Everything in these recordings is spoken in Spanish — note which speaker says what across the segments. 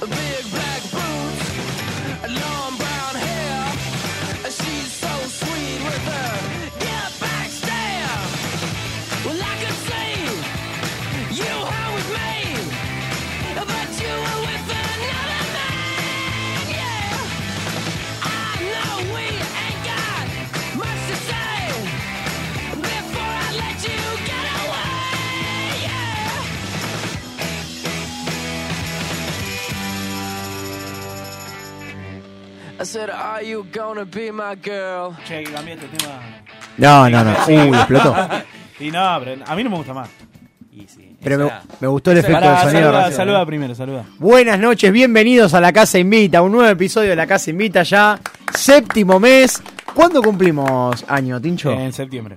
Speaker 1: Big black boots, long brown hair. She's so sweet with her get back stare. Well, I could see you were with me, but you were with another man. Yeah. I know we ain't got much to say before I let you get away. Yeah. I said, Are you gonna be my girl?
Speaker 2: Che, que cambiaste de tema.
Speaker 3: No, no, no. Uy, explotó.
Speaker 2: Y no, pero a mí no me gusta más.
Speaker 4: Y sí,
Speaker 3: Pero me,
Speaker 4: esa-
Speaker 3: me gustó el
Speaker 4: esa-
Speaker 3: efecto de
Speaker 2: Pará,
Speaker 3: sonido.
Speaker 2: saluda,
Speaker 3: recién.
Speaker 2: saluda primero, saluda.
Speaker 3: Buenas noches, bienvenidos a La Casa Invita, un nuevo episodio de La Casa Invita ya, séptimo mes. ¿Cuándo cumplimos año, Tincho?
Speaker 2: En septiembre.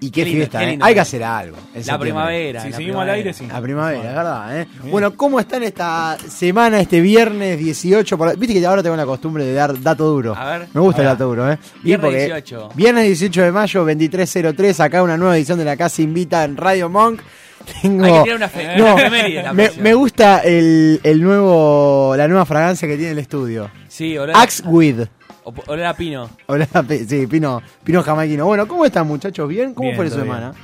Speaker 3: y qué,
Speaker 4: qué lindo,
Speaker 3: fiesta,
Speaker 4: qué
Speaker 3: ¿eh?
Speaker 4: lindo.
Speaker 3: Hay que hacer algo. en
Speaker 4: La
Speaker 3: septiembre.
Speaker 4: primavera.
Speaker 2: Si
Speaker 4: la
Speaker 2: seguimos al
Speaker 4: primavera.
Speaker 2: aire, sí.
Speaker 3: La primavera, es verdad, ¿eh? Bueno, ¿cómo están esta semana, este viernes 18? Por- Viste que ahora tengo la costumbre de dar dato duro.
Speaker 4: A ver.
Speaker 3: Me gusta el
Speaker 4: A ver.
Speaker 3: dato duro, ¿eh? Y
Speaker 4: Viernes
Speaker 3: porque
Speaker 4: 18.
Speaker 3: Viernes 18 de mayo, 2303, acá una nueva edición de La Casa Invita en Radio Monk. Tengo...
Speaker 4: Hay que tirar una fe-
Speaker 3: No,
Speaker 4: una efeméride, la
Speaker 3: me,
Speaker 4: próxima.
Speaker 3: me gusta el, el nuevo, la nueva fragancia que tiene el estudio.
Speaker 4: Sí, olor a,
Speaker 3: Axe With.
Speaker 4: o- olor a pino.
Speaker 3: Hola, pe- sí, Pino, Pino Jamaiquino. Bueno, ¿cómo están muchachos? ¿Bien? ¿Cómo
Speaker 2: Bien,
Speaker 3: fue su
Speaker 2: todo bien.
Speaker 3: semana?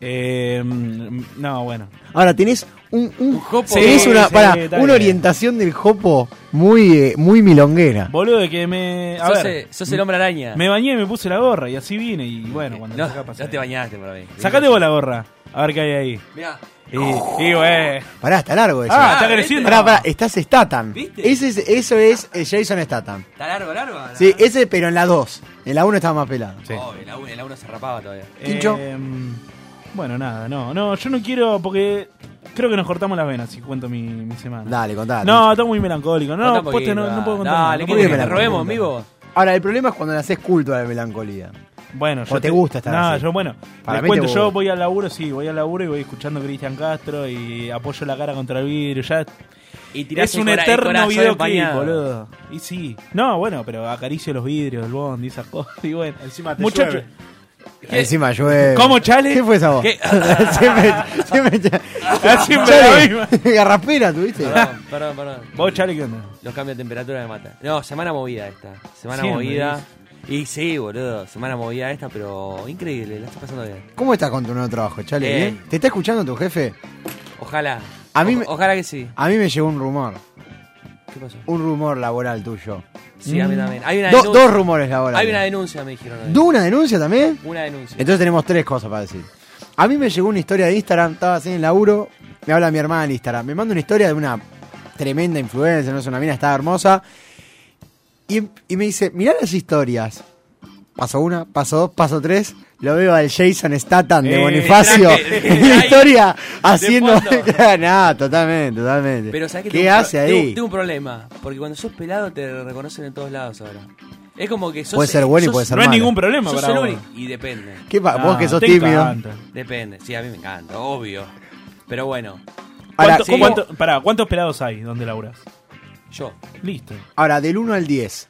Speaker 2: Eh, mm, no, bueno.
Speaker 3: Ahora, tenés un, un-
Speaker 4: jopo.
Speaker 3: tenés
Speaker 2: Sí,
Speaker 3: una,
Speaker 2: sí,
Speaker 3: pará,
Speaker 2: está
Speaker 3: una
Speaker 2: bien.
Speaker 3: orientación del jopo muy, eh, muy milonguera.
Speaker 2: Boludo, de que me. A
Speaker 4: Sos,
Speaker 2: ver,
Speaker 4: el- sos el hombre araña. Eh,
Speaker 2: me bañé y me puse la gorra y así vine. Y bueno, cuando
Speaker 4: no,
Speaker 2: saca pasa-
Speaker 4: no te bañaste para mí.
Speaker 2: Sacate vos la gorra. A ver qué hay ahí.
Speaker 4: Mirá.
Speaker 2: Y, y güey.
Speaker 3: Pará, está largo eso.
Speaker 2: Eh. Ah,
Speaker 4: Ah,
Speaker 2: está
Speaker 4: ¿viste?
Speaker 2: creciendo.
Speaker 3: pará, pará, estás Statham.
Speaker 4: ¿Viste?
Speaker 3: Ese es- eso es eh, Jason Statham.
Speaker 4: ¿Está largo, largo?
Speaker 3: Sí, ese, pero en la 2. En la 1 estaba más pelado.
Speaker 2: Sí.
Speaker 4: Oh, el a uno se rapaba todavía.
Speaker 3: Tincho.
Speaker 2: Eh, bueno, nada, no. No, yo no quiero porque. Creo que nos cortamos las venas si cuento mi, mi semana.
Speaker 3: Dale, contá.
Speaker 2: No, está muy melancólico. No,
Speaker 4: Contá
Speaker 2: poste,
Speaker 4: poquito,
Speaker 2: no, no
Speaker 4: dale.
Speaker 2: puedo contar. nada,
Speaker 4: Dale,
Speaker 2: no
Speaker 4: ¿qué
Speaker 2: puedo
Speaker 4: querés que te
Speaker 3: contar nada.
Speaker 4: robemos en vivo?
Speaker 3: Ahora, el problema es cuando le haces culto a la melancolía.
Speaker 2: Bueno,
Speaker 3: ¿O te gusta estar
Speaker 2: No,
Speaker 3: así?
Speaker 2: yo, bueno,
Speaker 3: Para
Speaker 2: les
Speaker 3: mí
Speaker 2: cuento,
Speaker 3: te
Speaker 2: yo
Speaker 3: gusta.
Speaker 2: voy al laburo, sí, voy al laburo y voy escuchando Cristian Castro y apoyo la cara contra el vidrio. Ya
Speaker 4: Y tirás
Speaker 2: es un
Speaker 4: el cora- el
Speaker 2: eterno
Speaker 4: corazón
Speaker 2: videoclip,
Speaker 4: empañado.
Speaker 2: boludo. Y sí. No, bueno, pero acaricio los vidrios, el bond y esas cosas. Y bueno,
Speaker 5: Encima te
Speaker 2: Muchacho,
Speaker 5: llueve.
Speaker 4: ¿Qué?
Speaker 3: Ah, Encima llueve.
Speaker 2: ¿Cómo, Chale?
Speaker 3: ¿Qué fue esa voz?
Speaker 4: ¿Qué?
Speaker 3: siempre, siempre,
Speaker 2: Ah, siempre
Speaker 3: Chale,
Speaker 2: la misma.
Speaker 3: Garrapera, ¿tuviste?
Speaker 4: Perdón, perdón, perdón.
Speaker 2: Vos, Chale, ¿qué onda?
Speaker 4: Los cambios de temperatura me matan. No, semana movida esta. Semana
Speaker 2: Siempre
Speaker 4: movida. Y sí, boludo. Semana movida esta, pero increíble. La estoy pasando bien.
Speaker 3: ¿Cómo estás con tu nuevo trabajo, Chale?
Speaker 4: Eh.
Speaker 3: ¿Bien? ¿Te está escuchando tu jefe?
Speaker 4: Ojalá.
Speaker 3: A mí
Speaker 4: O-
Speaker 3: me-
Speaker 4: Ojalá que sí.
Speaker 3: A mí me llegó un rumor.
Speaker 4: ¿Qué pasó?
Speaker 3: Un rumor laboral tuyo. Mm.
Speaker 4: Sí, a mí también. Hay una
Speaker 3: Do-
Speaker 4: denuncia.
Speaker 3: dos rumores laborales.
Speaker 4: Hay una denuncia, me dijeron. hoy.
Speaker 3: ¿De una denuncia también?
Speaker 4: Una denuncia.
Speaker 3: Entonces tenemos tres cosas para decir. A mí me llegó una historia de Instagram, estaba así en el laburo, me habla mi hermana en Instagram, me manda una historia de una tremenda influencer, no es una mina, estaba hermosa, y, y me dice, mirá las historias. Paso una, paso dos, paso tres, lo veo al Jason Statham de
Speaker 2: Eh,
Speaker 3: Bonifacio
Speaker 4: traje, de-
Speaker 3: en la
Speaker 4: ahí,
Speaker 3: historia haciendo...
Speaker 4: fondo.
Speaker 3: Nada, totalmente, totalmente.
Speaker 4: Pero ¿sabes que
Speaker 3: ¿Qué
Speaker 4: tengo un pro-
Speaker 3: hace ahí?
Speaker 4: Tengo, tengo un problema. Porque cuando sos pelado te reconocen en todos lados ahora. Es como que sos. eh,
Speaker 3: Puede ser bueno y
Speaker 4: sos-
Speaker 3: puede ser
Speaker 2: No hay
Speaker 3: malo.
Speaker 2: ningún problema
Speaker 4: sos
Speaker 2: para
Speaker 4: el
Speaker 2: vos.
Speaker 4: único. Y depende.
Speaker 3: ¿Qué pa-
Speaker 2: Ah,
Speaker 3: vos que sos
Speaker 2: te
Speaker 3: tímido.
Speaker 2: encanta.
Speaker 4: Depende. Sí, a mí me encanta, obvio. Pero bueno,
Speaker 3: Ahora,
Speaker 2: ¿Cuánto-
Speaker 3: ¿cómo-
Speaker 2: cuánto- pará, ¿cuántos pelados hay donde laburas?
Speaker 4: yo.
Speaker 2: Listo.
Speaker 3: Ahora, del 1 al 10,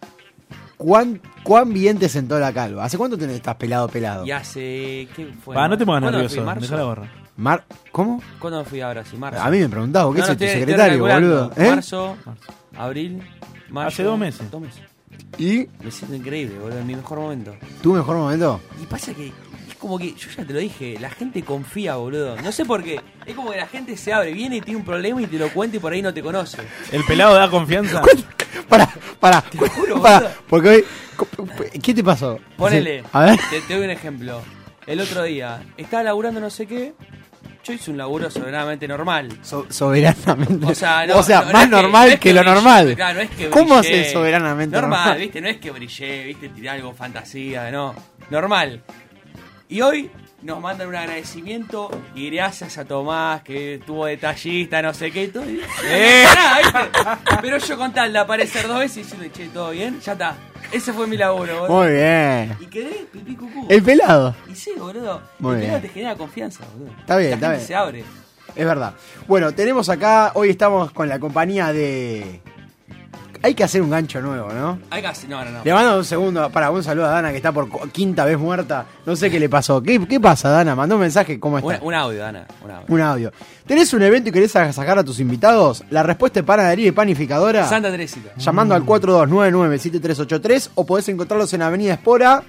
Speaker 3: ¿cuán, ¿cuán bien te sentó la calva? ¿Hace cuánto tenés, estás pelado, pelado?
Speaker 4: Y hace. ¿Qué fue?
Speaker 2: Pa, no te pongas
Speaker 4: ¿Cuándo
Speaker 2: nervioso,
Speaker 4: fui? ¿Marzo?
Speaker 2: dejá la gorra.
Speaker 3: Mar- ¿Cómo?
Speaker 4: ¿Cuándo fui ahora? Sí, marzo.
Speaker 3: A mí me preguntás, ¿por qué
Speaker 4: No, no,
Speaker 3: soy tu
Speaker 4: estoy- estoy
Speaker 3: secretario,
Speaker 4: recalculando.
Speaker 3: boludo? ¿Eh?
Speaker 4: Marzo, abril, mayo.
Speaker 2: Hace dos meses.
Speaker 4: Dos meses.
Speaker 3: ¿Y
Speaker 4: Me siento increíble, boludo, en mi mejor momento.
Speaker 3: tu mejor momento?
Speaker 4: Y pasa que es como que, yo ya te lo dije, la gente confía, boludo. No sé por qué. Es como que la gente se abre, viene y tiene un problema y te lo cuenta y por ahí no te conoce.
Speaker 2: ¿El pelado da confianza?
Speaker 3: Pará, pará,
Speaker 4: juro,
Speaker 3: pará,
Speaker 4: boludo.
Speaker 3: porque hoy... ¿Qué te pasó?
Speaker 4: Ponele,
Speaker 3: A ver,
Speaker 4: Te, te doy un ejemplo. El otro día, estaba laburando no sé qué. Yo hice un laburo soberanamente normal.
Speaker 3: so- soberanamente.
Speaker 4: O sea, no, no, no
Speaker 3: más
Speaker 4: es que- no
Speaker 3: normal que,
Speaker 4: es
Speaker 3: lo
Speaker 4: brillé,
Speaker 3: normal.
Speaker 4: claro, no es que
Speaker 3: ¿Cómo
Speaker 4: brillé.
Speaker 3: haces soberanamente
Speaker 4: normal?
Speaker 3: normal?
Speaker 4: ¿viste? No es que brillé, ¿viste? Tiré algo fantasía, no. Normal. Y hoy nos mandan un agradecimiento y gracias a Tomás que estuvo detallista, no sé qué y todo. Y- Nada, ¿viste? Pero yo con tal de aparecer dos veces y diciendo, che, todo bien, ya está. Ese fue mi laburo, boludo.
Speaker 3: Muy bien.
Speaker 4: Y quedé pipí cucú.
Speaker 3: El pelado.
Speaker 4: Y sí, boludo.
Speaker 3: Muy
Speaker 4: el pelado
Speaker 3: bien.
Speaker 4: te genera confianza, boludo.
Speaker 3: Está bien,
Speaker 4: La
Speaker 3: está
Speaker 4: gente
Speaker 3: bien.
Speaker 4: se abre.
Speaker 3: Es verdad. Bueno, tenemos acá, hoy estamos con la compañía de... Hay que hacer un gancho nuevo, ¿no?
Speaker 4: Hay que hacer- No, no, no.
Speaker 3: Le mando un segundo, para un saludo a Dana que está por cu- quinta vez muerta. No sé qué le pasó. ¿Qué, qué pasa, Dana? Mandó un mensaje, ¿cómo
Speaker 4: Un,
Speaker 3: está?
Speaker 4: un audio, Ana. Un audio.
Speaker 3: Un audio. ¿Tenés un evento y querés a- sacar a tus invitados? La respuesta es panadería y panificadora.
Speaker 4: Santa Teresita.
Speaker 3: Llamando al 4299-7383 o podés encontrarlos en Avenida Espora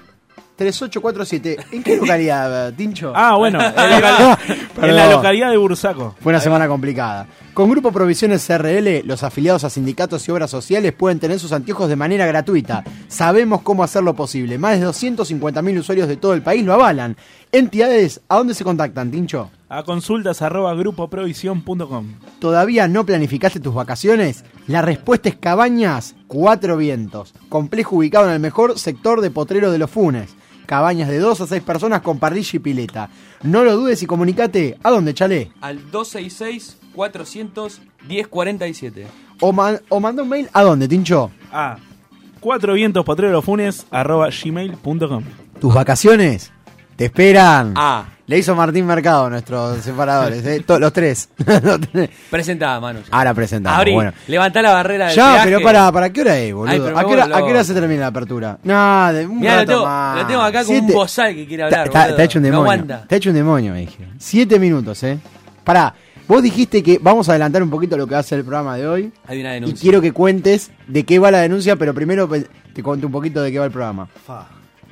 Speaker 3: 3847. ¿En qué localidad, Tincho?
Speaker 2: Ah, bueno, en, la local- en la
Speaker 3: Perdón.
Speaker 2: localidad de Bursaco.
Speaker 3: Fue una semana complicada. Con Grupo Provisiones CRL, los afiliados a sindicatos y obras sociales pueden tener sus anteojos de manera gratuita. Sabemos cómo hacerlo posible. Más de 250.000 usuarios de todo el país lo avalan. Entidades, ¿a dónde se contactan, Tincho?
Speaker 2: A consultas arroba grupoprovision.com.
Speaker 3: ¿Todavía no planificaste tus vacaciones? La respuesta es Cabañas Cuatro Vientos, complejo ubicado en el mejor sector de Potrero de los Funes. Cabañas de 2 a 6 personas con parrilla y pileta. No lo dudes y comunicate. ¿A dónde, Chalé?
Speaker 4: Al 266-400-1047.
Speaker 3: O, man- o manda un mail. ¿A dónde, Tincho?
Speaker 2: A cuatro vientos potrero funes arroba gmail.com.
Speaker 3: Tus vacaciones te esperan.
Speaker 4: Ah,
Speaker 3: Le hizo Martín Mercado a nuestros separadores, eh, to- los tres. Los tres.
Speaker 4: presentada, Manu.
Speaker 3: Ahora presentamos.
Speaker 4: Abrí.
Speaker 3: bueno.
Speaker 4: Levantá la barrera del
Speaker 3: Ya,
Speaker 4: peaje.
Speaker 3: pero para, ¿para qué hora es, boludo?
Speaker 4: Ay, pero
Speaker 3: ¿A,
Speaker 4: me
Speaker 3: qué hora,
Speaker 4: vuelvo
Speaker 3: a qué hora
Speaker 4: loco.
Speaker 3: se termina la apertura? No, de un
Speaker 4: Mirá, lo
Speaker 3: rato
Speaker 4: tengo-
Speaker 3: más.
Speaker 4: lo tengo acá como un
Speaker 3: Siete-
Speaker 4: bozal que quiere hablar,
Speaker 3: Está- Está,
Speaker 4: boludo.
Speaker 3: está hecho un
Speaker 4: No
Speaker 3: demonio.
Speaker 4: aguanta.
Speaker 3: está hecho un demonio, me dije. Siete minutos, ¿eh? Pará, vos dijiste que vamos a adelantar un poquito lo que va a ser el programa de hoy.
Speaker 4: Hay una
Speaker 3: Y
Speaker 4: denuncia.
Speaker 3: quiero que cuentes de qué va la denuncia, pero primero pe- te cuento un poquito de qué va el programa.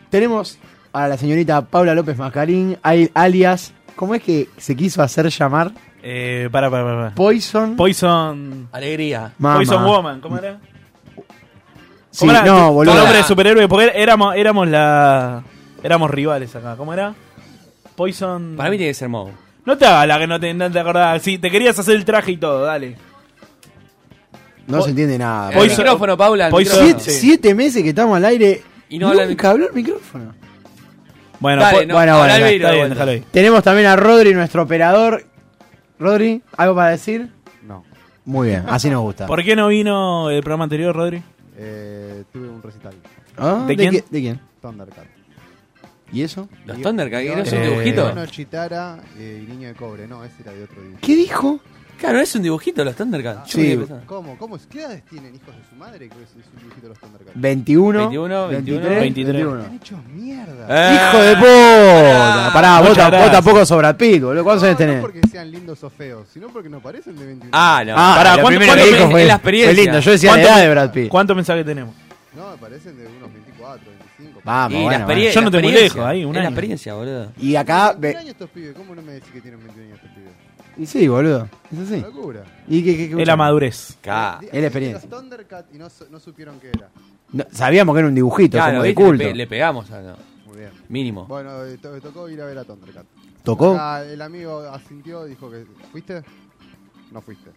Speaker 3: Tenemos a la señorita Paula López Mascarín, al- alias, ¿cómo es que se quiso hacer llamar?
Speaker 2: Eh, para, para, para.
Speaker 3: Poison.
Speaker 2: Poison.
Speaker 4: Alegría.
Speaker 3: Mama.
Speaker 2: Poison Woman, ¿cómo era?
Speaker 3: Sí,
Speaker 2: ¿Cómo era?
Speaker 3: no,
Speaker 2: Tu-
Speaker 3: boludo.
Speaker 2: Tu nombre de superhéroe, porque éramos, éramos la. Éramos rivales acá. ¿Cómo era? Poison.
Speaker 4: Para mí tiene que ser Moe.
Speaker 2: No te hagas la que no te, no te acordás. Sí, te querías hacer el traje y todo, dale.
Speaker 3: No se entiende nada.
Speaker 4: Al
Speaker 2: Poison-
Speaker 4: micrófono, Paula. al
Speaker 2: Poison-
Speaker 4: micrófono.
Speaker 3: Siete,
Speaker 2: Sí.
Speaker 3: siete meses que estamos al aire
Speaker 4: Y
Speaker 3: y
Speaker 4: no
Speaker 3: no
Speaker 4: habla el
Speaker 3: nunca habló el micrófono.
Speaker 2: Bueno,
Speaker 4: Dale,
Speaker 2: po-
Speaker 4: no,
Speaker 3: bueno,
Speaker 4: habla
Speaker 3: bueno,
Speaker 4: al
Speaker 3: está
Speaker 4: vidrio,
Speaker 2: está bien,
Speaker 4: boludo.
Speaker 2: déjalo ahí.
Speaker 3: Tenemos también a Rodri, nuestro operador. Rodri, ¿algo para decir?
Speaker 5: No.
Speaker 3: Muy bien, así nos gusta.
Speaker 2: ¿Por qué no vino el programa anterior, Rodri?
Speaker 5: Eh, tuve un recital.
Speaker 3: Ah,
Speaker 2: ¿De quién?
Speaker 3: qué- ¿De quién?
Speaker 5: Thundercat. Eh,
Speaker 3: ¿Y eso?
Speaker 4: Los Thundercats, ¿no es
Speaker 2: un dibujito?
Speaker 5: Bueno, Chitara eh, y Niño de Cobre. No, ese era de otro dibujo.
Speaker 3: ¿Qué dijo?
Speaker 4: Claro, es un dibujito los Thundercats. Yo
Speaker 3: Sí.
Speaker 4: me quedé pensando.
Speaker 5: ¿Cómo? ¿Cómo? es? ¿Qué edades tienen hijos de su madre? Que es es un dibujito de los Thundercats.
Speaker 3: 21,
Speaker 4: 21,
Speaker 3: 23,
Speaker 2: 23.
Speaker 3: 21.
Speaker 5: Están hechos mierda.
Speaker 4: Eh,
Speaker 3: ¡Hijo de puta! Pará, vos,
Speaker 2: Muchas
Speaker 3: tam- vos
Speaker 2: gracias.
Speaker 3: tampoco sobra Pit, boludo. ¿Cuántos
Speaker 5: no,
Speaker 3: años tenés?
Speaker 5: No porque sean lindos o feos, sino porque no parecen de 21.
Speaker 4: Ah, no.
Speaker 3: Ah,
Speaker 2: Pará,
Speaker 3: lo
Speaker 2: ¿cuánto-
Speaker 3: primero
Speaker 2: cuánto
Speaker 3: que
Speaker 2: me-
Speaker 3: dijo fue,
Speaker 4: es la experiencia?
Speaker 3: fue lindo. Yo decía la
Speaker 2: ¿Cuánto-
Speaker 3: edad de Brad Pitt.
Speaker 2: ¿Cuántos mensajes tenemos?
Speaker 5: No, me parecen de unos 24, 25.
Speaker 3: Vamos,
Speaker 4: Y la
Speaker 3: bueno, bueno.
Speaker 4: experiencia-
Speaker 2: Yo no
Speaker 4: la
Speaker 2: te muy
Speaker 4: experiencia.
Speaker 2: lejos, ahí, un
Speaker 4: Es la
Speaker 2: año.
Speaker 4: experiencia, boludo.
Speaker 3: Y acá...
Speaker 5: ¿Tienen 21
Speaker 3: ve-
Speaker 5: años estos pibes? ¿Cómo no me decís que tienen 21 años estos pibes?
Speaker 3: y sí, boludo. Es así.
Speaker 5: Locura.
Speaker 3: ¿Y qué, qué, qué-
Speaker 2: Es la madurez.
Speaker 4: Acá.
Speaker 5: Di-
Speaker 3: es la experiencia.
Speaker 5: Los Thundercat y no, su- no supieron qué era.
Speaker 3: No, sabíamos que era un dibujito,
Speaker 4: Claro,
Speaker 3: como de
Speaker 4: ¿viste? Le
Speaker 3: culto.
Speaker 4: pe- le pegamos a no.
Speaker 5: Muy bien.
Speaker 4: Mínimo.
Speaker 5: Bueno, eh, to- me tocó ir a ver a Thundercat.
Speaker 3: ¿Tocó?
Speaker 5: Ah, el amigo asintió, dijo que. ¿Fuiste? No fuiste.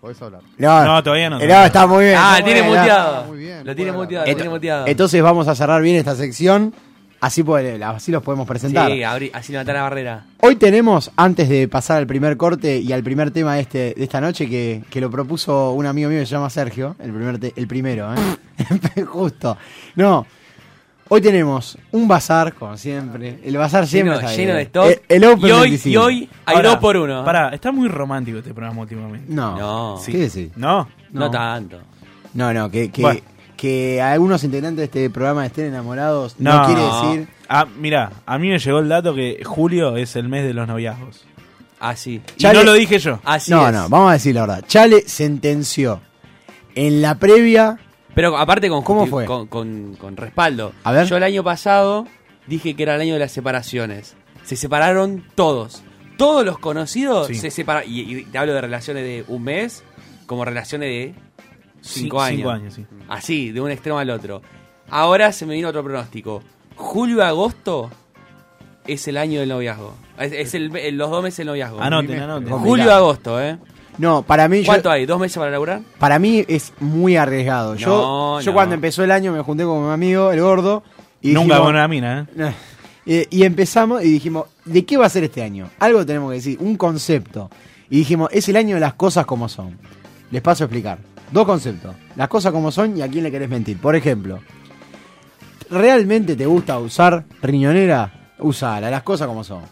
Speaker 5: Podés hablar.
Speaker 3: No,
Speaker 2: No, todavía no.
Speaker 3: Eh, no, está muy bien.
Speaker 4: Ah,
Speaker 3: está muy
Speaker 4: tiene
Speaker 3: bien, ya.
Speaker 4: muteado.
Speaker 5: Muy bien,
Speaker 4: Lo tiene
Speaker 5: bueno.
Speaker 4: muteado, lo
Speaker 5: Esto-
Speaker 4: tiene muteado.
Speaker 3: Entonces vamos a cerrar bien esta sección. Así, puede- así los podemos presentar.
Speaker 4: Sí, abrí- así levantar la barrera.
Speaker 3: Hoy tenemos, antes de pasar al primer corte y al primer tema de, este, de esta noche, que, que lo propuso un amigo mío que se llama Sergio, el, primer te- el primero, ¿eh? Justo. No, hoy tenemos un bazar, como siempre. El bazar siempre
Speaker 4: Lleno,
Speaker 3: está
Speaker 4: lleno
Speaker 3: ahí.
Speaker 4: de stock.
Speaker 3: El, el Open
Speaker 4: y hoy,
Speaker 3: 25.
Speaker 4: y hoy hay
Speaker 2: Ahora,
Speaker 4: dos por uno.
Speaker 2: Pará, está muy romántico este programa últimamente.
Speaker 3: ¿eh? No.
Speaker 4: No.
Speaker 3: ¿Qué decís?
Speaker 2: ¿No?
Speaker 4: no.
Speaker 3: no.
Speaker 4: tanto.
Speaker 3: No, no, que, que,
Speaker 2: Bueno.
Speaker 3: que algunos integrantes de este programa estén enamorados no,
Speaker 2: No.
Speaker 3: quiere decir...
Speaker 2: Ah, mirá, a mí me llegó el dato que julio es el mes de los noviazgos.
Speaker 4: Así.
Speaker 2: Y
Speaker 3: Chale.
Speaker 2: no lo dije yo.
Speaker 4: Así
Speaker 3: no,
Speaker 4: es.
Speaker 3: no, vamos a decir la verdad. Chale sentenció en la previa...
Speaker 4: Pero aparte con,
Speaker 3: ¿Cómo
Speaker 4: justi-
Speaker 3: fue?
Speaker 4: Con, con- con respaldo.
Speaker 3: A ver.
Speaker 4: Yo el año pasado dije que era el año de las separaciones. Se separaron todos. Todos los conocidos
Speaker 2: Sí.
Speaker 4: se separaron. Y, y te hablo de relaciones de un mes como relaciones de cinco
Speaker 2: Sí,
Speaker 4: años. Mm.
Speaker 2: Cinco años, sí.
Speaker 4: Así, de un extremo al otro. Ahora se me vino otro pronóstico. Julio-agosto es el año del noviazgo. Es, es el, el- los dos meses del noviazgo.
Speaker 2: Anoten,
Speaker 5: Muy
Speaker 2: anoten.
Speaker 3: bien.
Speaker 4: Julio-agosto, ¿eh?
Speaker 3: No, para mí... yo-
Speaker 4: ¿Cuánto hay? ¿Dos meses para laburar?
Speaker 3: Para mí es muy arriesgado.
Speaker 4: No,
Speaker 3: yo yo
Speaker 4: no.
Speaker 3: cuando empezó el año me junté con mi amigo, el gordo. Y
Speaker 2: Nunca
Speaker 3: dijimos-
Speaker 2: con una mina, ¿eh?
Speaker 3: Eh, Y empezamos y dijimos, ¿de qué va a ser este año? Algo tenemos que decir, un concepto. Y dijimos, es el año de las cosas como son. Les paso a explicar. Dos conceptos. Las cosas como son y a quién le querés mentir. Por ejemplo, realmente te gusta usar riñonera, usala, las cosas como son.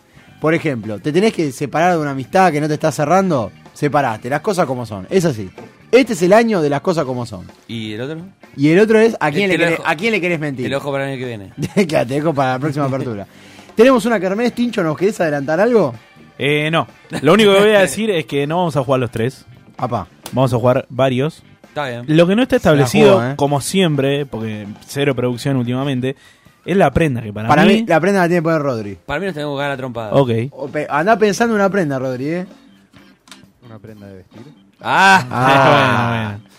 Speaker 3: Por ejemplo, te tenés que separar de una amistad que no te está cerrando, separaste, las cosas como son. Es así. Este es el año de las cosas como son.
Speaker 4: ¿Y el otro?
Speaker 3: Y el otro es a quién,
Speaker 4: Te lo
Speaker 3: le querés,
Speaker 4: dejo.
Speaker 3: a quién le querés mentir.
Speaker 4: Este El ojo para el año que viene.
Speaker 3: Claro, te dejo para la próxima apertura. Tenemos una que Hermes Tincho, ¿nos querés adelantar algo?
Speaker 2: Eh, no. Lo único que voy a decir es que no vamos a jugar los tres.
Speaker 3: Apá.
Speaker 2: Vamos a jugar varios.
Speaker 4: Está bien.
Speaker 2: Lo que no está
Speaker 3: Se la
Speaker 2: establecido,
Speaker 3: juego, eh.
Speaker 2: como siempre, porque cero producción últimamente, es la prenda que para,
Speaker 3: Para, mí,
Speaker 2: mí.
Speaker 3: la prenda la tiene que poner Rodri.
Speaker 4: Para mí nos tenemos que ganar la trompada.
Speaker 2: Ok.
Speaker 3: O pe- Andá pensando en una prenda, Rodri, ¿eh?
Speaker 5: Una prenda de vestir.
Speaker 4: Ah,
Speaker 3: Ah.
Speaker 2: Bueno, bueno.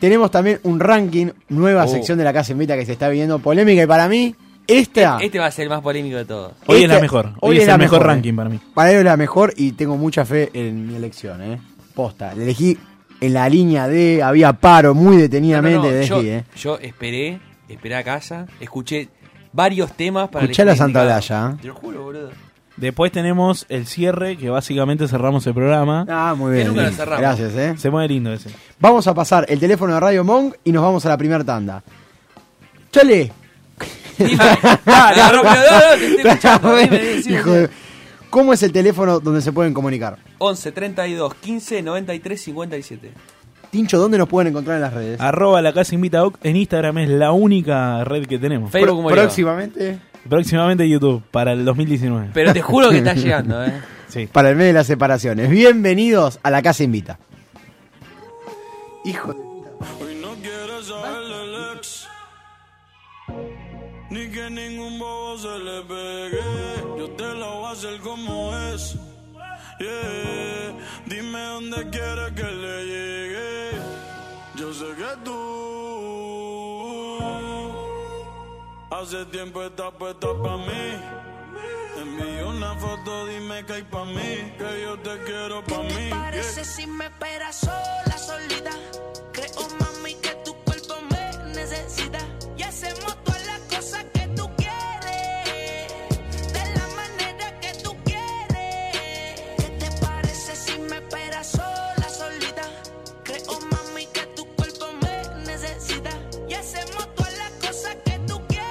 Speaker 3: Tenemos también un ranking, nueva
Speaker 4: Oh.
Speaker 3: sección de la casa invita que se está viendo polémica. Y para mí, esta.
Speaker 4: este va a ser el más polémico de todos.
Speaker 2: Hoy es
Speaker 3: esta-
Speaker 2: la mejor. Hoy, es,
Speaker 3: este- la
Speaker 2: el mejor
Speaker 3: mejor, eh.
Speaker 2: ranking para mí.
Speaker 3: Para ello es la mejor y tengo mucha fe en mi elección, ¿eh? Posta. La elegí en la línea D, había paro muy
Speaker 4: No, no,
Speaker 3: detenidamente.
Speaker 4: no,
Speaker 3: elegí,
Speaker 4: yo,
Speaker 3: ¿eh?
Speaker 4: yo esperé, esperé a casa, escuché varios temas para
Speaker 3: Escuchá
Speaker 4: elegir
Speaker 3: la
Speaker 4: el
Speaker 3: Santa
Speaker 4: indicado.
Speaker 3: Olalla, ¿eh?
Speaker 4: Te lo juro, boludo.
Speaker 2: Después tenemos el cierre, que básicamente cerramos el programa.
Speaker 3: Ah, muy bien.
Speaker 4: nunca lo
Speaker 3: sí.
Speaker 4: cerramos.
Speaker 3: Gracias, ¿eh?
Speaker 2: Se mueve lindo ese.
Speaker 3: Vamos a pasar el teléfono de Radio Monk y nos vamos a la primera tanda. Chale.
Speaker 4: Dime. No, no, no, no, te estoy escuchando, dime, decime.
Speaker 3: Hijo de- ¿Cómo es el teléfono donde se pueden comunicar?
Speaker 4: 11 32 15 93 57.
Speaker 3: Tincho, ¿dónde nos pueden encontrar en las redes?
Speaker 2: Arroba la casa invita Oc. En Instagram es la única red que tenemos.
Speaker 4: Facebook como yo.
Speaker 3: próximamente.
Speaker 2: Próximamente YouTube, para el 2019.
Speaker 4: Pero te juro que está llegando, ¿eh?
Speaker 2: Sí.
Speaker 3: Para el mes de las separaciones. Bienvenidos a la Casa Invita. Hijo de...
Speaker 6: Hoy no quiere saberle el ex. Ni que ningún bobo se le pegue. Yo te la voy a hacer como es. Yeah. Dime dónde quiere que le llegue. Yo sé que tú. Hace tiempo estás puesta pa' mí. Envío una foto, dime que hay pa' mí. Que yo te quiero pa'
Speaker 7: ¿Qué
Speaker 6: mí.
Speaker 7: te
Speaker 6: yeah.
Speaker 7: parece si me esperas sola, solita? Creo, mami, que tu cuerpo me necesita. Y hacemos todas las cosas que tú quieres. De la manera que tú quieres. ¿Qué te parece si me esperas sola, solita? Creo, mami, que tu cuerpo me necesita. Y hacemos todas las cosas que tú quieres.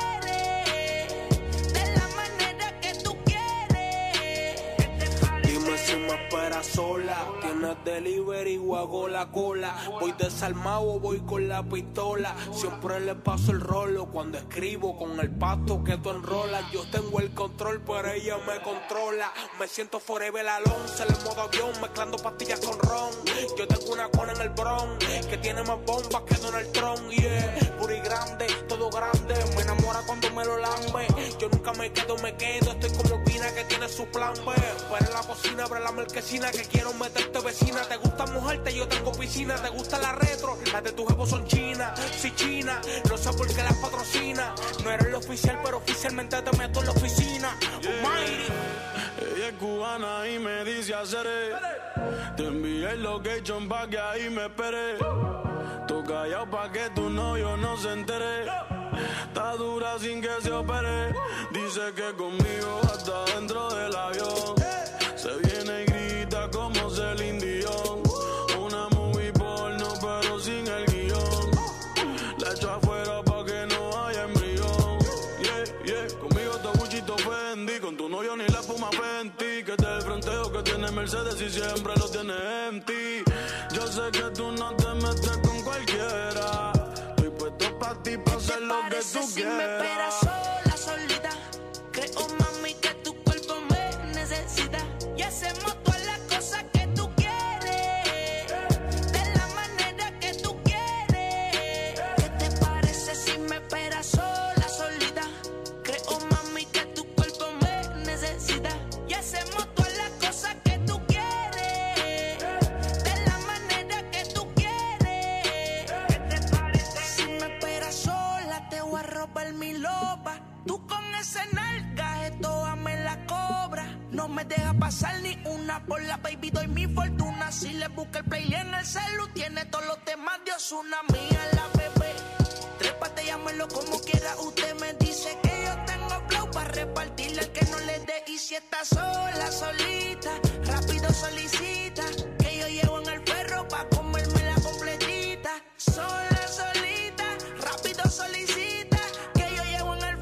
Speaker 7: De la manera que tú quieres. ¿Qué te parece?
Speaker 6: Dime si me esperas sola. Tienes delivery o hago la cola. Voy desarmado, voy con la pistola. Siempre le paso el rolo cuando escribo con el pasto que tú enrolas. Yo tengo el control, pero ella me controla. Me siento forever alone, se le modo avión, mezclando pastillas con ron. Yo tengo una cona en el bron que tiene más bombas que Donald Trump. Yeah, puri grande, todo grande. Me enamora cuando me lo lambe. Yo nunca me quedo, me quedo. Estoy como Vina que tiene su plan B. Para la cocina, abre la marquesina que quiero meterte vecina. Te gusta mojarte, yo tengo piscina. Te gusta la retro, las de tu jevo son chinas. Si china, no sé por qué las patrocina. No eres el oficial, pero oficialmente te meto en la oficina. Almighty. Ella es cubana y me dice haceré. Te envié el location pa' que ahí me espere. Tú callado pa' que tu novio no se entere. Está dura sin que se opere. Dice que conmigo hasta dentro del avión. Se viene y grita como Celine Dion. Una movie porno pero sin el guión. La echo afuera pa' que no haya embrión. Yeah, yeah, conmigo te buchito Fendi. Con tu novio ni la puma Fenty. Que te el fronteo que tiene Mercedes y siempre lo tiene en ti. Yo sé que tú no te metes con cualquiera. Estoy puesto pa' ti pa' hacer lo que
Speaker 7: Este parece
Speaker 6: tú
Speaker 7: si me esperas
Speaker 6: quieras.
Speaker 7: sola, solita? Creo, mami, que tu cuerpo me necesita. Y hacemos todas las cosas que tú quieres. De la manera que tú quieres. ¿Qué te parece si me esperas sola, solita? Creo, mami, que tu cuerpo me necesita. Y hacemos todas las cosas que tú quieres. De la manera que tú quieres. ¿Qué te parece si me esperas sola? Te voy a robar mi loba. Tú con ese nalga, esto a me la cobra. No me deja pasar ni una por la baby, doy mi fortuna. Si le busca el play en el celu, tiene todos los temas de Osuna, mía la bebé. Trépate, llámelo como quiera. Usted me dice que yo tengo flow para repartirle al que no le dé. Y si está sola, solita, rápido solicita. Que yo llevo en el perro pa' comerme la completita. Sola, solita, rápido solicita. Que yo llevo en el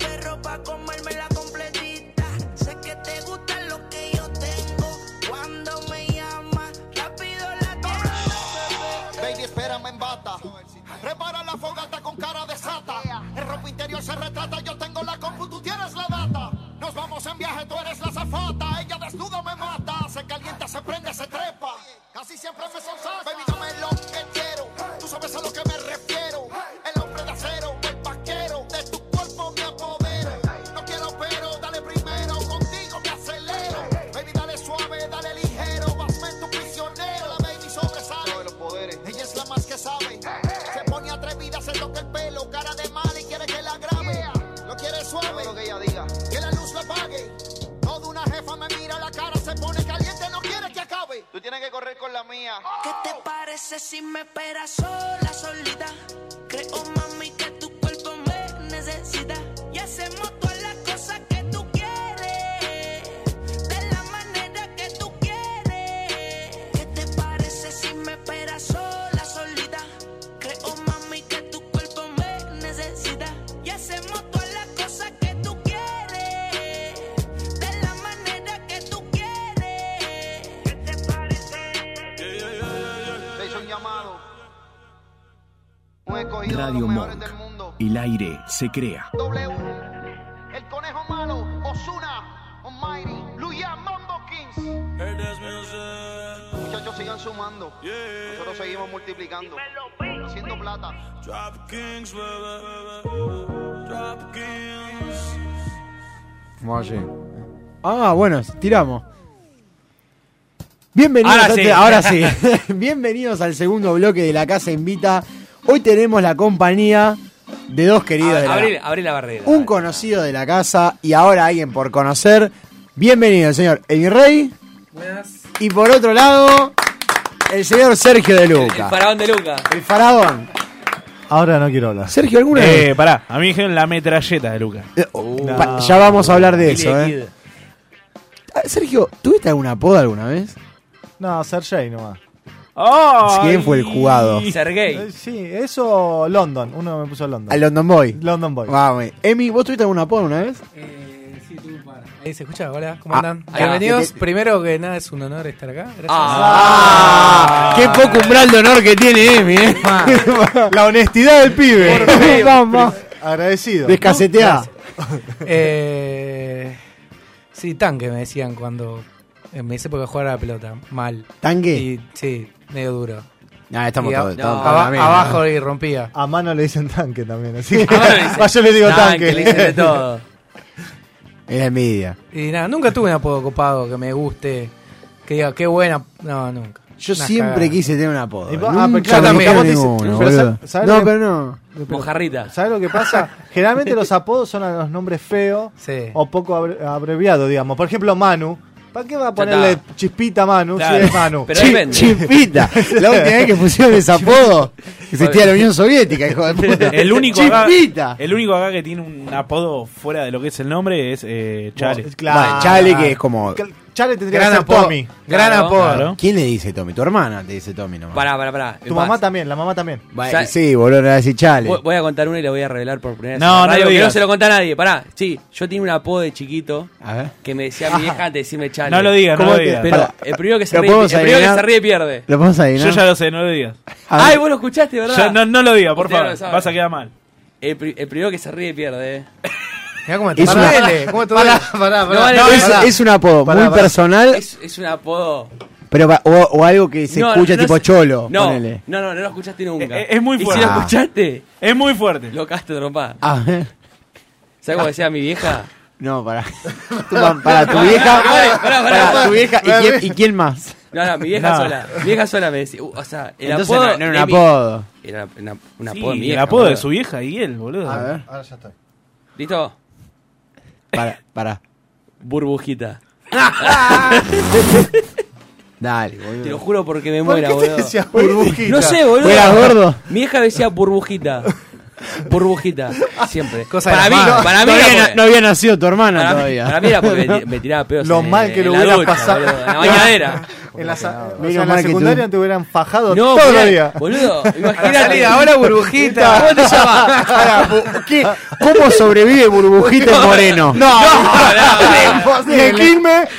Speaker 8: en viaje, tú eres la zafata. Ella desnuda me mata, se calienta, se prende, se trepa. Casi siempre me sonsaca. Baby, dame lo que quiero, tú sabes a lo que me refiero. El hombre de acero, el vaquero, de tu cuerpo me apodero. No quiero pero, dale primero, contigo me acelero. Baby, dale suave, dale ligero, hazme tu prisionero. La baby sobresale, ella es la más que sabe. Se pone atrevida, se toca el pelo, cara de mal y quiere que la grabe. Lo quiere suave, lo que ella diga. Que la luz la apague. Toda una jefa me mira la cara, se pone caliente, no quiere que acabe. Tú tienes que correr con la mía.
Speaker 7: ¿Qué te parece si me esperas sola, solita? Creo, mami, que tu cuerpo me necesita. Y hacemos todas las cosas que tú quieres. De la manera que tú quieres. ¿Qué te parece si me esperas sola, solita? Creo, mami, que tu cuerpo me necesita. Y hacemos todas las cosas que tú quieres. De la manera que tú quieres. ¿Qué te parece?
Speaker 8: Te hizo un llamado. Un escogido de
Speaker 9: Radio
Speaker 8: los mejores
Speaker 9: Monk.
Speaker 8: del mundo.
Speaker 9: El aire se crea.
Speaker 8: W. El conejo malo. Osuna. Almighty. Luya Mambo Kings. Muchachos sigan sumando. Nosotros seguimos multiplicando. Haciendo plata.
Speaker 1: Drop kings, bebé, drop kings.
Speaker 3: Oye. Ah, bueno, tiramos. Bienvenidos
Speaker 4: Ahora
Speaker 3: antes-
Speaker 4: sí.
Speaker 3: ahora sí. Bienvenidos al segundo bloque de la Casa Invita. Hoy tenemos la compañía de dos queridos de la
Speaker 4: Abrí, abrí la barrera.
Speaker 3: Un conocido de la casa y ahora alguien por conocer. Bienvenido, el señor Eli Rey. Y por otro lado, el señor Sergio de
Speaker 4: El
Speaker 3: Luca.
Speaker 4: faraón de Luca.
Speaker 3: El faraón.
Speaker 10: Ahora no quiero hablar.
Speaker 3: Sergio, ¿alguna
Speaker 2: Eh,
Speaker 3: vez?
Speaker 2: pará, a mí me dijeron la metralleta de Lucas.
Speaker 3: Eh, oh, pa- ya vamos a hablar de eso,
Speaker 2: Billy
Speaker 3: eh. Ah, Sergio, ¿tuviste alguna apodo alguna vez?
Speaker 10: No, Sergey nomás.
Speaker 2: ¡Ay!
Speaker 3: ¿Quién fue el jugado?
Speaker 10: Eh,
Speaker 4: Sergey.
Speaker 10: Sí, eso London. Uno me puso London.
Speaker 3: Al London Boy.
Speaker 10: London Boy.
Speaker 3: Vamos. eh. Emi, ¿vos tuviste algún apodo una vez?
Speaker 11: Ahí Eh, se escucha, hola, ¿cómo
Speaker 3: Ah,
Speaker 11: andan?
Speaker 3: ah,
Speaker 11: Bienvenidos,
Speaker 3: que te-
Speaker 11: primero que nada es un honor estar acá. Gracias.
Speaker 3: Ah, ¡Qué poco umbral de honor que tiene Emi, eh!
Speaker 10: La honestidad del pibe.
Speaker 3: Vamos.
Speaker 10: Agradecido.
Speaker 3: Descasetea.
Speaker 11: Eh, sí, tanque me decían cuando eh, en mi época jugaba a la pelota, mal.
Speaker 3: ¿Tanque?
Speaker 11: Y, sí, medio duro.
Speaker 3: Nah, estamos
Speaker 11: Y a-
Speaker 3: todos. estamos
Speaker 4: no,
Speaker 3: todos en la
Speaker 11: Aba-
Speaker 3: misma.
Speaker 11: abajo y rompía.
Speaker 10: A mano le dicen tanque también, así que.
Speaker 4: A mano le dicen-
Speaker 3: Ah,
Speaker 10: Va, yo le digo tanque.
Speaker 4: Le dicen de todo.
Speaker 3: Era envidia.
Speaker 11: Y nada, nunca tuve un apodo copado que me guste, que diga, qué buena. No, nunca.
Speaker 3: Yo
Speaker 11: Una
Speaker 3: siempre
Speaker 11: cagada.
Speaker 3: quise tener un apodo.
Speaker 10: Y vos-
Speaker 3: Nunca
Speaker 10: ah, pero claro,
Speaker 3: me
Speaker 11: también.
Speaker 3: dijeron
Speaker 10: Vos decís-
Speaker 3: ninguno,
Speaker 10: pero
Speaker 3: boludo.
Speaker 10: sa- ¿sabes
Speaker 3: No,
Speaker 10: lo que-
Speaker 3: pero no.
Speaker 4: Mojarrita.
Speaker 10: ¿Sabes lo que pasa? Generalmente los apodos son a los nombres feos
Speaker 11: Sí.
Speaker 10: o poco abre- abreviados, digamos. Por ejemplo, Manu. ¿Para qué va a ponerle
Speaker 4: está.
Speaker 10: chispita a Manu
Speaker 4: Claro.
Speaker 10: si es Manu?
Speaker 4: Pero ahí vende.
Speaker 3: Chispita. La última vez que pusieron ese apodo existía la Unión Soviética, hijo de puta.
Speaker 2: El único, acá,
Speaker 3: Chispita.
Speaker 2: el único acá que tiene un apodo fuera de lo que es el nombre es eh, Chale.
Speaker 3: Bueno, Chale, que es como.
Speaker 10: Chale tendría
Speaker 11: Gran
Speaker 10: que ser
Speaker 11: apodo.
Speaker 10: Tommy.
Speaker 11: Gran
Speaker 4: Claro.
Speaker 11: apodo.
Speaker 2: Claro.
Speaker 3: ¿Quién le dice Tommy? Tu hermana te dice Tommy nomás.
Speaker 4: Pará, pará, pará.
Speaker 10: Tu
Speaker 4: Vas.
Speaker 10: mamá también, la mamá también.
Speaker 3: Bueno,
Speaker 4: Sa-
Speaker 3: sí, boludo, era decir Chale.
Speaker 4: Voy, voy a contar una y la voy a revelar por primera vez.
Speaker 2: No,
Speaker 4: en la
Speaker 2: no lo
Speaker 4: radio, que
Speaker 2: digas.
Speaker 4: no se lo conté a nadie. Pará. Sí, yo tenía un apodo de chiquito
Speaker 3: A ver.
Speaker 4: que me decía mi vieja antes de decirme Chale.
Speaker 2: Ah. No lo digas, no
Speaker 3: ¿Cómo
Speaker 2: lo
Speaker 3: te-
Speaker 2: digas.
Speaker 4: Pero
Speaker 3: Pará,
Speaker 4: el primero que se
Speaker 3: ¿lo
Speaker 4: ríe, el
Speaker 3: podemos
Speaker 4: primero que
Speaker 3: adivinar?
Speaker 4: se ríe pierde.
Speaker 3: ¿Lo podemos adivinar?
Speaker 2: Yo ya lo sé, no lo digas.
Speaker 3: A ver.
Speaker 4: Ay, vos lo escuchaste, ¿verdad?
Speaker 2: Ya, no, no lo digas, por
Speaker 4: Ustedes
Speaker 2: favor.
Speaker 4: lo saben.
Speaker 2: Vas a quedar mal.
Speaker 4: El, pri- el primero que se ríe pierde, eh.
Speaker 11: Mirá cómo te
Speaker 3: Es una-
Speaker 11: duele, cómo te duele.
Speaker 4: No, vale,
Speaker 3: No,
Speaker 4: no,
Speaker 3: es,
Speaker 4: pará.
Speaker 3: es un apodo
Speaker 10: Pará,
Speaker 3: muy
Speaker 10: pará.
Speaker 3: personal,
Speaker 4: es, es un apodo.
Speaker 3: pero pa- o, o algo que se
Speaker 4: No,
Speaker 3: escucha
Speaker 4: no
Speaker 3: tipo
Speaker 4: es-
Speaker 3: cholo.
Speaker 4: No,
Speaker 3: ponele.
Speaker 4: no, no, no lo escuchaste nunca.
Speaker 2: Eh, Es- es muy
Speaker 4: Y
Speaker 2: fuerte.
Speaker 4: si lo escuchaste,
Speaker 2: Es muy fuerte. Ah.
Speaker 4: lo cagaste trompá.
Speaker 3: A ver.
Speaker 4: ¿Sabes cómo decía mi vieja?
Speaker 3: Ah, No, para. Tu, mam- para tu vieja.
Speaker 4: Pará, pará, pará,
Speaker 3: Para tu
Speaker 4: pará.
Speaker 3: vieja. ¿Y quién, y quién más?
Speaker 4: No, no, mi vieja
Speaker 2: No.
Speaker 4: sola. Mi vieja sola me decía. uh, o sea, el
Speaker 3: Entonces
Speaker 4: apodo.
Speaker 3: no, no era
Speaker 4: de
Speaker 3: un
Speaker 4: mi-
Speaker 3: apodo.
Speaker 4: Era una- una- un
Speaker 2: Sí,
Speaker 4: apodo de mi
Speaker 2: el
Speaker 4: vieja,
Speaker 2: apodo de
Speaker 4: boludo.
Speaker 2: su vieja y él, boludo.
Speaker 3: A ver.
Speaker 4: Ah,
Speaker 10: Ahora ya estoy.
Speaker 4: ¿Listo?
Speaker 3: Para, para.
Speaker 4: Burbujita.
Speaker 3: Dale,
Speaker 4: Te lo
Speaker 3: boludo.
Speaker 4: juro porque me
Speaker 10: ¿Por qué
Speaker 4: muera,
Speaker 10: te
Speaker 4: boludo.
Speaker 10: decías burbujita?
Speaker 4: No sé, boludo.
Speaker 3: ¿Fueras gordo?
Speaker 4: Mi hija decía burbujita. Burbujita. Siempre.
Speaker 11: Cosa de
Speaker 4: para,
Speaker 11: la
Speaker 4: mí,
Speaker 11: madre.
Speaker 4: para mí,
Speaker 3: No
Speaker 4: era
Speaker 3: había,
Speaker 4: porque-
Speaker 3: na- no había nacido tu hermana
Speaker 4: para mí-
Speaker 3: todavía.
Speaker 4: para mí era porque me ti- me tiraba pedos.
Speaker 10: Lo
Speaker 4: en-
Speaker 10: mal que
Speaker 4: en
Speaker 10: lo
Speaker 4: la
Speaker 10: hubieras
Speaker 4: ducha,
Speaker 10: pasado.
Speaker 4: boludo, En la bañadera.
Speaker 10: En la, sa- o sea,
Speaker 3: Menos
Speaker 10: en la
Speaker 3: mal que tú-
Speaker 10: secundaria te hubieran fajado
Speaker 4: No,
Speaker 10: todo el
Speaker 4: mirá,
Speaker 10: día.
Speaker 4: boludo.
Speaker 11: Salí
Speaker 4: Imagínate.
Speaker 11: ahora burbujita.
Speaker 4: ¿Cómo te llamas?
Speaker 3: Pará, bu- ¿qué? ¿Cómo sobrevive Burbujita en Moreno? No,
Speaker 10: De Quilmes.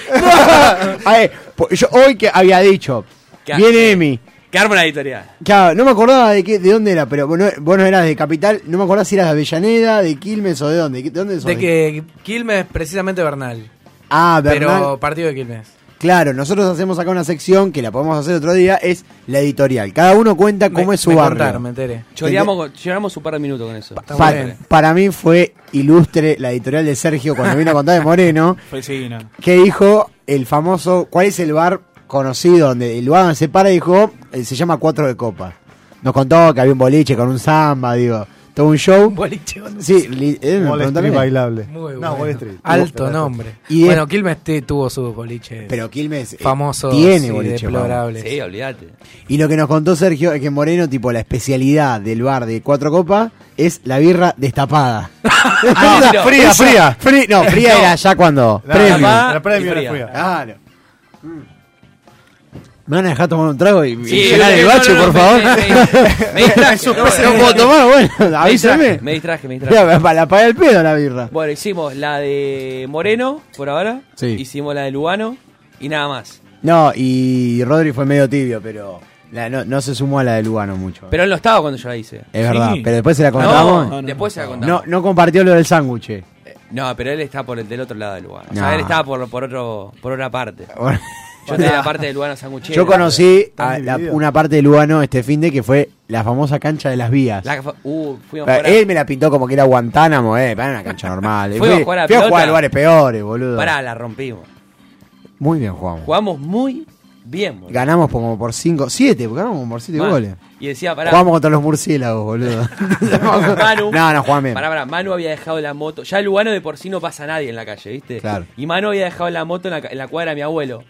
Speaker 3: A ver, po- pues, yo hoy que había dicho,
Speaker 4: ¿Qué
Speaker 3: viene
Speaker 4: hace?
Speaker 3: Emi.
Speaker 4: Quedarme la editorial.
Speaker 3: Claro, no me acordaba de qué, de dónde era, pero vos no, vos no eras de Capital, no me acordaba si eras de Avellaneda, de Quilmes o de dónde. ¿De dónde sos?
Speaker 11: De que Quilmes, precisamente Bernal.
Speaker 3: ¿eh? Ah, Bernal.
Speaker 11: Pero partido de Quilmes.
Speaker 3: Claro, nosotros hacemos acá una sección que la podemos hacer otro día, es la editorial. Cada uno cuenta cómo es su
Speaker 11: me
Speaker 3: barrio.
Speaker 11: contaron, me enteré.
Speaker 4: Choreamos, con- lloramos un par de minutos con eso.
Speaker 3: Pa- para mí fue ilustre la editorial de Sergio cuando vino a contar de Moreno,
Speaker 2: Fue sí, no.
Speaker 3: que dijo el famoso, ¿cuál es el bar conocido donde el lugar donde se para? Dijo, eh, se llama Cuatro de Copas. Nos contó que había un boliche con un samba, digo, todo un show.
Speaker 11: boliche con un
Speaker 3: Sí, li- eh, me
Speaker 10: Wall Street
Speaker 3: preguntaron.
Speaker 10: bailable.
Speaker 11: Muy
Speaker 10: No,
Speaker 11: bueno.
Speaker 10: Wall Street.
Speaker 11: Alto
Speaker 10: Wall-
Speaker 11: nombre.
Speaker 3: Y es-
Speaker 11: bueno, Quilmes te- tuvo sus boliches.
Speaker 3: Pero Quilmes, eh,
Speaker 11: famosos
Speaker 3: tiene
Speaker 11: y
Speaker 3: boliche,
Speaker 11: deplorables.
Speaker 4: Sí, olvídate.
Speaker 3: Y lo que nos contó Sergio es que en Moreno, tipo, la especialidad del bar de Cuatro Copas es la birra destapada.
Speaker 4: Ah,
Speaker 3: Esa-
Speaker 4: pero-
Speaker 10: fría,
Speaker 3: esa-
Speaker 10: fría.
Speaker 3: fri- no, fría
Speaker 4: No.
Speaker 3: era ya cuando.
Speaker 10: La,
Speaker 3: premium.
Speaker 10: la,
Speaker 4: y
Speaker 10: premium
Speaker 4: fría.
Speaker 10: era fría.
Speaker 3: Claro. ¿Me van a dejar tomar un trago y, y
Speaker 4: Sí,
Speaker 3: llenar
Speaker 4: no,
Speaker 3: el
Speaker 4: no,
Speaker 3: bache,
Speaker 4: no,
Speaker 3: por
Speaker 4: me-
Speaker 3: favor?
Speaker 4: me- me- me distraje, no, no,
Speaker 3: no puedo
Speaker 4: no.
Speaker 3: tomar, bueno,
Speaker 4: Me distraje,
Speaker 3: avísame.
Speaker 4: me distraje, me distraje.
Speaker 3: Mira, Para la pagar el pedo la birra.
Speaker 4: Bueno, hicimos la de Moreno, por ahora.
Speaker 3: Sí.
Speaker 4: Hicimos la de Lugano y nada más.
Speaker 3: No, y Rodri fue medio tibio, pero la- no, no se sumó a la de Lugano mucho.
Speaker 4: Pero él no estaba cuando yo la hice.
Speaker 3: es
Speaker 2: Sí.
Speaker 3: verdad, pero después se la
Speaker 4: No,
Speaker 3: contamos. No,
Speaker 2: no,
Speaker 4: después se la
Speaker 3: no,
Speaker 4: contamos.
Speaker 3: compartió lo del sándwich.
Speaker 4: Eh, No. pero él está por el del otro lado del Lugano. O
Speaker 3: No.
Speaker 4: sea, él estaba por, por, otro, por otra parte. Yo
Speaker 3: Bueno.
Speaker 4: tenía la parte de Lugano Sanguchero.
Speaker 3: Yo conocí a la-
Speaker 10: dividido.
Speaker 3: una parte de Lugano este fin de que fue la famosa cancha de las vías.
Speaker 4: La que fue- uh, fuimos
Speaker 3: Eh,
Speaker 4: para,
Speaker 3: Él me la pintó como que era Guantánamo, eh, para una cancha normal.
Speaker 4: Fuimos a jugar a
Speaker 3: fui
Speaker 4: pelota.
Speaker 3: jugar a lugares peores, boludo.
Speaker 4: Pará, la rompimos.
Speaker 3: Muy bien jugamos.
Speaker 4: Jugamos muy bien, boludo.
Speaker 3: Ganamos como por 5, 7, ganamos como por 7
Speaker 4: Mal.
Speaker 3: goles.
Speaker 4: Y decía, pará.
Speaker 3: Jugamos contra los murciélagos, boludo.
Speaker 4: Manu,
Speaker 3: no, no, jugame.
Speaker 4: Pará, pará, Manu había dejado la moto. Ya el Lugano de por sí no pasa nadie en la calle, ¿viste?
Speaker 3: Claro.
Speaker 4: Y Manu había dejado la moto en la, ca- en la cuadra de mi abuelo.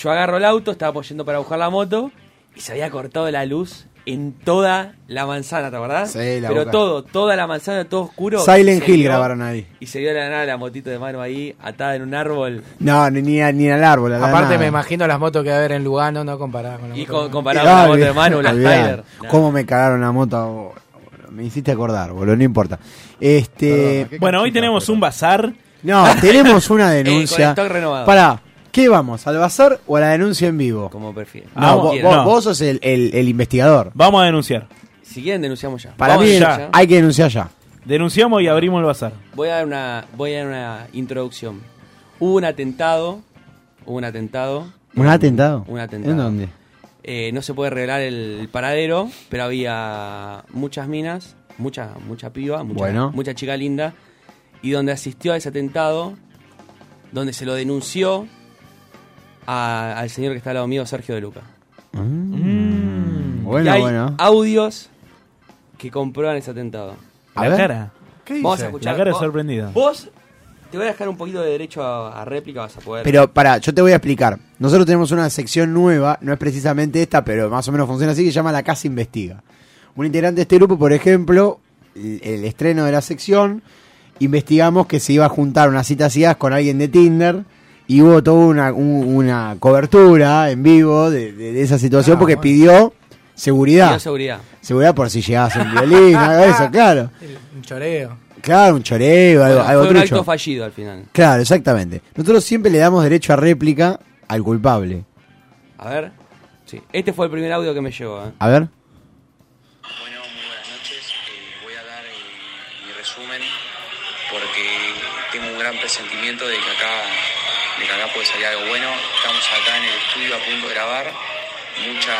Speaker 4: Yo agarro el auto, estábamos yendo para buscar la moto y se había cortado la luz en toda la manzana, ¿te acordás?
Speaker 3: Sí, la
Speaker 4: Pero
Speaker 3: boca.
Speaker 4: todo, toda la manzana, todo oscuro.
Speaker 3: Silent
Speaker 4: Se
Speaker 3: Hill
Speaker 4: vio-
Speaker 3: grabaron ahí.
Speaker 4: Y se vio de la nada la motito de Manu ahí, atada en un árbol.
Speaker 3: No, ni, ni, a- ni al árbol. a la
Speaker 11: Aparte
Speaker 3: nada.
Speaker 11: me imagino las motos que va a haber en Lugano, no comparadas con las
Speaker 4: Y
Speaker 11: motos
Speaker 4: con-
Speaker 11: de-
Speaker 4: comparado con la moto de Manu, las
Speaker 3: Olvidá.
Speaker 4: Tyler. Nah.
Speaker 3: ¿Cómo me cagaron la moto? boludo? Me hiciste acordar, boludo, no importa. Este.
Speaker 5: Perdona, ¿qué
Speaker 2: Eh, Bueno, hoy
Speaker 5: canchita,
Speaker 2: tenemos
Speaker 5: pero?
Speaker 2: un bazar. Eh,
Speaker 3: No, tenemos una denuncia.
Speaker 4: Eh, stock renovado.
Speaker 3: Pará, ¿qué vamos? ¿Al bazar o a la denuncia en vivo?
Speaker 4: Como perfil.
Speaker 3: No,
Speaker 2: Vamos,
Speaker 3: vos,
Speaker 4: quiero.
Speaker 3: vos-
Speaker 2: no.
Speaker 3: vos sos el, el- el investigador.
Speaker 2: Vamos a denunciar.
Speaker 4: Si quieren, denunciamos ya.
Speaker 3: Para
Speaker 4: Vamos
Speaker 3: mí
Speaker 4: a denunciar.
Speaker 3: hay que denunciar ya.
Speaker 2: Denunciamos y abrimos el bazar.
Speaker 4: Voy a dar una, voy a dar una introducción. Hubo un atentado, hubo un atentado,
Speaker 3: ¿Un atentado?
Speaker 4: un atentado.
Speaker 3: ¿En dónde?
Speaker 4: Eh, no se puede revelar el, el paradero, pero había muchas minas, mucha, mucha piba, mucha,
Speaker 3: Bueno.
Speaker 4: mucha chica linda, y donde asistió a ese atentado, donde se lo denunció a- al señor que está al lado mío, Sergio de Luca. Y
Speaker 3: Mm. Bueno,
Speaker 4: hay
Speaker 3: bueno.
Speaker 4: audios que comprueban ese atentado.
Speaker 3: A
Speaker 2: la
Speaker 3: ver.
Speaker 2: cara.
Speaker 10: ¿Qué
Speaker 4: Vamos
Speaker 10: dice?
Speaker 4: a escuchar.
Speaker 2: La cara de
Speaker 4: Vos-
Speaker 2: sorprendido.
Speaker 4: Vos te voy a dejar un poquito de derecho a, a réplica, vas a poder.
Speaker 3: Pero pará, yo te voy a explicar. Nosotros tenemos una sección nueva, no es precisamente esta, pero más o menos funciona así, que se llama La Casa Investiga. Un integrante de este grupo, por ejemplo, el, el estreno de la sección, investigamos que se iba a juntar unas citas ciegas con alguien de Tinder y hubo toda una, un- una cobertura en vivo de, de- de esa situación
Speaker 11: Ah,
Speaker 3: porque
Speaker 11: bueno.
Speaker 3: pidió
Speaker 4: Pido
Speaker 3: seguridad.
Speaker 4: seguridad.
Speaker 3: Seguridad por si llegabas en violín, algo de eso, claro.
Speaker 11: Ah, Un choreo.
Speaker 3: Claro, un choreo, algo,
Speaker 4: Bueno,
Speaker 3: algo
Speaker 4: fue un
Speaker 3: trucho.
Speaker 4: acto fallido al final.
Speaker 3: Claro, exactamente. Nosotros siempre le damos derecho a réplica al culpable.
Speaker 4: A ver. Sí. Este fue el primer audio que me llegó. ¿eh?
Speaker 3: A ver.
Speaker 12: Bueno, muy buenas noches. Eh, voy a dar eh, mi resumen porque tengo un gran presentimiento de que acá, de que acá puede salir algo bueno. Estamos acá en el estudio a punto de grabar. Mucha,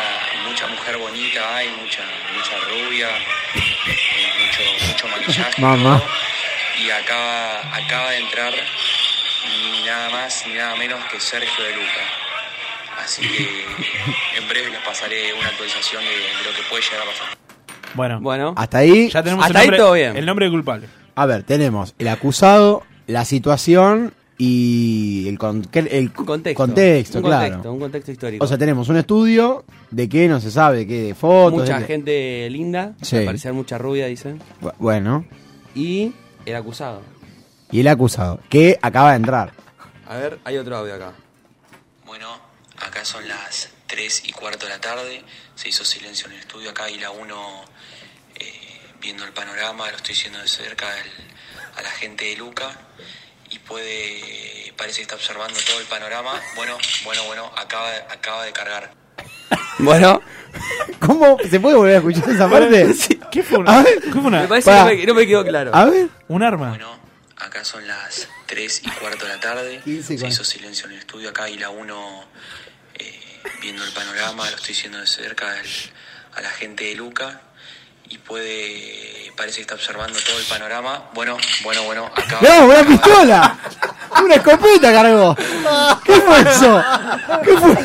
Speaker 12: mucha mujer bonita hay, mucha, mucha rubia, eh, mucho, mucho maquillaje.
Speaker 3: Mamá.
Speaker 12: Y acaba, acaba de entrar ni nada más ni nada menos que Sergio de Luca. Así que en breve les pasaré una actualización de- de lo que puede llegar a pasar.
Speaker 2: Bueno,
Speaker 4: Bueno.
Speaker 3: Hasta ahí.
Speaker 2: ya tenemos
Speaker 4: Hasta
Speaker 2: el
Speaker 4: ahí
Speaker 2: nombre,
Speaker 4: todo bien.
Speaker 2: el nombre del culpable.
Speaker 3: A ver, tenemos el acusado, la situación y el, con- que- el
Speaker 4: Un contexto.
Speaker 3: contexto,
Speaker 4: un
Speaker 3: claro.
Speaker 4: Contexto, un contexto histórico.
Speaker 3: O sea, tenemos un estudio de qué no se sabe, qué de fotos.
Speaker 4: mucha
Speaker 3: de-
Speaker 4: gente linda.
Speaker 3: Sí.
Speaker 4: Al parecer mucha rubia, dicen.
Speaker 3: Bu- Bueno,
Speaker 4: Y el acusado.
Speaker 3: y el acusado, que acaba de entrar.
Speaker 4: A ver, hay otro audio acá.
Speaker 12: Bueno, acá son las 3 y cuarto de la tarde. Se hizo silencio en el estudio. Acá y la 1 eh, viendo el panorama. Lo estoy siendo de cerca al- a la gente de Luca. Y puede. Parece que está observando todo el panorama. Bueno, bueno, bueno. Acaba, acaba de cargar.
Speaker 4: Bueno.
Speaker 3: ¿Cómo? ¿Se puede volver a escuchar esa parte?
Speaker 2: ¿Qué fue? un-
Speaker 3: A ver.
Speaker 2: ¿Qué fue una,
Speaker 4: Me parece que
Speaker 3: Pará.
Speaker 4: no me, no me quedó claro.
Speaker 3: A ver.
Speaker 2: un arma?
Speaker 12: Bueno, Acá son las 3 y cuarto de la tarde.
Speaker 3: 15 y
Speaker 12: Se
Speaker 3: cuarto.
Speaker 12: hizo silencio en el estudio. Acá y la 1 eh, viendo el panorama, lo estoy siguiendo de cerca al- a la gente de Luca. Y puede. Parece que está observando todo el panorama. Bueno, bueno, bueno. Acá.
Speaker 3: ¡No, una pistola! ¡Una escopeta cargó! ¿Qué fue eso? ¿Qué fue?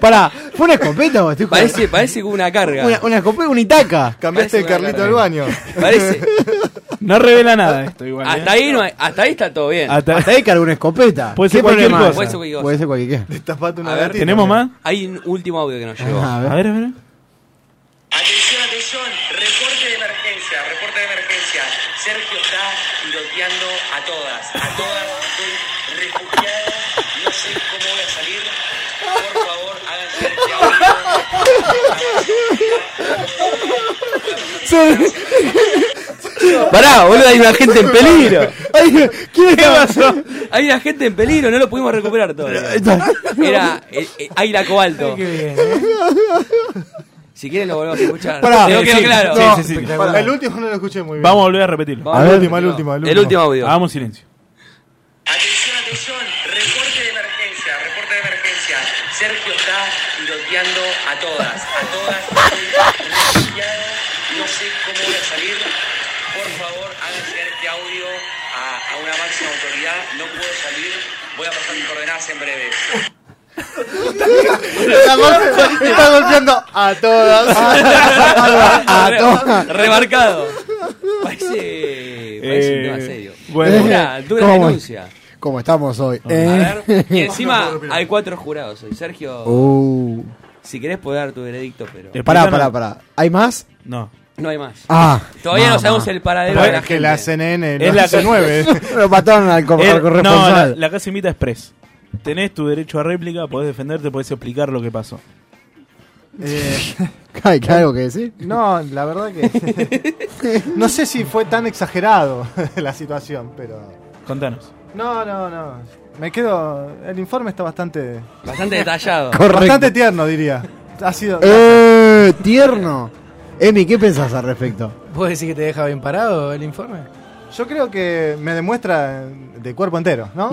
Speaker 3: Pará, ¿fue una escopeta o estoy jugando?
Speaker 4: Parece, parece como una carga.
Speaker 3: Una, una escopeta, una itaca.
Speaker 4: Cambiaste Parece el una Carlito carga. al baño. Parece.
Speaker 2: No revela nada esto igual. ¿eh?
Speaker 4: Hasta ahí, no hay- hasta ahí está todo bien.
Speaker 3: Hasta, hasta ahí cargó una escopeta.
Speaker 2: Puede ser
Speaker 3: ¿Qué
Speaker 2: cualquier
Speaker 3: problema
Speaker 2: cosa.
Speaker 3: es?
Speaker 2: Puede ser
Speaker 4: cualquier
Speaker 3: Puede ser cualquier cosa.
Speaker 4: A ver,
Speaker 2: ¿Tenemos más?
Speaker 4: Hay un último audio que nos llegó.
Speaker 3: Ah, a ver.
Speaker 2: a ver.
Speaker 12: Atención, atención, reporte de emergencia, reporte de emergencia. Sergio está tiroteando a todas, a todas. Estoy refugiada, no sé cómo voy a salir. Por favor, háganse este
Speaker 4: Pará, boludo, hay una gente en peligro.
Speaker 3: ¿Quién
Speaker 4: ¿Qué pasó? Hay una gente en peligro, no lo pudimos recuperar todo. Era eh, eh, Águila Cobalto. Si quieren lo volvemos a escuchar.
Speaker 10: Pará.
Speaker 4: Pero quedó
Speaker 10: Sí,
Speaker 4: claro.
Speaker 10: no, Sí, sí, sí. espectacular. Pará, el último no lo escuché muy bien.
Speaker 2: Vamos a volver a repetirlo.
Speaker 10: Vamos A al ver, último, al último, al
Speaker 4: El último audio.
Speaker 2: Hagamos silencio.
Speaker 12: Atención, atención, reporte de emergencia, reporte de emergencia. Sergio está tiroteando a todas, a todas. Estoy refugiado, no sé cómo voy a salir. Por favor, hagan llegar este audio a, a una máxima autoridad. No puedo salir, voy a pasar mis coordenadas en breve.
Speaker 10: Está golpe- está golpeando a todas.
Speaker 3: Ah,
Speaker 4: Re- Remarcado. Parece, parece un
Speaker 3: Eh,
Speaker 4: tema serio.
Speaker 3: bueno.
Speaker 4: dura, dura
Speaker 3: ¿Cómo?
Speaker 4: denuncia.
Speaker 3: Como estamos hoy.
Speaker 4: A ver, y
Speaker 3: Eh.
Speaker 4: encima hay cuatro jurados hoy. Sergio,
Speaker 3: Uh.
Speaker 4: si querés poder dar tu veredicto, pero.
Speaker 3: Pará, pará, pará. ¿Hay más?
Speaker 2: No.
Speaker 4: No hay más.
Speaker 3: Ah.
Speaker 4: Todavía no
Speaker 3: Mamá.
Speaker 4: sabemos el paradero
Speaker 10: Pero
Speaker 4: de la
Speaker 10: es que
Speaker 4: gente.
Speaker 10: la CNN
Speaker 2: Es
Speaker 10: no
Speaker 2: la
Speaker 10: hace
Speaker 2: que-
Speaker 10: nueve.
Speaker 3: Lo mataron al, cor-
Speaker 2: El-
Speaker 3: al
Speaker 2: no, la,
Speaker 3: corresponsal.
Speaker 2: la casa invita express. Tenés tu derecho a réplica, podés defenderte, podés explicar lo que pasó.
Speaker 3: ¿Hay que- algo que decir?
Speaker 10: No, la verdad que. no sé si fue tan exagerado la situación, pero.
Speaker 2: Contanos.
Speaker 10: No, no, no. Me quedo. El informe está bastante.
Speaker 4: Bastante detallado.
Speaker 10: Bastante tierno, diría. Ha sido.
Speaker 3: Eh, tierno. Emi, ¿qué pensás al respecto?
Speaker 10: ¿Vos decís que te deja bien parado el informe? Yo creo que me demuestra de cuerpo entero, ¿no?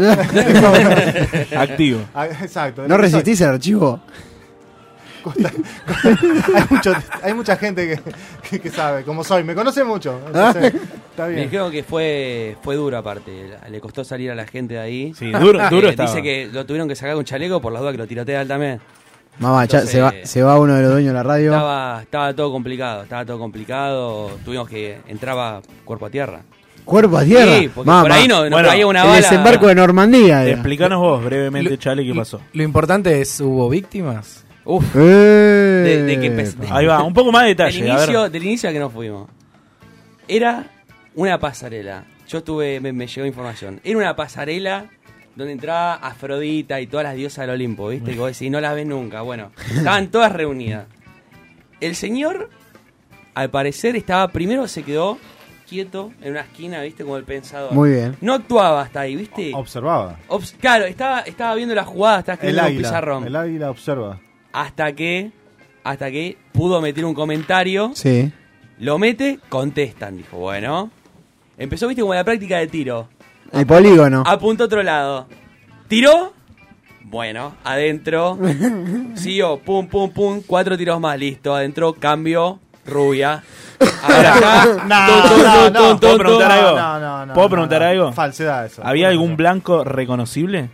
Speaker 2: Activo.
Speaker 10: Ah, Exacto.
Speaker 3: ¿No resistís el archivo?
Speaker 10: Hay, mucho- hay mucha gente que, que- que sabe cómo soy. Me conoce mucho. entonces, está
Speaker 4: Me
Speaker 10: bien.
Speaker 4: dijeron que fue, fue duro aparte, la- le costó salir a la gente de ahí. Sí,
Speaker 2: duro- duro estaba.
Speaker 4: Dice que lo tuvieron que sacar con un chaleco por las dudas que lo tirotean también.
Speaker 3: Mamá, ya
Speaker 4: Entonces,
Speaker 3: se va, se va uno de los dueños de la radio.
Speaker 4: Estaba, estaba todo complicado, estaba todo complicado, tuvimos que entraba cuerpo a tierra.
Speaker 3: Cuerpo a tierra.
Speaker 4: Sí, porque
Speaker 3: Mamá.
Speaker 4: por ahí no, no
Speaker 2: Bueno,
Speaker 4: caía una
Speaker 3: el
Speaker 4: bala.
Speaker 3: desembarco de Normandía. era.
Speaker 2: Explícanos vos brevemente, Chale, qué pasó.
Speaker 11: Lo importante es, ¿hubo víctimas?
Speaker 4: Uf.
Speaker 2: Eh.
Speaker 3: De,
Speaker 4: de que empezó-
Speaker 2: Ahí va, un poco más de detalle.
Speaker 4: Del
Speaker 2: a ver.
Speaker 4: inicio, del inicio a que nos fuimos. Era una pasarela. Yo tuve, me, me llegó información. Era una pasarela donde entraba Afrodita y todas las diosas del Olimpo, ¿viste? Y vos decís, no las ves nunca. Bueno, estaban todas reunidas. El señor, al parecer, estaba primero se quedó quieto en una esquina, ¿viste? Como el pensador.
Speaker 3: Muy bien.
Speaker 4: No actuaba hasta ahí, ¿viste?
Speaker 10: Observaba.
Speaker 4: Obs- claro, estaba, estaba viendo la jugada, estaba
Speaker 10: El
Speaker 4: escribiendo en un
Speaker 10: águila.
Speaker 4: pizarrón.
Speaker 10: El águila observa.
Speaker 4: Hasta que, hasta que pudo meter un comentario.
Speaker 3: Sí.
Speaker 4: Lo mete, contestan. Dijo, bueno. Empezó, viste, como la práctica de tiro.
Speaker 3: El polígono.
Speaker 4: Apuntó a otro lado. Tiró. Bueno, adentro. Siguió, pum, pum, pum. Cuatro tiros más, listo. Adentro, cambio. Rubia. Ahora acá.
Speaker 10: No,
Speaker 4: tun, tun,
Speaker 10: no,
Speaker 4: tun,
Speaker 10: no.
Speaker 4: tun,
Speaker 2: ¿Puedo
Speaker 4: tun, tun.
Speaker 2: preguntar algo?
Speaker 10: no, no, no,
Speaker 2: ¿Puedo
Speaker 10: no,
Speaker 2: preguntar
Speaker 10: no.
Speaker 2: algo?
Speaker 10: Falsedad eso.
Speaker 2: ¿Había algún blanco reconocible?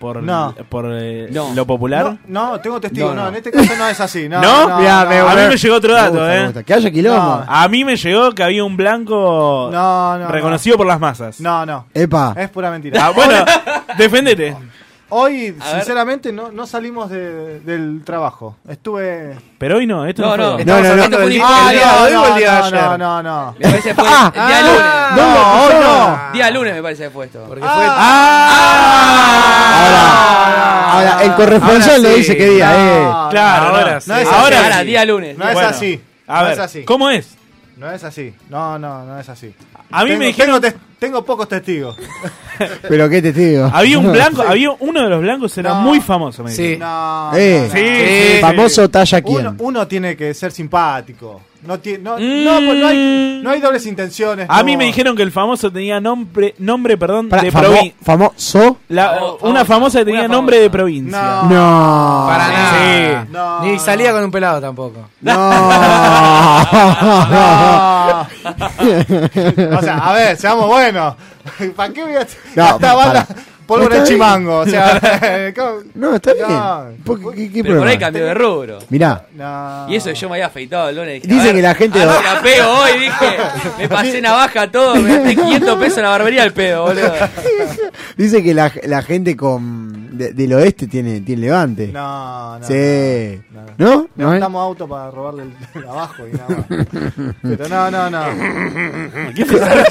Speaker 2: Por,
Speaker 10: No.
Speaker 2: por eh,
Speaker 10: No.
Speaker 2: lo popular.
Speaker 10: No, no, tengo testigo.
Speaker 2: No,
Speaker 10: No,
Speaker 2: no.
Speaker 10: en este caso no es así. No,
Speaker 2: ¿No?
Speaker 10: no,
Speaker 2: Mirá,
Speaker 10: no.
Speaker 2: me- a mí me llegó otro
Speaker 3: Me
Speaker 2: dato,
Speaker 3: gusta, me
Speaker 2: ¿eh?
Speaker 3: gusta. Que haya quilombo.
Speaker 10: No.
Speaker 2: A mí me llegó que había un blanco
Speaker 10: No, no,
Speaker 2: reconocido por las masas.
Speaker 10: No, no.
Speaker 3: Epa.
Speaker 10: Es pura mentira.
Speaker 2: Ah, bueno, defendete.
Speaker 10: Hoy,
Speaker 4: A ver.
Speaker 10: sinceramente, no, no salimos de- del trabajo. Estuve.
Speaker 2: Pero hoy no, esto
Speaker 4: No,
Speaker 2: no,
Speaker 4: no.
Speaker 2: fue.
Speaker 4: Estamos
Speaker 3: no, no.
Speaker 4: hablando de un
Speaker 10: Ah,
Speaker 4: informe.
Speaker 10: no,
Speaker 11: hoy o el
Speaker 10: no,
Speaker 11: día de
Speaker 10: no,
Speaker 11: ayer?
Speaker 10: no, no, no.
Speaker 4: Me parece que fue
Speaker 3: Ah,
Speaker 4: el día lunes.
Speaker 10: No, hoy no.
Speaker 4: Día lunes me parece que fue esto.
Speaker 11: Porque fue
Speaker 3: Ah. Ahora, el corresponsal
Speaker 11: Ahora
Speaker 3: le
Speaker 11: sí.
Speaker 3: dice qué día,
Speaker 10: No,
Speaker 3: eh.
Speaker 2: Claro,
Speaker 11: Ahora
Speaker 2: ahora
Speaker 11: sí.
Speaker 10: No es así.
Speaker 2: Ahora
Speaker 4: Ahora,
Speaker 2: sí.
Speaker 4: día lunes.
Speaker 10: No es
Speaker 2: Bueno,
Speaker 10: así.
Speaker 2: A
Speaker 10: no
Speaker 2: ver,
Speaker 10: es así.
Speaker 2: ¿cómo es?
Speaker 10: No es así. No, no, no es así.
Speaker 2: A mí
Speaker 10: Tengo-
Speaker 2: me dijeron-
Speaker 10: Tengo, tes- tengo pocos testigos.
Speaker 3: Pero qué testigo.
Speaker 2: Había un blanco, había uno de los blancos era
Speaker 10: No.
Speaker 2: muy famoso, me
Speaker 11: Sí.
Speaker 2: dijeron.
Speaker 10: No.
Speaker 3: Eh,
Speaker 10: no, no.
Speaker 2: Sí, sí, sí.
Speaker 3: famoso talla quién.
Speaker 10: Uno, uno tiene que ser simpático. No, tiene, no, no, pues no hay, no hay dobles intenciones.
Speaker 2: Mm. A
Speaker 10: no.
Speaker 2: mí me dijeron que el famoso tenía nombre, nombre perdón, de
Speaker 3: Famo-
Speaker 2: provincia.
Speaker 3: famoso.
Speaker 2: una famosa que tenía nombre de provincia.
Speaker 3: No. No.
Speaker 11: Para nada.
Speaker 2: Sí.
Speaker 11: Ni salía con un pelado tampoco.
Speaker 10: No. o sea, a ver, seamos buenos. ¿Para qué voy a
Speaker 3: No,
Speaker 10: esta banda
Speaker 3: para.
Speaker 10: pólvora de
Speaker 3: Está bien.
Speaker 10: chimango? O sea,
Speaker 3: No, está bien.
Speaker 10: No.
Speaker 3: ¿Por qué- qué- qué
Speaker 4: Pero por ahí
Speaker 3: problema?
Speaker 4: cambió de rubro.
Speaker 3: Mirá.
Speaker 4: Y eso que yo me había afeitado el lunes. dije,
Speaker 3: Dicen
Speaker 4: a ver,
Speaker 3: que la gente-
Speaker 4: a ver, la pego hoy, dije. Me pasé navaja todo, me gasté 500 pesos en la barbería al pedo, boludo.
Speaker 3: Dice que la, la gente con de- del oeste tiene, tiene levante.
Speaker 10: No, no,
Speaker 3: Sí. ¿No? ¿No es?
Speaker 10: Levantamos auto para robarle el, el abajo y nada más. Pero no, no, no.
Speaker 3: ¿Qué te pasa,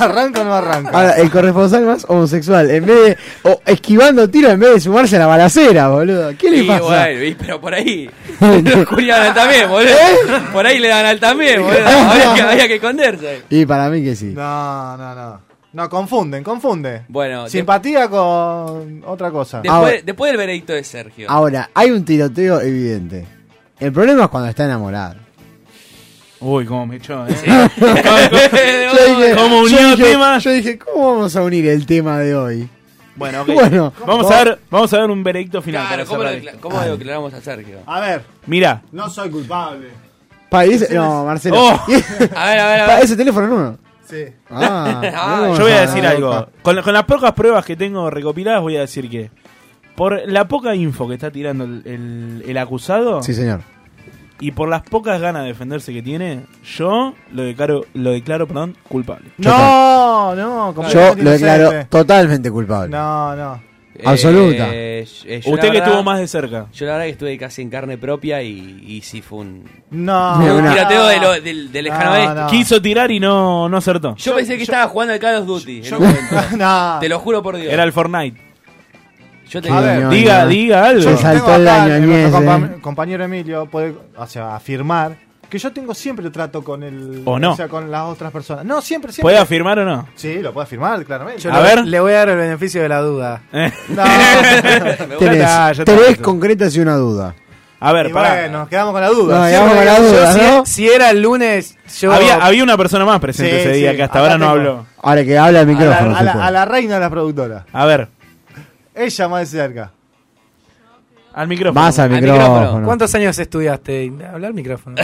Speaker 10: ¿Arranca o no arranca?
Speaker 3: Ahora, el corresponsal más homosexual, en vez de. o esquivando tiro en vez de sumarse a la balacera, boludo. ¿Qué le
Speaker 4: y
Speaker 3: pasa?
Speaker 4: bueno, y- pero por ahí. Los culiaban también, boludo.
Speaker 3: ¿Eh?
Speaker 4: Por ahí le dan al también, boludo. Había que, había que esconderse.
Speaker 3: Y para mí que sí.
Speaker 10: No, no, no. No, confunden, confunde.
Speaker 4: Bueno,
Speaker 10: Simpatía con otra cosa.
Speaker 4: Después, después del veredicto de Sergio.
Speaker 3: Ahora, hay un tiroteo evidente. El problema es cuando está enamorado.
Speaker 2: Uy, cómo me echó, eh.
Speaker 3: Yo dije-
Speaker 2: ¿Cómo unió
Speaker 3: yo dije-
Speaker 2: tema?
Speaker 3: Yo dije, ¿cómo vamos a unir el tema de hoy?
Speaker 2: Bueno, ok.
Speaker 3: Bueno.
Speaker 2: vamos, a ver, vamos a ver un veredicto final.
Speaker 4: Claro,
Speaker 2: para
Speaker 4: ¿cómo lo,
Speaker 2: cerrar
Speaker 4: decla-
Speaker 2: esto.
Speaker 4: cómo lo declaramos a Sergio?
Speaker 3: Ah,
Speaker 10: A ver,
Speaker 2: Mirá.
Speaker 10: no soy culpable.
Speaker 3: Pa, y ese- no, Marcelo.
Speaker 2: Oh.
Speaker 4: A ver, a ver, a
Speaker 3: Pa,
Speaker 4: ver.
Speaker 3: ese teléfono es uno.
Speaker 10: Sí.
Speaker 3: Ah, no,
Speaker 2: Yo voy a
Speaker 3: no,
Speaker 2: decir
Speaker 3: no,
Speaker 2: algo.
Speaker 3: pa.
Speaker 2: Con, la- con las pocas pruebas que tengo recopiladas, voy a decir que. Por la poca info que está tirando el, el- el acusado.
Speaker 3: Sí, señor.
Speaker 2: Y por las pocas ganas de defenderse que tiene, yo lo declaro, lo declaro perdón, culpable.
Speaker 10: No, no,
Speaker 3: Yo
Speaker 10: completamente
Speaker 3: lo declaro
Speaker 10: inocente.
Speaker 3: totalmente culpable.
Speaker 10: No, no.
Speaker 3: Absoluta.
Speaker 4: Eh, yo- eh, yo la
Speaker 2: Usted que
Speaker 4: verdad-
Speaker 2: estuvo más de cerca.
Speaker 4: Yo la verdad que estuve casi en carne propia y, y sí fue un.
Speaker 10: No.
Speaker 4: fue un
Speaker 3: Una-
Speaker 4: tiroteo de lo- del, del lejano oeste.
Speaker 2: Quiso tirar y no, no acertó.
Speaker 4: Yo, pensé que estaba jugando al Call of Duty. en un momento.
Speaker 10: No.
Speaker 4: Te lo juro por Dios.
Speaker 2: Era el Fortnite.
Speaker 4: Yo
Speaker 3: A ver,
Speaker 4: tenía-
Speaker 2: diga,
Speaker 3: no.
Speaker 2: diga algo.
Speaker 3: Se
Speaker 10: Tengo
Speaker 3: saltó
Speaker 10: acá
Speaker 3: el año
Speaker 10: de
Speaker 3: Añez,
Speaker 10: nuestro
Speaker 3: eh.
Speaker 10: compa- compañero Emilio puede o sea, afirmar que yo tengo siempre trato con el
Speaker 2: O no.
Speaker 10: sea, con las otras personas. No, siempre, siempre.
Speaker 2: ¿Puede afirmar o no?
Speaker 10: Sí, lo puede afirmar, claramente.
Speaker 11: Yo
Speaker 2: A
Speaker 11: le-
Speaker 2: ver. Eh.
Speaker 11: Le voy a dar el beneficio de la duda. Ah,
Speaker 10: No.
Speaker 2: está,
Speaker 3: Tenés
Speaker 2: ya está, ya
Speaker 3: tres
Speaker 2: está.
Speaker 3: concretas y una duda.
Speaker 2: A ver,
Speaker 10: Y
Speaker 2: pará.
Speaker 10: bueno, nos quedamos con la duda.
Speaker 3: No,
Speaker 10: Sí,
Speaker 3: digamos
Speaker 10: porque
Speaker 3: con la
Speaker 10: yo
Speaker 3: duda,
Speaker 10: sí-
Speaker 3: ¿no?
Speaker 11: Si, si era el lunes, yo.
Speaker 2: Había, había una persona más presente
Speaker 10: Sí,
Speaker 2: ese día
Speaker 10: sí,
Speaker 2: que hasta
Speaker 10: acá
Speaker 2: ahora no
Speaker 10: tengo.
Speaker 2: habló.
Speaker 3: Ahora que habla el
Speaker 10: A la,
Speaker 3: micrófono.
Speaker 10: a la-
Speaker 3: se puede.
Speaker 10: a la reina de las productoras.
Speaker 2: A ver,
Speaker 10: Ella más de cerca.
Speaker 2: al micrófono.
Speaker 3: Más al
Speaker 4: Al
Speaker 3: micrófono.
Speaker 4: micrófono.
Speaker 11: ¿Cuántos años estudiaste? Hablar al micrófono.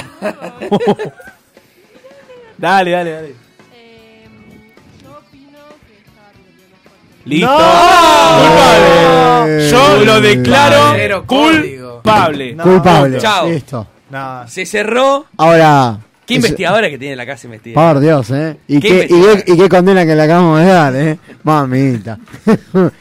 Speaker 2: Dale, dale, dale. Listo. Culpable. Yo lo declaro
Speaker 11: Cero código.
Speaker 2: culpable.
Speaker 3: Culpable.
Speaker 4: Chao.
Speaker 3: Listo.
Speaker 10: No.
Speaker 4: Se cerró.
Speaker 3: Ahora.
Speaker 4: ¿Qué
Speaker 3: es-
Speaker 4: investigadora que tiene la casa investigadora?
Speaker 3: Por Dios, ¿eh? ¿Y
Speaker 4: ¿Qué
Speaker 3: qué, y,
Speaker 4: investigador?
Speaker 3: qué- y qué condena que le acabamos de dar, ¿eh? Mamita.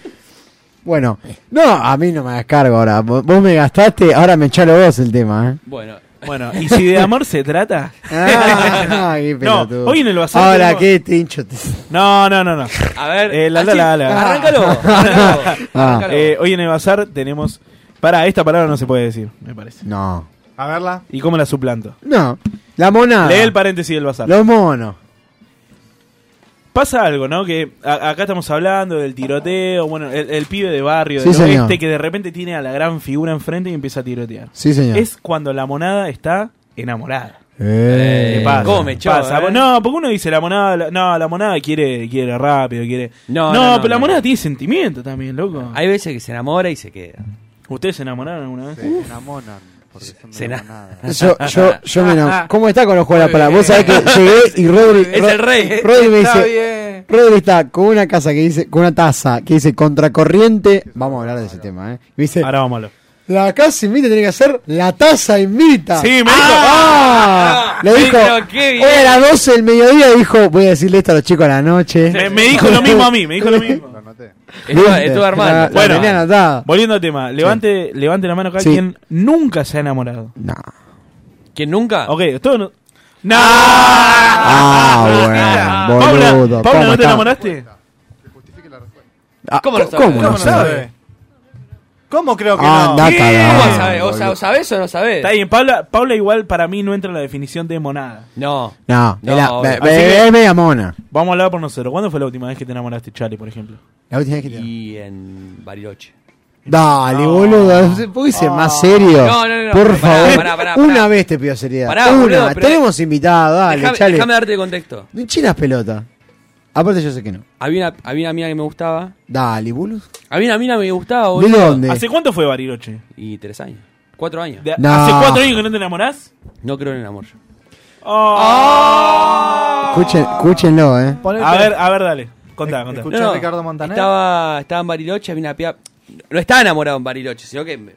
Speaker 3: bueno, no, a mí no me descargo ahora. Vos vos me gastaste, ahora me echalo vos el tema, ¿eh?
Speaker 4: Bueno,
Speaker 2: Bueno, y si de amor se trata.
Speaker 3: Ah, qué
Speaker 2: No,
Speaker 3: pelotudo.
Speaker 2: hoy en el bazar
Speaker 3: Ahora,
Speaker 2: tenemos-
Speaker 3: qué tincho. te-
Speaker 2: No, no, no, no.
Speaker 4: a ver.
Speaker 2: Eh, la,
Speaker 4: así-
Speaker 2: la, la, la.
Speaker 4: Arráncalo. vos, arráncalo vos,
Speaker 3: Ah.
Speaker 4: arráncalo vos.
Speaker 2: Eh, hoy en el bazar tenemos. Pará, esta palabra no se puede decir, me parece.
Speaker 3: No,
Speaker 10: A verla.
Speaker 2: ¿Y cómo la suplanto?
Speaker 3: no. La monada.
Speaker 2: Lee el paréntesis del bazar.
Speaker 3: Los monos.
Speaker 2: Pasa algo, ¿no? Que a- acá estamos hablando del tiroteo, bueno, el, el pibe de barrio,
Speaker 3: Sí,
Speaker 2: del
Speaker 3: señor.
Speaker 2: oeste, que de repente tiene a la gran figura enfrente y empieza a tirotear.
Speaker 3: Sí, señor.
Speaker 2: Es cuando la monada está enamorada.
Speaker 3: Eh.
Speaker 4: ¿Qué
Speaker 2: Pasa.
Speaker 4: ¿Cómo me echó,
Speaker 2: Pasa.
Speaker 4: eh?
Speaker 2: No, porque uno dice la monada, la- no, la monada quiere, quiere rápido, quiere.
Speaker 4: No,
Speaker 2: No,
Speaker 4: no, no,
Speaker 2: pero la
Speaker 4: no.
Speaker 2: monada tiene sentimiento también, loco.
Speaker 4: Hay veces que se enamora y se queda.
Speaker 2: ¿Ustedes se enamoraron alguna vez?
Speaker 5: Se enamoran porque son de
Speaker 4: Se
Speaker 5: la
Speaker 4: na-
Speaker 5: manada.
Speaker 3: Yo, yo, yo me enam- ¿Cómo está con los juegos para Vos sabés que llegué y Rodri.
Speaker 4: Es el rey.
Speaker 3: Rodri me
Speaker 11: Está
Speaker 3: dice.
Speaker 11: bien.
Speaker 3: Rodri está con una casa que dice, con una taza que dice contracorriente. Vamos a hablar de ese tema, eh. Me dice,
Speaker 2: Ahora vámonos.
Speaker 3: la casa invita tiene que ser la taza invita.
Speaker 2: Sí, me dijo.
Speaker 3: ¡Ah!
Speaker 4: Ah,
Speaker 3: Le
Speaker 4: sí,
Speaker 3: dijo,
Speaker 4: pero qué bien.
Speaker 3: hoy a las 12 del mediodía dijo, voy a decirle esto a los chicos a la noche.
Speaker 2: Me, me dijo lo mismo a mí, me dijo lo mismo.
Speaker 5: Lo anoté.
Speaker 4: Estuvo,
Speaker 3: ¿Viste?
Speaker 4: estuvo
Speaker 3: La-
Speaker 4: armando.
Speaker 3: la
Speaker 2: Bueno.
Speaker 3: tenía anotada.
Speaker 2: Volviendo al tema, levante, levante la mano acá
Speaker 3: Sí.
Speaker 2: quien nunca se ha enamorado.
Speaker 3: No.
Speaker 4: ¿Quién nunca?
Speaker 2: Ok, todo no. ¡No!
Speaker 3: Ah, bueno,
Speaker 2: Paula,
Speaker 3: boludo,
Speaker 2: Paula,
Speaker 3: ¿cómo
Speaker 2: ¿no te
Speaker 3: está?
Speaker 2: enamoraste?
Speaker 3: Ah,
Speaker 4: ¿Cómo lo
Speaker 3: co-
Speaker 4: sabe?
Speaker 3: no
Speaker 10: ¿Cómo
Speaker 3: sabe?
Speaker 10: sabe? ¿Cómo creo que
Speaker 3: Ah,
Speaker 10: no?
Speaker 3: anda a cagar,
Speaker 4: ¿Cómo sabés? ¿O, sa-
Speaker 3: boludo.
Speaker 4: o sabés o no sabés?
Speaker 2: Está bien, Paula, Paula igual para mí no entra en la definición de monada.
Speaker 4: No.
Speaker 3: No,
Speaker 4: No,
Speaker 3: era-
Speaker 4: obvio.
Speaker 3: be-
Speaker 4: Así
Speaker 3: be- es media mona.
Speaker 2: Vamos a hablar por nosotros. ¿Cuándo fue la última vez que te enamoraste, Charlie, por ejemplo?
Speaker 3: La última vez que te-
Speaker 4: Y en Bariloche.
Speaker 3: Dale, boludo. ¿Puedo ser más serio?
Speaker 4: No, no, no, pará,
Speaker 3: Por favor.
Speaker 4: pará, pará, pará.
Speaker 3: Una vez te pido seriedad.
Speaker 4: Pará,
Speaker 3: Una.
Speaker 4: boludo, pero-
Speaker 3: Tenemos invitado, dale,
Speaker 4: Déjame
Speaker 3: chale.
Speaker 4: déjame darte el contexto.
Speaker 3: No hinché las pelotas. Aparte, yo sé que no.
Speaker 4: Había una, había una mina que me gustaba.
Speaker 3: Dale, boludo.
Speaker 4: Había una mina que me gustaba,
Speaker 3: ¿De
Speaker 4: boludo.
Speaker 3: dónde?
Speaker 4: ¿Hace
Speaker 2: cuánto fue Bariloche?
Speaker 4: Y tres años. Cuatro años.
Speaker 3: No. ¿Hace cuatro
Speaker 2: años que no te enamorás?
Speaker 4: No creo en el amor. yo.
Speaker 3: Escuchen- escúchenlo, eh.
Speaker 2: A ver, a ver, dale. Contá, contá.
Speaker 10: Escuchá a Ricardo Montaner.
Speaker 4: Estaba, estaba en Bariloche, había una piba. No estaba enamorado en Bariloche, sino que me,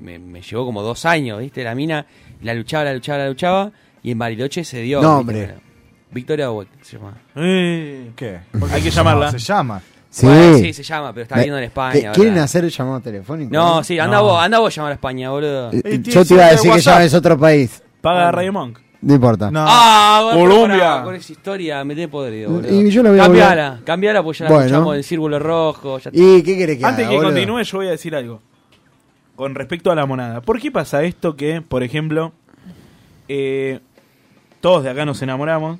Speaker 4: me- me llevó como dos años, ¿viste? La mina la luchaba, la luchaba, la luchaba. Y en Bariloche se dio.
Speaker 3: Nombre.
Speaker 4: ¿viste? Victoria Boet se llama.
Speaker 2: ¿Qué?
Speaker 4: ¿Por qué
Speaker 2: Hay que
Speaker 4: se
Speaker 2: llamarla.
Speaker 4: llama? Se
Speaker 10: llama.
Speaker 3: Sí.
Speaker 4: Bueno, sí, se llama, pero está
Speaker 3: Me-
Speaker 4: viviendo en España,
Speaker 3: ¿Qué-
Speaker 4: ¿verdad?
Speaker 3: ¿Quieren hacer el llamado telefónico?
Speaker 4: No, sí, anda
Speaker 3: No.
Speaker 4: vos, anda vos a llamar a España, boludo.
Speaker 3: Eh, eh, Yo te iba a decir que ya es otro país.
Speaker 2: Paga Radio Monk.
Speaker 3: No importa.
Speaker 4: Ah, bueno, pero
Speaker 2: Colombia.
Speaker 4: pará, Con esa historia me tenés podrido, boludo.
Speaker 3: Y yo la voy a
Speaker 4: cambiala,
Speaker 3: volver-
Speaker 4: cambiala porque ya la
Speaker 3: Bueno.
Speaker 4: escuchamos del círculo rojo. ya-
Speaker 3: ¿Y qué querés que
Speaker 2: Antes
Speaker 3: haga,
Speaker 2: que
Speaker 3: boludo?
Speaker 2: continúe, yo voy a decir algo. Con respecto a la monada. ¿Por qué pasa esto que, por ejemplo, eh, todos de acá nos enamoramos,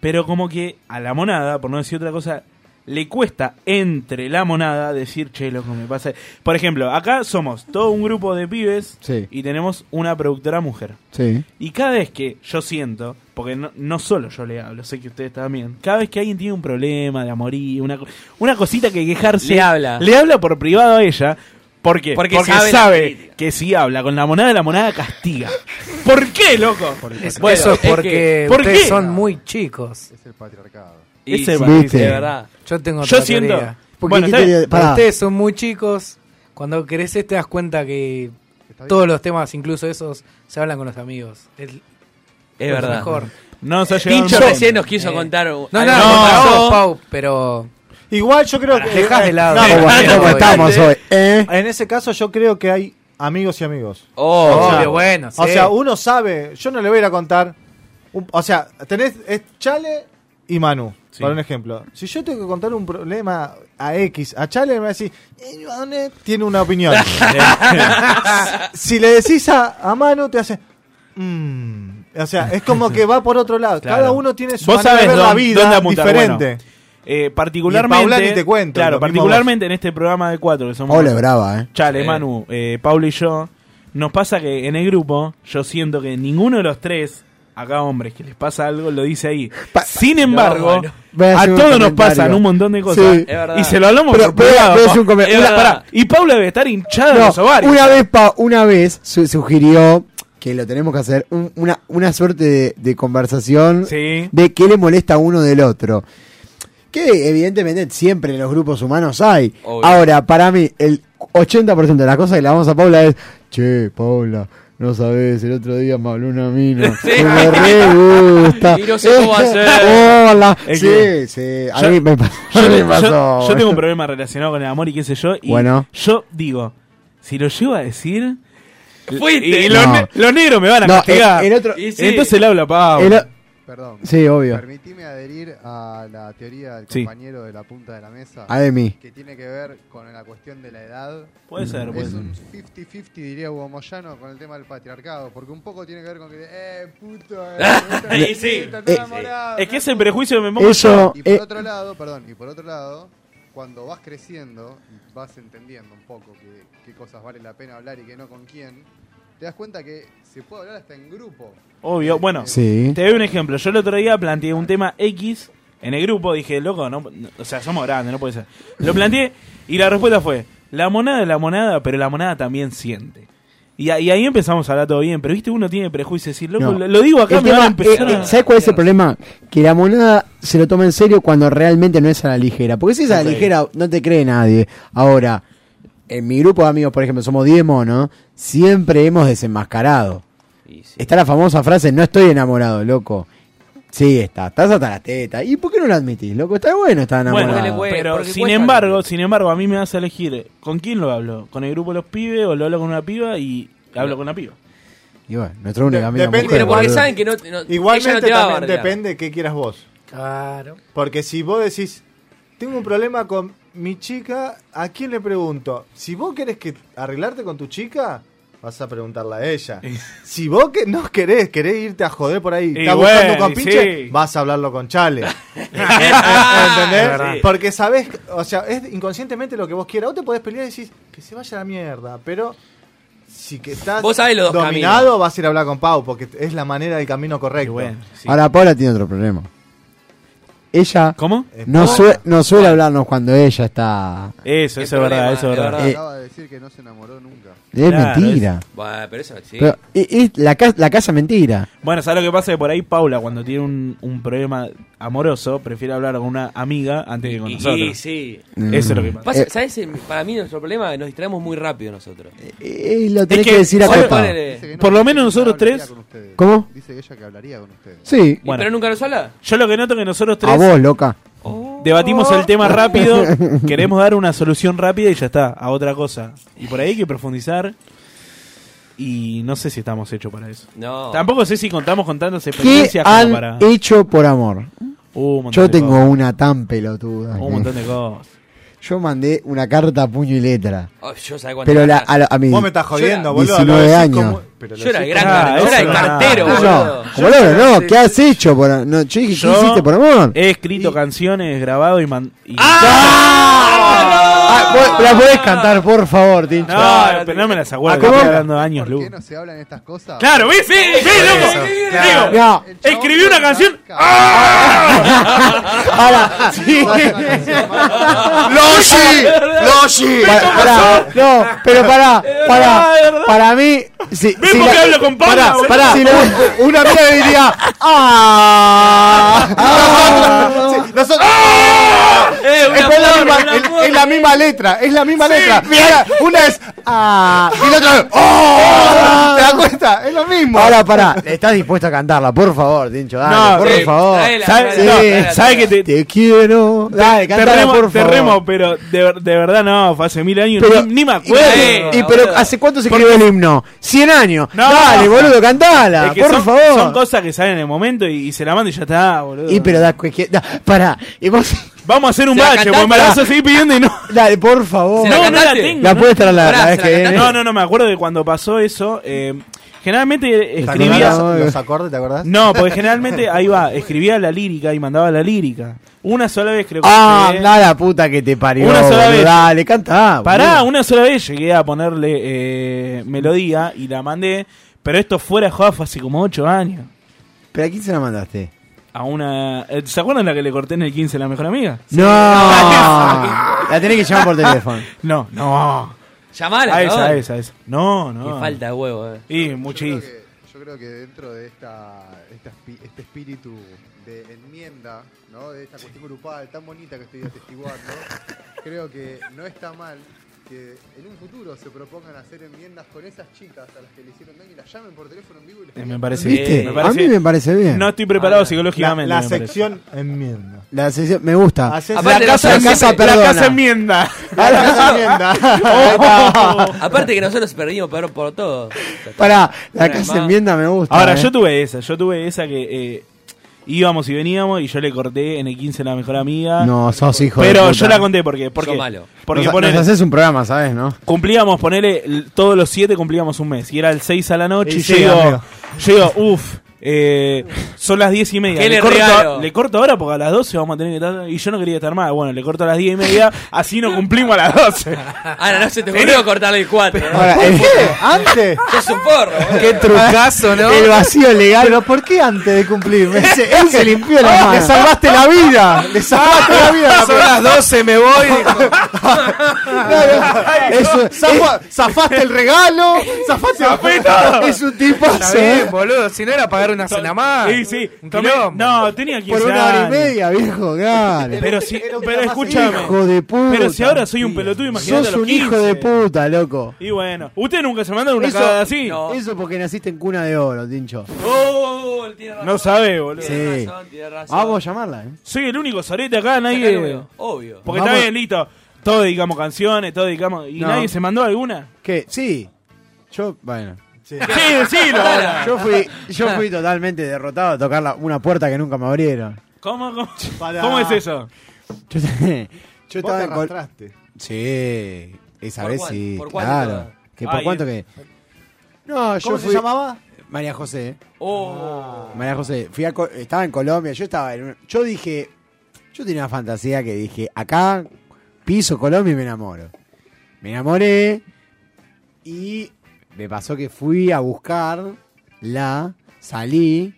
Speaker 2: pero como que a la monada, por no decir otra cosa, le cuesta entre la monada decir, che, loco, me pasa... Por ejemplo, acá somos todo un grupo de pibes
Speaker 3: Sí.
Speaker 2: y tenemos una productora mujer.
Speaker 3: Sí.
Speaker 2: Y cada vez que yo siento, porque no, no solo yo le hablo, sé que ustedes también, cada vez que alguien tiene un problema de amorío, una, co- una cosita que quejarse,
Speaker 4: Le habla.
Speaker 2: le habla por privado a ella. ¿Por qué?
Speaker 4: Porque
Speaker 2: Porque
Speaker 4: sabe
Speaker 2: sabe,
Speaker 4: la crítica.
Speaker 2: que si habla con la monada, la monada castiga. ¿Por qué, loco? Bueno,
Speaker 11: Eso es
Speaker 2: que-
Speaker 11: porque
Speaker 2: ¿por
Speaker 11: ustedes
Speaker 2: qué?
Speaker 11: son muy chicos. Es
Speaker 5: el patriarcado.
Speaker 2: Es el patriarcado, de verdad.
Speaker 11: Yo tengo
Speaker 2: Yo
Speaker 11: otra
Speaker 2: siento-
Speaker 11: teoría.
Speaker 2: Porque Bueno, ¿qué está te- bien. pará.
Speaker 11: Ustedes son muy chicos. Cuando creces te das cuenta que todos los temas, incluso esos, se hablan con los amigos. Es,
Speaker 4: Es verdad.
Speaker 11: mejor.
Speaker 2: No nos ha llegado
Speaker 4: Pincho
Speaker 2: un montón.
Speaker 4: recién nos quiso contar.
Speaker 11: No,
Speaker 4: algo
Speaker 11: no,
Speaker 4: que
Speaker 11: no,
Speaker 4: pasó.
Speaker 11: no, Pau, pero...
Speaker 10: Igual yo creo que. eh,
Speaker 11: Dejás de lado.
Speaker 10: No,
Speaker 11: ¿Cómo-
Speaker 10: no, no,
Speaker 11: cómo
Speaker 10: no,
Speaker 11: estamos
Speaker 10: no,
Speaker 11: hoy,
Speaker 10: En ese caso, yo creo que hay amigos y amigos.
Speaker 4: Oh,
Speaker 10: O sea,
Speaker 11: obvio, bueno,
Speaker 10: O
Speaker 11: sí.
Speaker 10: sea, uno sabe. Yo no le voy a ir a contar. un- o sea, tenés es Chale y Manu. Para un ejemplo. Si yo tengo que contar un problema a X, a Chale me va a decir. "Eh, Ivane Tiene una opinión. si le decís a, a Manu, te hace. "Mm". O sea, es como que va por otro lado. Cada
Speaker 2: Claro.
Speaker 10: uno tiene su
Speaker 2: Vos
Speaker 10: manera de
Speaker 2: sabés
Speaker 10: ver la
Speaker 2: dónde-
Speaker 10: vida
Speaker 2: dónde apuntar,
Speaker 10: diferente.
Speaker 2: bueno. Eh,
Speaker 10: Y en Paula
Speaker 2: particularmente,
Speaker 10: ni te cuento,
Speaker 2: claro,
Speaker 10: lo mismo
Speaker 2: particularmente en este programa de cuatro que somos.
Speaker 3: Paula es brava, eh.
Speaker 2: Chale,
Speaker 3: Sí.
Speaker 2: Manu, eh, Paula y yo. Nos pasa que en el grupo, yo siento que ninguno de los tres, acá hombres, que les pasa algo, lo dice ahí. Sin embargo,
Speaker 3: No, no. Voy a
Speaker 2: a
Speaker 3: hacer un
Speaker 2: todos nos
Speaker 3: comentario.
Speaker 2: pasan un montón de cosas.
Speaker 3: Sí. Es verdad.
Speaker 2: Y se lo hablamos
Speaker 3: Pero
Speaker 2: por
Speaker 3: voy a-
Speaker 2: privado,
Speaker 3: voy a
Speaker 2: pa.
Speaker 3: hacer un comen-
Speaker 2: Es
Speaker 3: una-
Speaker 2: verdad. Pará, Y Paula debe estar hinchada de
Speaker 3: No,
Speaker 2: los ovarios.
Speaker 3: una vez, pa- una vez su- sugirió que lo tenemos que hacer un- una, una suerte de, de conversación
Speaker 2: Sí.
Speaker 3: de qué le molesta a uno del otro. Que evidentemente siempre en los grupos humanos hay.
Speaker 13: Obvio.
Speaker 3: Ahora, para mí, el 80% de las cosas que le vamos a Paula es, che, Paula. No sabes, el otro día me habló una mina. que Me re gusta.
Speaker 13: Y no sé cómo hacer.
Speaker 3: Hola.
Speaker 2: Es
Speaker 3: sí,
Speaker 2: que-
Speaker 3: sí. A
Speaker 2: Yo-
Speaker 3: mí me pasó.
Speaker 2: yo-
Speaker 3: me
Speaker 2: yo-
Speaker 3: pasó.
Speaker 2: yo tengo un problema relacionado con el amor y qué sé yo. Y
Speaker 3: Bueno.
Speaker 2: yo digo, si lo llego a decir.
Speaker 4: Fuiste.
Speaker 2: Y los,
Speaker 3: No.
Speaker 2: ne- los negros me van a
Speaker 3: No,
Speaker 2: castigar.
Speaker 3: el- el otro-
Speaker 5: Y sí.
Speaker 2: Entonces le habla Pablo.
Speaker 3: El o-
Speaker 5: Perdón.
Speaker 3: Sí, obvio.
Speaker 5: Permitime adherir a la teoría del
Speaker 3: Sí.
Speaker 5: compañero de la punta de la mesa.
Speaker 3: A de mí.
Speaker 5: Que tiene que ver con la cuestión de la edad.
Speaker 3: Mm,
Speaker 2: Puede ser,
Speaker 5: Es
Speaker 2: puede ser.
Speaker 5: un 50-50, diría Hugo Moyano, con el tema del patriarcado. Porque un poco tiene que ver con que. ¡Eh, puto! Eh,
Speaker 2: Y Ah, sí.
Speaker 5: Está todo
Speaker 2: Eh,
Speaker 5: enamorado,
Speaker 2: Es que
Speaker 5: ¿no?
Speaker 2: ese prejuicio que me pongo yo-
Speaker 5: Y por
Speaker 3: eh.
Speaker 5: otro lado, perdón, y por otro lado, cuando vas creciendo y vas entendiendo un poco qué, qué cosas vale la pena hablar y qué no con quién, te das cuenta que se puede hablar hasta en grupo.
Speaker 2: Obvio, bueno,
Speaker 3: Sí.
Speaker 2: te doy un ejemplo. Yo el otro día planteé un tema X en el grupo, dije, loco, no, no- o sea, somos grandes, no puede ser. Lo planteé y la respuesta fue, la monada es la monada, pero la monada también siente. Y, a- y ahí empezamos a hablar todo bien, pero viste, uno tiene prejuicios, decir, loco,
Speaker 3: No.
Speaker 2: lo, lo digo acá,
Speaker 3: El
Speaker 2: me van a
Speaker 3: tema,
Speaker 2: empezar
Speaker 3: eh,
Speaker 2: a-
Speaker 3: eh, ¿Sabes cuál es el problema? Que la monada se lo toma en serio cuando realmente no es a la ligera. Porque si es a la
Speaker 2: Ok.
Speaker 3: ligera, no te cree nadie. Ahora, en mi grupo de amigos, por ejemplo, somos 10 monos, siempre hemos desenmascarado. Está la famosa frase, no estoy enamorado, loco. Sí, está. Estás hasta la teta. ¿Y por qué no lo admitís, loco? Está bueno estar enamorado.
Speaker 2: Bueno, pues. pero sin embargo, sin embargo, a mí me vas a elegir con quién lo hablo, con el grupo de los pibes o lo hablo con una piba y hablo con una piba.
Speaker 3: Y bueno, nuestra única amiga
Speaker 10: Depende,
Speaker 3: mujer, boludo.
Speaker 4: que no- no-
Speaker 10: Igualmente
Speaker 4: ella no te va a
Speaker 10: también
Speaker 4: bardear.
Speaker 10: depende qué quieras vos.
Speaker 11: Claro.
Speaker 10: Porque si vos decís, tengo un problema con mi chica, ¿a quién le pregunto? Si vos querés que arreglarte con tu chica, Vas a preguntarle a ella. si vos que no querés, querés irte a joder por ahí,
Speaker 2: Y
Speaker 10: estás buscando
Speaker 2: bueno,
Speaker 10: con
Speaker 2: y
Speaker 10: pinche,
Speaker 2: sí.
Speaker 10: vas a hablarlo con Chale.
Speaker 2: Es
Speaker 10: ¿Entendés?
Speaker 2: verdad.
Speaker 10: Porque sabés, o sea, es inconscientemente lo que vos quieras. Vos te podés pelear y decís que se vaya a la mierda, pero si que estás
Speaker 4: Vos sabés los dos
Speaker 10: dominado,
Speaker 4: caminos.
Speaker 10: vas a ir a hablar con Pau, porque es la manera del camino correcto.
Speaker 3: Ahora Paula tiene otro problema. Ella
Speaker 2: ¿Cómo?
Speaker 3: no,
Speaker 10: Paula.
Speaker 3: sue- no suele hablarnos cuando ella está...
Speaker 2: Eso, eso es verdad, eso es verdad.
Speaker 5: Acaba de decir que no se enamoró nunca.
Speaker 3: Eh, Es mentira.
Speaker 4: Bueno, pero eso sí.
Speaker 3: Pero es, es la, ca- la casa mentira.
Speaker 2: Bueno, ¿sabes lo que pasa? Que por ahí Paula, cuando tiene un, un problema amoroso, prefiere hablar con una amiga antes que con
Speaker 4: Y-
Speaker 2: nosotros.
Speaker 4: y sí.
Speaker 3: Mm.
Speaker 2: Eso es lo que pasa.
Speaker 4: Pasa- ¿Sabes? el- Para mí nuestro problema es que nos distraemos muy rápido nosotros.
Speaker 3: Eh, lo tenés que, decir a
Speaker 4: Bueno,
Speaker 3: Pepa.
Speaker 4: ponele-
Speaker 2: Por lo menos nosotros tres.
Speaker 3: ¿Cómo?
Speaker 5: Dice ella que hablaría con ustedes.
Speaker 3: Sí.
Speaker 4: ¿Y pero nunca nos habla?
Speaker 2: Yo lo que noto es que nosotros tres
Speaker 3: A vos, loca.
Speaker 4: Oh.
Speaker 2: debatimos el tema rápido, queremos dar una solución rápida y ya está, a otra cosa. Y por ahí hay que profundizar. Y no sé si estamos hechos para eso.
Speaker 4: No.
Speaker 2: Tampoco sé si contamos con tantas
Speaker 3: ¿Qué
Speaker 2: experiencias como
Speaker 3: han
Speaker 2: para.
Speaker 3: hecho por amor?
Speaker 2: Uh, un montón
Speaker 3: Yo
Speaker 2: de
Speaker 3: tengo
Speaker 2: cosas.
Speaker 3: una tan pelotuda.
Speaker 2: Un montón de cosas.
Speaker 3: Yo mandé una carta a puño y letra.
Speaker 4: Oh, yo sabía cuántas
Speaker 3: Pero la-
Speaker 4: cartas.
Speaker 3: a, la- a mi
Speaker 10: Vos me estás jodiendo, boludo.
Speaker 3: 19
Speaker 10: lo decís
Speaker 3: años.
Speaker 10: como- pero lo
Speaker 4: Yo era
Speaker 10: decís
Speaker 4: el gran
Speaker 10: como-
Speaker 2: Ah,
Speaker 4: yo era el
Speaker 2: eso no.
Speaker 4: cartero,
Speaker 2: No,
Speaker 4: boludo.
Speaker 3: Como boludo, no, ¿qué has hecho? Por, a- no, yo dije, ¿qué
Speaker 2: Yo
Speaker 3: hiciste por amor?
Speaker 2: He escrito canciones, grabado y. man- y-
Speaker 3: Ah, vos la podés cantar, por favor, Tincho.
Speaker 2: No, pero no me las acuerdo,
Speaker 3: ¿Cómo?
Speaker 2: estoy hablando de años,
Speaker 5: ¿Por
Speaker 2: Lu.
Speaker 5: qué no se hablan estas cosas?
Speaker 2: Claro, ¿ves? Sí, ¿ves, loco? Digo,
Speaker 3: No,
Speaker 5: El chabón
Speaker 2: escribí una
Speaker 5: canta-
Speaker 2: canción.
Speaker 5: canta-
Speaker 3: ahora, sí.
Speaker 8: ¡Loshi! ¡Loshi!
Speaker 3: Para- pará, no, pero pará, pará. Para mí, si,
Speaker 2: ¿Ves
Speaker 3: si
Speaker 2: por
Speaker 3: la- eh,
Speaker 2: qué hablo con Paula,
Speaker 3: pará,
Speaker 2: boludo?
Speaker 3: pará,
Speaker 2: Sí,
Speaker 3: un- una amiga me diría, ah,
Speaker 10: Sí, nosotros- ¡Ah!
Speaker 4: Eh, una
Speaker 10: Es por la
Speaker 4: porra,
Speaker 10: misma-
Speaker 4: una
Speaker 10: es-
Speaker 4: porra.
Speaker 10: es la misma letra, es la misma letra. Ahora, Una es
Speaker 3: ah.
Speaker 10: y la otra es ¡Oh! ¿Te das cuenta? Es lo mismo.
Speaker 3: Ahora, pará, ¿estás dispuesto a cantarla? Por favor, Tincho, dale,
Speaker 2: No,
Speaker 3: por
Speaker 4: sí,
Speaker 3: favor.
Speaker 4: traela,
Speaker 3: ¿Sabes?
Speaker 4: traela,
Speaker 3: Sí.
Speaker 4: traela,
Speaker 2: ¿Sabes que te,
Speaker 3: Te quiero. Dale,
Speaker 2: te
Speaker 3: cantala,
Speaker 2: remo,
Speaker 3: por
Speaker 2: te
Speaker 3: favor.
Speaker 2: remo, pero de, ver- de verdad no, fue hace mil años,
Speaker 3: Pero-
Speaker 2: ni, ni me acuerdo.
Speaker 3: Y, y pero ¿hace cuánto se escribió el himno? 100 años.
Speaker 2: No.
Speaker 3: Dale, boludo, cantala,
Speaker 2: Es que
Speaker 3: por
Speaker 2: son,
Speaker 3: favor.
Speaker 2: son cosas que salen en el momento y, y se la manda y ya está, boludo.
Speaker 3: y pero da, cualquier- da- pará, y vos-
Speaker 2: Vamos a hacer un
Speaker 4: Se la
Speaker 2: bache, porque me la
Speaker 3: cantaste.
Speaker 2: vas a seguir pidiendo y no.
Speaker 3: dale, por favor.
Speaker 4: Se
Speaker 2: No, no la
Speaker 4: cantaste?
Speaker 2: tengo.
Speaker 3: La
Speaker 2: no-
Speaker 3: puede estar a la, la
Speaker 4: Pará,
Speaker 3: vez
Speaker 4: se
Speaker 3: que
Speaker 4: la
Speaker 3: viene.
Speaker 2: No, no, no, me acuerdo de cuando pasó eso. eh, generalmente
Speaker 10: ¿Te
Speaker 2: escribía.
Speaker 10: acordás los acordes, ¿te acordás?
Speaker 2: No, porque generalmente ahí va, escribía la lírica y mandaba la lírica. Una sola vez creo que.
Speaker 3: Ah,
Speaker 2: llegué-
Speaker 3: nada, puta que te parió.
Speaker 2: Una sola
Speaker 3: boludo.
Speaker 2: vez.
Speaker 3: Dale, canta.
Speaker 2: Pará,
Speaker 3: boludo.
Speaker 2: una sola vez llegué a ponerle eh, melodía y la mandé, pero esto fuera de joda fue hace como 8 años.
Speaker 3: ¿Pero a quién se la mandaste?
Speaker 2: A una. eh, ¿Se acuerdan la que le corté en el 15 a la mejor amiga?
Speaker 3: No. la tenés que llamar por teléfono.
Speaker 2: No, no.
Speaker 4: Llamala,
Speaker 2: A esa,
Speaker 4: cabrón.
Speaker 2: a esa, a esa. No,
Speaker 4: Qué
Speaker 2: no.
Speaker 4: falta de huevo, eh.
Speaker 2: Y
Speaker 5: Yo creo,
Speaker 2: muchísimo.
Speaker 5: que, yo creo que dentro de esta, esta espi- este espíritu de enmienda, ¿no? de esta cuestión grupal tan bonita que estoy atestiguando, creo que no está mal que en un futuro se propongan hacer enmiendas con esas chicas a las que le hicieron daño y las llamen por teléfono en vivo y les
Speaker 2: Eh,
Speaker 5: pidan
Speaker 2: Me parece
Speaker 3: ¿Viste?
Speaker 2: bien, me
Speaker 3: a
Speaker 2: parece-
Speaker 3: mí me parece bien.
Speaker 2: No estoy preparado
Speaker 4: Ah,
Speaker 10: La,
Speaker 2: psicológicamente.
Speaker 10: la
Speaker 2: me parece.
Speaker 10: sección enmienda.
Speaker 3: La sesión- me gusta.
Speaker 10: Haces-
Speaker 4: Aparte,
Speaker 10: la casa,
Speaker 4: nosotros
Speaker 10: la casa
Speaker 4: siempre-
Speaker 10: perdona.
Speaker 2: La casa enmienda.
Speaker 10: La casa enmienda. Ahí
Speaker 2: Oh.
Speaker 10: está.
Speaker 4: Aparte que nosotros perdimos por, por todo.
Speaker 3: Pará, la
Speaker 4: Pará,
Speaker 3: casa
Speaker 4: va.
Speaker 3: enmienda me gusta.
Speaker 2: Ahora,
Speaker 3: eh.
Speaker 2: yo tuve esa, yo tuve esa que eh, íbamos y veníamos y yo le corté en el 15 a la mejor amiga.
Speaker 3: No, sos hijo de
Speaker 2: pero
Speaker 3: puta.
Speaker 2: yo la conté porque. porque
Speaker 4: Sos malo.
Speaker 2: Porque
Speaker 3: nos,
Speaker 2: ponele-
Speaker 3: nos haces un programa, ¿sabes, no?
Speaker 2: Cumplíamos, ponele, l- todos los 7 cumplíamos un mes. Y era el 6 a la noche.
Speaker 10: Y
Speaker 2: Y,
Speaker 10: sí,
Speaker 2: yo
Speaker 10: amigo.
Speaker 2: digo, yo digo, uff, eh, son las 10 y media.
Speaker 4: ¿Qué le
Speaker 2: corto,
Speaker 4: regalo?
Speaker 2: le corto ahora porque a las 12 vamos a tener que estar. Y yo no quería estar más. Bueno, le corto a las 10 y media, así no cumplimos a las 12.
Speaker 4: Ahora Ah, no se te ocurrió cortarle el 4.
Speaker 3: Ahora, eh,
Speaker 10: ¿Por
Speaker 3: el-
Speaker 10: qué? Antes.
Speaker 4: Sos un porro, boludo.
Speaker 3: qué trucazo, ¿no? El vacío legal.
Speaker 10: Pero ¿por qué antes de cumplir?
Speaker 3: Ese- él se limpió la
Speaker 10: Le
Speaker 3: mano.
Speaker 10: salvaste la vida. Le salvaste la vida.
Speaker 11: Son las 12, me voy. dijo.
Speaker 3: Eso-
Speaker 10: Zafa- zafaste el regalo. Zafaste
Speaker 3: Es un tipo
Speaker 11: Está bien, boludo. Si no era pagar una cena más.
Speaker 2: Sí, sí.
Speaker 11: Un
Speaker 2: Tomé-
Speaker 11: quilombo.
Speaker 2: no, tenía 15
Speaker 3: por una hora y
Speaker 2: años.
Speaker 3: media, viejo, claro.
Speaker 2: Pero si,
Speaker 10: Era
Speaker 2: pero
Speaker 10: un programa
Speaker 2: escúchame.
Speaker 3: Hijo de puta.
Speaker 2: Pero si ahora soy un pelotudo, imagínate a
Speaker 3: Sos
Speaker 2: los
Speaker 3: un hijo
Speaker 2: 15.
Speaker 3: de puta, loco.
Speaker 2: Y bueno, ¿ustedes nunca se mandan una
Speaker 3: Eso-
Speaker 2: cagada así?
Speaker 4: no.
Speaker 3: Eso porque naciste en cuna de oro, Tincho.
Speaker 4: Oh, tiene razón.
Speaker 2: No sabe, boludo.
Speaker 4: Tiene
Speaker 3: Sí.
Speaker 4: razón, tiene razón.
Speaker 3: Vamos a llamarla, ¿eh?
Speaker 2: Soy el único sorete acá, nadie.
Speaker 4: Obvio. obvio.
Speaker 2: Porque
Speaker 3: Vamos.
Speaker 2: está bien, listo. Todos dedicamos canciones, todos dedicamos. ¿Y
Speaker 3: No.
Speaker 2: nadie se mandó alguna?
Speaker 3: ¿Qué? Sí. Yo, bueno.
Speaker 2: Sí, decilo.
Speaker 3: Yo fui, yo fui totalmente derrotado a tocar la- una puerta que nunca me abrieron.
Speaker 2: ¿Cómo, cómo,
Speaker 10: Pará.
Speaker 2: cómo es eso?
Speaker 3: Yo, yo
Speaker 10: Vos
Speaker 3: estaba
Speaker 10: te
Speaker 3: en col-
Speaker 10: arrastraste.
Speaker 3: Sí, esa
Speaker 4: ¿Por
Speaker 3: vez
Speaker 4: cuál?
Speaker 3: sí,
Speaker 4: ¿Por cuánto?
Speaker 3: claro. ¿Que ¿Por
Speaker 2: Ay,
Speaker 3: cuánto
Speaker 2: eh.
Speaker 3: que? No, yo
Speaker 10: ¿Cómo se
Speaker 3: fui-
Speaker 10: llamaba?
Speaker 3: María José.
Speaker 4: Oh.
Speaker 3: María José, fui a Co- estaba en Colombia, yo estaba en un- yo dije, yo tenía una fantasía que dije, acá piso Colombia y me enamoro. Me enamoré y me pasó que fui a buscar la salí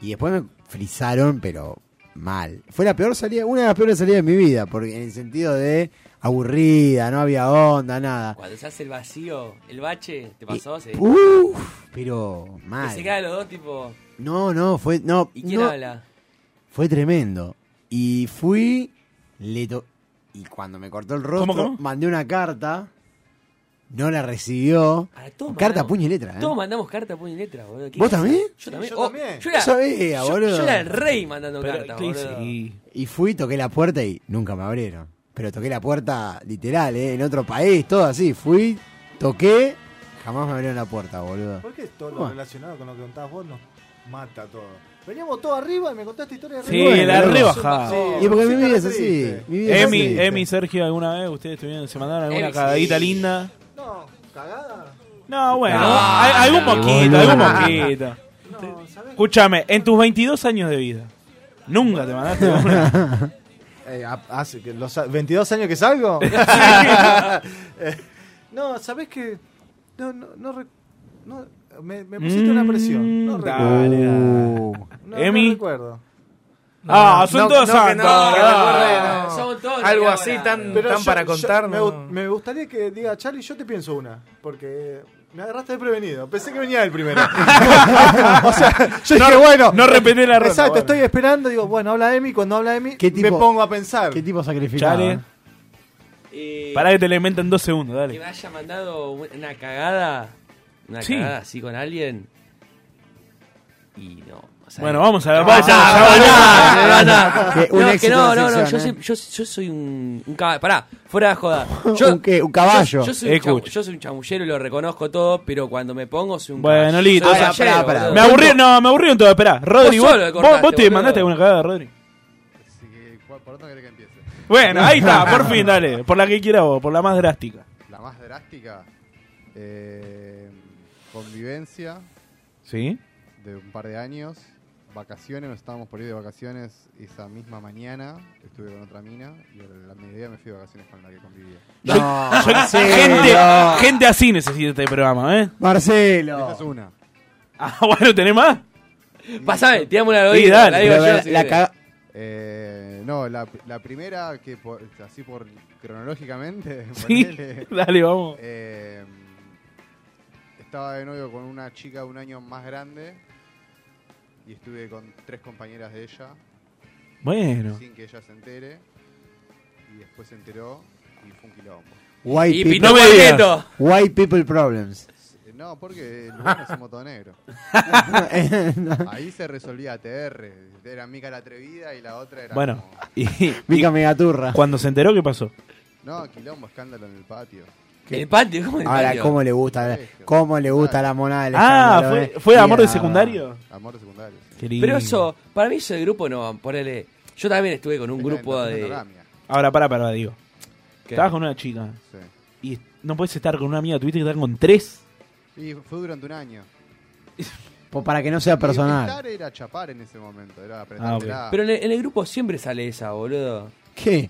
Speaker 3: y después me frizaron, pero mal. Fue la peor salida, una de las peores salidas de mi vida, porque en el sentido de aburrida, no había onda, nada.
Speaker 4: Cuando se hace el vacío, el bache, ¿te pasó? Sí.
Speaker 3: Uf, pero
Speaker 4: Que se
Speaker 3: mal.
Speaker 4: quedan los dos, tipo.
Speaker 3: No, no, fue no,
Speaker 4: ¿Y quién
Speaker 3: no,
Speaker 4: habla?
Speaker 3: Fue tremendo. Y fui, le to- y cuando me cortó el rostro,
Speaker 4: ¿Cómo, cómo?
Speaker 3: mandé una carta, no la recibió.
Speaker 4: todos
Speaker 3: carta
Speaker 4: mandamos-
Speaker 3: a puño y letra, ¿eh?
Speaker 4: Todos mandamos carta, puño y letra, boludo. ¿Qué
Speaker 3: ¿Vos
Speaker 4: pasa?
Speaker 3: también?
Speaker 4: Yo también.
Speaker 3: yo
Speaker 4: Oh,
Speaker 3: también.
Speaker 4: yo era,
Speaker 3: No sabía,
Speaker 4: yo-
Speaker 3: boludo.
Speaker 4: Yo era el rey mandando cartas,
Speaker 2: ¿qué
Speaker 4: boludo.
Speaker 3: Y fui, toqué la puerta y nunca me abrieron. Pero toqué la puerta literal, ¿eh? En otro país, todo así. Fui, toqué, jamás me abrieron la puerta, boludo.
Speaker 10: ¿Por qué todo lo
Speaker 3: Bueno.
Speaker 10: relacionado con lo que contabas vos nos mata todo? Veníamos todo arriba y me contaste historia de
Speaker 2: Sí,
Speaker 10: arriba.
Speaker 2: la
Speaker 10: Ah, Bueno,
Speaker 2: rebajada.
Speaker 10: sí,
Speaker 3: Y porque mi
Speaker 10: sí,
Speaker 3: vida es así.
Speaker 10: triste.
Speaker 3: Mi vida es
Speaker 2: Emi,
Speaker 3: así.
Speaker 2: Emi, Sergio, ¿alguna vez ustedes tuvieron, se mandaron alguna
Speaker 10: Emi, sí.
Speaker 2: cagadita linda?
Speaker 10: No, cagada.
Speaker 2: No, bueno,
Speaker 10: No,
Speaker 2: hay- algún
Speaker 10: no,
Speaker 2: moquito,
Speaker 10: boludo.
Speaker 2: algún moquito.
Speaker 10: No, ¿sabés?
Speaker 2: Escúchame, en tus 22 años de vida, nunca te mandaste una.
Speaker 10: Eh, ha- hace que los a- 22 años que salgo. Eh, no, ¿sabés qué? No, no, no, re- no, me, me pusiste una presión. No
Speaker 2: Mm,
Speaker 10: recuerdo.
Speaker 2: dale, dale.
Speaker 10: No,
Speaker 2: Emi.
Speaker 10: no recuerdo.
Speaker 2: Ah, son todos
Speaker 10: que
Speaker 2: santos,
Speaker 10: que
Speaker 2: ah.
Speaker 10: recuerde,
Speaker 4: Son todos
Speaker 11: Algo
Speaker 4: los que
Speaker 11: así
Speaker 4: hablan.
Speaker 11: tan,
Speaker 10: Pero
Speaker 11: tan
Speaker 10: yo-
Speaker 11: para
Speaker 10: yo-
Speaker 11: contar.
Speaker 10: Me,
Speaker 11: no.
Speaker 10: gu- me gustaría que diga, Charlie, yo te pienso una. Porque me agarraste desprevenido. Pensé que venía el primero. o sea, yo
Speaker 2: No-
Speaker 10: dije, bueno.
Speaker 2: no repetí la ronda,
Speaker 10: Exacto,
Speaker 2: bueno.
Speaker 10: estoy esperando. Digo, bueno, habla Emi. Cuando habla Emi,
Speaker 3: ¿Qué
Speaker 10: me
Speaker 3: tipo-
Speaker 10: pongo a pensar.
Speaker 3: ¿Qué tipo sacrificado?
Speaker 2: Chale, pará que te la inventa en dos segundos,
Speaker 4: Que
Speaker 2: dale.
Speaker 4: me haya mandado una cagada. Una
Speaker 2: Sí.
Speaker 4: cagada así con alguien. Y no. o sea,
Speaker 2: Bueno, vamos a ver.
Speaker 4: No,
Speaker 2: vaya,
Speaker 4: no,
Speaker 2: ya
Speaker 4: no,
Speaker 2: va, ya.
Speaker 4: no, no, no.
Speaker 3: Que un
Speaker 4: No, es que
Speaker 3: éxito
Speaker 4: no,
Speaker 3: de
Speaker 4: no, no, Yo,
Speaker 3: sección,
Speaker 4: soy- yo, yo soy un, un caballo. Pará, fuera de joda. Yo,
Speaker 3: ¿Un qué? ¿Un caballo?
Speaker 4: Yo, yo soy un chamu-
Speaker 3: Escucha.
Speaker 4: yo soy un chamullero y lo reconozco todo, pero cuando me pongo soy un
Speaker 2: Bueno,
Speaker 4: caballo.
Speaker 2: listo.
Speaker 4: Soy un
Speaker 2: Ah,
Speaker 4: caballero,
Speaker 2: pará, pará.
Speaker 4: boludo.
Speaker 2: Me aburrieron, no, me aburrieron todo. Esperá, Rodri,
Speaker 4: Vos
Speaker 2: vos,
Speaker 4: solo le
Speaker 2: vos-
Speaker 4: cortaste,
Speaker 2: vos te
Speaker 4: boludo.
Speaker 2: mandaste alguna cagada, Rodri.
Speaker 5: Así que, ¿cuál- ¿por dónde querés que empiece?
Speaker 2: Bueno, ahí está, por fin, dale. Por la que quiera vos, por la más drástica.
Speaker 5: La más drástica, eh, convivencia
Speaker 2: ¿Sí?
Speaker 5: de un par de años, vacaciones, nos estábamos por ir de vacaciones esa misma mañana, estuve con otra mina y a la mediodía me fui de vacaciones con la que convivía.
Speaker 3: No,
Speaker 2: Yo- gente,
Speaker 3: Marcelo.
Speaker 2: gente así necesita este programa, ¿eh?
Speaker 5: Esa es
Speaker 3: Marcelo.
Speaker 5: una.
Speaker 2: Ah, bueno, ¿tenés más?
Speaker 4: Pasame, tirámosla al
Speaker 2: Sí,
Speaker 4: oído.
Speaker 2: dale,
Speaker 4: la digo
Speaker 3: Pero
Speaker 4: yo,
Speaker 3: la-
Speaker 4: si
Speaker 3: la
Speaker 4: querés.
Speaker 3: caga-
Speaker 5: Eh, no, la, la primera, que por- así por cronológicamente,
Speaker 2: Sí.
Speaker 5: ponele,
Speaker 2: Dale, vamos.
Speaker 5: eh, estaba de novio con una chica de un año más grande y estuve con tres compañeras de ella
Speaker 2: Bueno.
Speaker 5: sin que ella se entere y después se enteró y fue un quilombo.
Speaker 3: White,
Speaker 4: Y
Speaker 3: people,
Speaker 4: Pito
Speaker 2: No me digas.
Speaker 4: Cuarteto.
Speaker 3: white people problems.
Speaker 5: Eh, No, porque el lugar hacemos todo negro. Ahí se resolvía TR. Era Mica la atrevida y la otra era.
Speaker 2: Bueno.
Speaker 5: como-
Speaker 2: Y,
Speaker 3: Mica
Speaker 2: y
Speaker 3: Megaturra.
Speaker 2: cuando se enteró, ¿qué pasó?
Speaker 5: No, quilombo, escándalo en el patio.
Speaker 4: El patio, ¿cómo el
Speaker 3: Ahora,
Speaker 4: patio?
Speaker 3: ¿cómo le gusta? ¿Cómo le gusta la monada del
Speaker 2: Ah,
Speaker 3: escándalo,
Speaker 2: ¿fue,
Speaker 3: eh?
Speaker 2: fue amor de
Speaker 3: Mierda.
Speaker 2: secundario?
Speaker 5: Amor secundario. sí.
Speaker 2: Qué lindo.
Speaker 4: Pero eso, para mí eso de grupo no, ponele. Yo también estuve con un
Speaker 5: Es
Speaker 4: grupo
Speaker 5: la
Speaker 4: de.
Speaker 5: endogamia,
Speaker 2: Ahora, para, para, digo.
Speaker 4: ¿Qué?
Speaker 2: Estabas con una chica
Speaker 5: sí.
Speaker 2: y no puedes estar con una amiga, tuviste que estar con tres.
Speaker 5: Y fue durante un año.
Speaker 3: Pues para que no sea
Speaker 5: Y
Speaker 3: personal.
Speaker 5: pintar era chapar en ese momento. Era
Speaker 2: Ah, ok.
Speaker 5: aprendértela.
Speaker 4: Pero en el, en el grupo siempre sale esa, boludo.
Speaker 3: ¿Qué?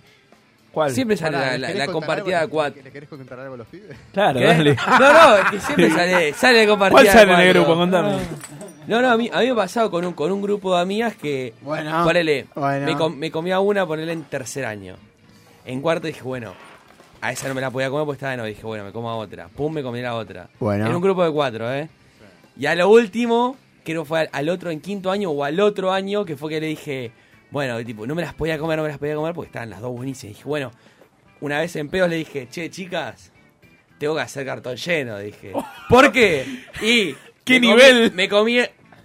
Speaker 2: ¿Cuál?
Speaker 4: Siempre sale la,
Speaker 5: Pará, ¿les
Speaker 4: la-
Speaker 5: querés
Speaker 4: la
Speaker 5: contar
Speaker 4: compartida
Speaker 5: algo
Speaker 4: de
Speaker 5: a los-
Speaker 4: cuatro.
Speaker 5: ¿Le querés contar algo a los pibes?
Speaker 2: Claro,
Speaker 4: ¿Qué?
Speaker 2: dale.
Speaker 4: No, no, es que siempre sale, sale la compartida.
Speaker 2: ¿Cuál sale en
Speaker 4: de Ah.
Speaker 2: el grupo?
Speaker 4: cuatro.
Speaker 2: Contame.
Speaker 4: No, no, a mí, a mí me ha pasado con un, con un grupo de amigas que.
Speaker 3: Bueno,
Speaker 4: Ponele,
Speaker 3: bueno.
Speaker 4: Me, com- me comía una, ponele en tercer año. En cuarto dije, bueno, a esa no me la podía comer porque estaba de no. Dije, bueno, me como a otra. Pum, me comí la otra.
Speaker 3: Bueno.
Speaker 4: En un grupo de cuatro, ¿eh? Y a lo último, creo que fue al, al otro en quinto año o al otro año, que fue que le dije, bueno, tipo, no me las podía comer, no me las podía comer porque estaban las dos buenísimas. Dije, bueno, una vez en pedos le dije, che, chicas, tengo que hacer cartón lleno, dije. ¿Por qué? Y.
Speaker 2: ¿Qué
Speaker 4: me comí-
Speaker 2: nivel?
Speaker 4: me comí.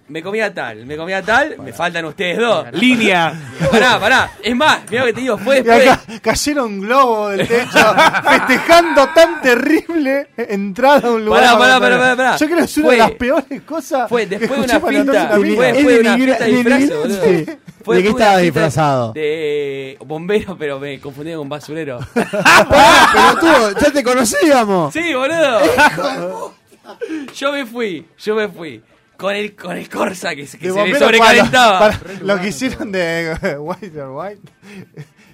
Speaker 4: Me comía tal, me comía tal, me faltan ustedes dos.
Speaker 2: Línea.
Speaker 4: Pará, pará. Es más, mira lo que te digo, fue
Speaker 10: Y
Speaker 4: después.
Speaker 10: acá cayeron globos del techo, festejando tan terrible entrada a un lugar.
Speaker 4: Pará, pará,
Speaker 10: para
Speaker 4: pará, pará, pará.
Speaker 10: Yo creo que es una
Speaker 4: Fue-
Speaker 10: de las peores cosas.
Speaker 4: Fue
Speaker 10: que
Speaker 4: después de una
Speaker 10: escuché para
Speaker 4: fiesta.
Speaker 10: contarse a una
Speaker 4: Fue fue
Speaker 10: mina.
Speaker 3: Es
Speaker 4: de una
Speaker 3: denigr-
Speaker 4: fiesta de disfraces,
Speaker 3: denigrante.
Speaker 4: boludo.
Speaker 3: ¿De
Speaker 4: Fue
Speaker 3: qué
Speaker 4: una
Speaker 3: estaba
Speaker 4: fiesta
Speaker 3: disfrazado?
Speaker 4: De bombero, pero me confundí con basurero.
Speaker 3: Ah, pará, pelotudo, ya te conocíamos.
Speaker 4: sí, boludo. Yo me fui, yo me fui. Con el, con el Corsa que, se- que
Speaker 10: De
Speaker 4: se me
Speaker 10: bombero,
Speaker 4: sobrecalentaba.
Speaker 10: para- para- lo que hicieron de White or White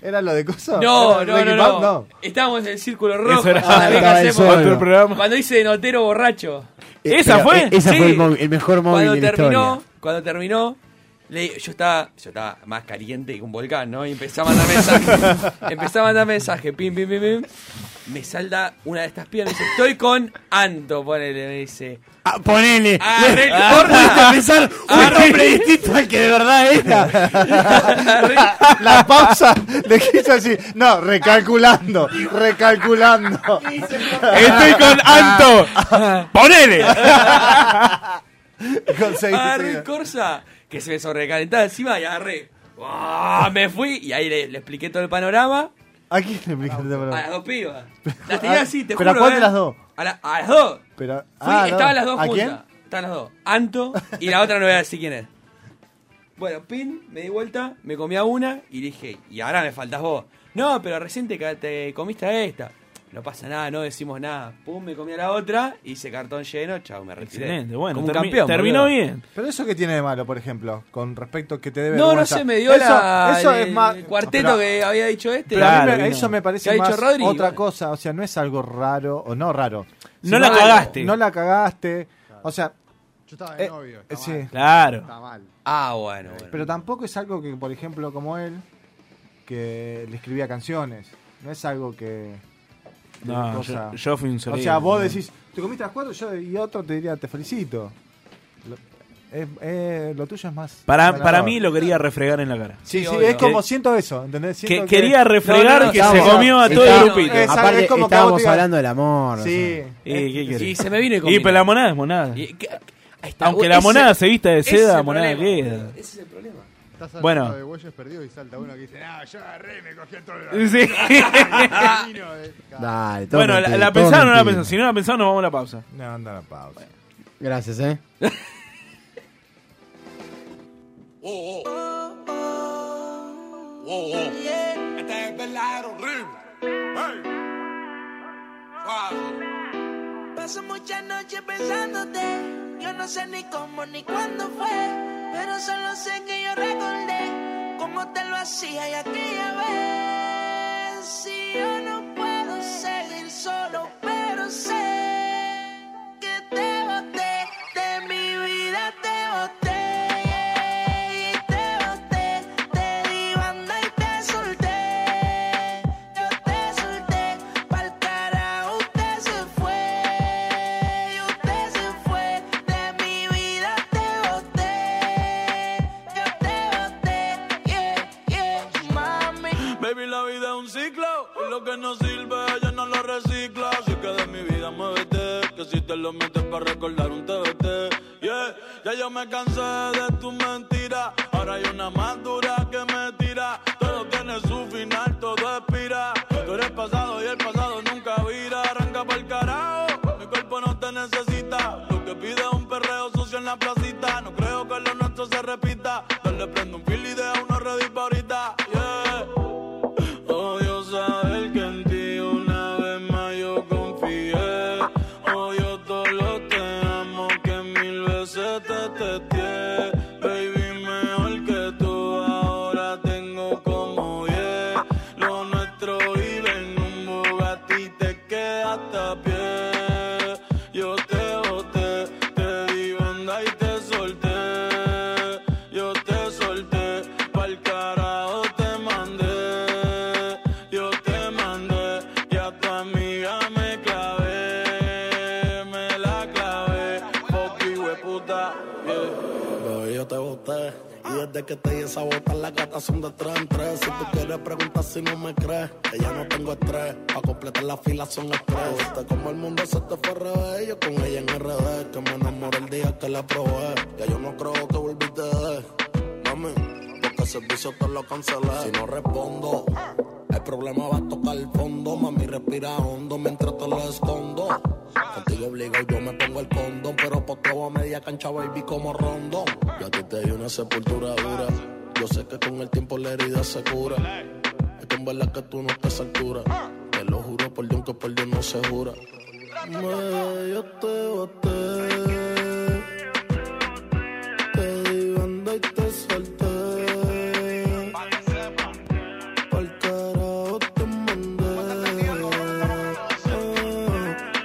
Speaker 10: era lo de cosas.
Speaker 4: No,
Speaker 10: ¿Era
Speaker 4: no,
Speaker 10: Ricky
Speaker 4: no,
Speaker 10: Bob?
Speaker 4: no, Estábamos en el círculo rojo.
Speaker 10: Eso era-
Speaker 4: cuando
Speaker 10: Ah,
Speaker 4: había
Speaker 10: estaba
Speaker 4: que
Speaker 10: el
Speaker 4: hacer-
Speaker 10: solo. Otro
Speaker 3: programa.
Speaker 4: Cuando hice de notero borracho.
Speaker 3: Eh, pero, eh, Esa
Speaker 4: Sí.
Speaker 3: fue el, móvil- el mejor móvil
Speaker 4: Cuando
Speaker 3: de la historia.
Speaker 4: terminó, cuando terminó, le- yo estaba, yo estaba más caliente que un volcán, ¿no? Y empecé a mandar mensajes. empecé a mandar mensajes, pim, pim, pim, pim. Me salta una de estas piernas y dice, estoy con Anto, ponele, me dice.
Speaker 3: Ah, ponele.
Speaker 4: Arre,
Speaker 3: Ah, pudiste empezar un nombre distinto al que de verdad
Speaker 10: era. La pausa le quiso así. No, recalculando, recalculando. Ah.
Speaker 14: Estoy con Anto.
Speaker 10: ¡Ponele!
Speaker 4: agarré el Corsa, que se me sobrecalentaba encima y agarré. ¡Buah! Me fui y ahí le, le expliqué todo el panorama
Speaker 10: ¿A quién le explicaste el
Speaker 4: a las
Speaker 10: tema?
Speaker 4: dos pibas. Las tenía así, te
Speaker 10: Ah, ¿Pero a
Speaker 4: juro.
Speaker 10: cuál de
Speaker 4: ¿eh?
Speaker 10: las dos?
Speaker 4: A, la- a las dos.
Speaker 10: Pero,
Speaker 4: Fui,
Speaker 10: ah, no.
Speaker 4: estaban las dos
Speaker 10: ¿A
Speaker 4: juntas.
Speaker 10: quién?
Speaker 4: Estaban las dos. Anto y la otra no voy a decir quién es. Bueno, pin, me di vuelta, me comí a una y dije, y ahora me faltas vos. No, pero recién te, ca- te comiste a esta. No pasa nada, no decimos nada. Pum, me comí a la otra, hice cartón lleno, chau, me retiré.
Speaker 2: Excelente, bueno,
Speaker 4: Como un
Speaker 2: termi-
Speaker 4: campeón,
Speaker 2: terminó
Speaker 4: boludo.
Speaker 2: bien.
Speaker 10: Pero eso que tiene de malo, por ejemplo, con respecto que te debe
Speaker 4: No, no
Speaker 10: vergüenza.
Speaker 4: sé, me dio
Speaker 10: eso,
Speaker 4: la,
Speaker 10: eso
Speaker 4: el,
Speaker 10: es más
Speaker 4: cuarteto
Speaker 10: pero-
Speaker 4: que había dicho este.
Speaker 10: Pero a mí me-
Speaker 4: Claro,
Speaker 10: eso
Speaker 4: vino.
Speaker 10: me parece
Speaker 4: que ha
Speaker 10: más
Speaker 4: dicho Rodri,
Speaker 10: otra cosa, o sea, no es algo raro o no raro.
Speaker 2: No
Speaker 10: Sino
Speaker 2: la
Speaker 10: algo-
Speaker 2: cagaste.
Speaker 10: No la cagaste. O sea,
Speaker 1: Yo estaba de
Speaker 10: Eh,
Speaker 1: novio.
Speaker 10: eh, sí.
Speaker 2: Claro.
Speaker 1: Está mal.
Speaker 4: Ah, bueno, bueno.
Speaker 10: pero tampoco es algo que, por ejemplo, como él, que le escribía canciones. No es algo que...
Speaker 2: No, yo-
Speaker 10: cosa.
Speaker 2: yo fui un
Speaker 10: O
Speaker 2: solero,
Speaker 10: sea, vos
Speaker 2: boludo.
Speaker 10: decís, te comiste las cuatro yo, y otro te diría, te felicito. Lo, es- eh, lo tuyo es más...
Speaker 2: Para,
Speaker 10: ganador.
Speaker 2: para mí lo quería refregar en la cara.
Speaker 10: Sí, sí, es como siento eso, ¿entendés?
Speaker 2: Que-
Speaker 10: Siento
Speaker 2: quería refregar que se comió a todo el
Speaker 10: Está-
Speaker 2: grupito.
Speaker 10: es-
Speaker 3: Aparte,
Speaker 10: es como que
Speaker 3: estábamos
Speaker 10: vos te digas-
Speaker 3: hablando del amor.
Speaker 10: Sí.
Speaker 2: ¿Y qué querés?
Speaker 4: Eh, Y se me vino y
Speaker 2: Y
Speaker 4: combinó.
Speaker 2: pero la monada es monada.
Speaker 4: Está- uh,
Speaker 2: Aunque la
Speaker 4: ese-
Speaker 2: monada se vista de
Speaker 4: ese es
Speaker 2: seda,
Speaker 4: el
Speaker 2: monada
Speaker 4: problema,
Speaker 2: queda.
Speaker 4: boludo. Ese es el problema.
Speaker 1: Estás hablando
Speaker 2: Bueno.
Speaker 1: de bueyes perdidos y salta uno que dice, ah, yo agarré y me cogí a todo el
Speaker 2: Sí.
Speaker 3: Dale, todo
Speaker 2: Bueno, la, la pensaron o
Speaker 3: mentira, todo
Speaker 2: no la
Speaker 3: mentira.
Speaker 2: pensaron. Si no la pensaron, nos vamos a la pausa.
Speaker 10: No, anda la pausa.
Speaker 3: Gracias, eh.
Speaker 15: Wow, wow. Este es verdadero ritmo. Hey. Suave.
Speaker 7: Paso muchas noches pensándote. Yo no sé ni cómo ni cuándo fue. Pero solo sé que yo recordé cómo te lo hacía y aquella vez. Si yo no puedo seguir solo, pero sé que te boté. De mi vida te boté. Y te boté. Te di banda y te solté. Yo te solté. Pa'l carajo usted se fue. Y usted se fue de mi vida, te boté, yo te boté, yeah, yeah, mami.
Speaker 6: Baby, la vida es un ciclo y lo que no sirve ya no lo recicla. Así que de mi vida muévete, que si te lo metes para recordar un TBT. Yeah, ya yo me cansé de tus mentiras. Ahora hay una más dura que me tira. Todo tiene su final, todo expira. Tú eres pasado y el pasado nunca vira. Arranca para el carajo, mi cuerpo no te necesita. Lo que pide es un perreo sucio en la placita. No creo que lo nuestro se repita. Dale, prendo un fil y deja una red ahorita. Yeah. Odio saber que en ti una vez más yo confié. Odio todo lo te amo que mil veces te testé. Baby, mejor que tú ahora tengo como yeah. Lo nuestro vive en un Bugatti y te queda hasta pie. Yo te boté, te di banda y te solté. Yo te solté, pa'l carajo te mandé. Yo te mandé y a tu amiga me clavé. Me la clavé, fucky hueputa.
Speaker 16: Bebé, yo te boté. Y desde que te hice botar las gatas son de tres en tres. Si tú quieres preguntar si no me crees, que ya no tengo estrés. Pa' completar la fila son estrés. Viste como el mundo se te fue al revés. Yo con ella en RD, que me enamoré el día que la probé. Ya yo no creo que volviste de mami. Porque el servicio te lo cancelé. Si no respondo, el problema va a tocar el fondo. Mami, respira hondo mientras te lo escondo. Contigo obligo, yo me pongo el condón. Pero posteo a media cancha, baby, como rondón. Yo a ti te di una sepultura dura. Yo sé que con el tiempo la herida se cura. Es que en verdad que tú no estás a esa altura. Te lo juro por Dios que por Dios no se jura. Me, este yo te boté. Te di banda y te solté. Pa'l carajo te mandé. Ah,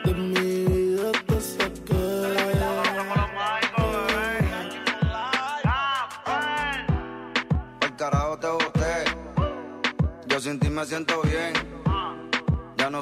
Speaker 16: De mi vida te saqué.
Speaker 17: Por carajo te boté. Yo sin ti me siento bien. Ya no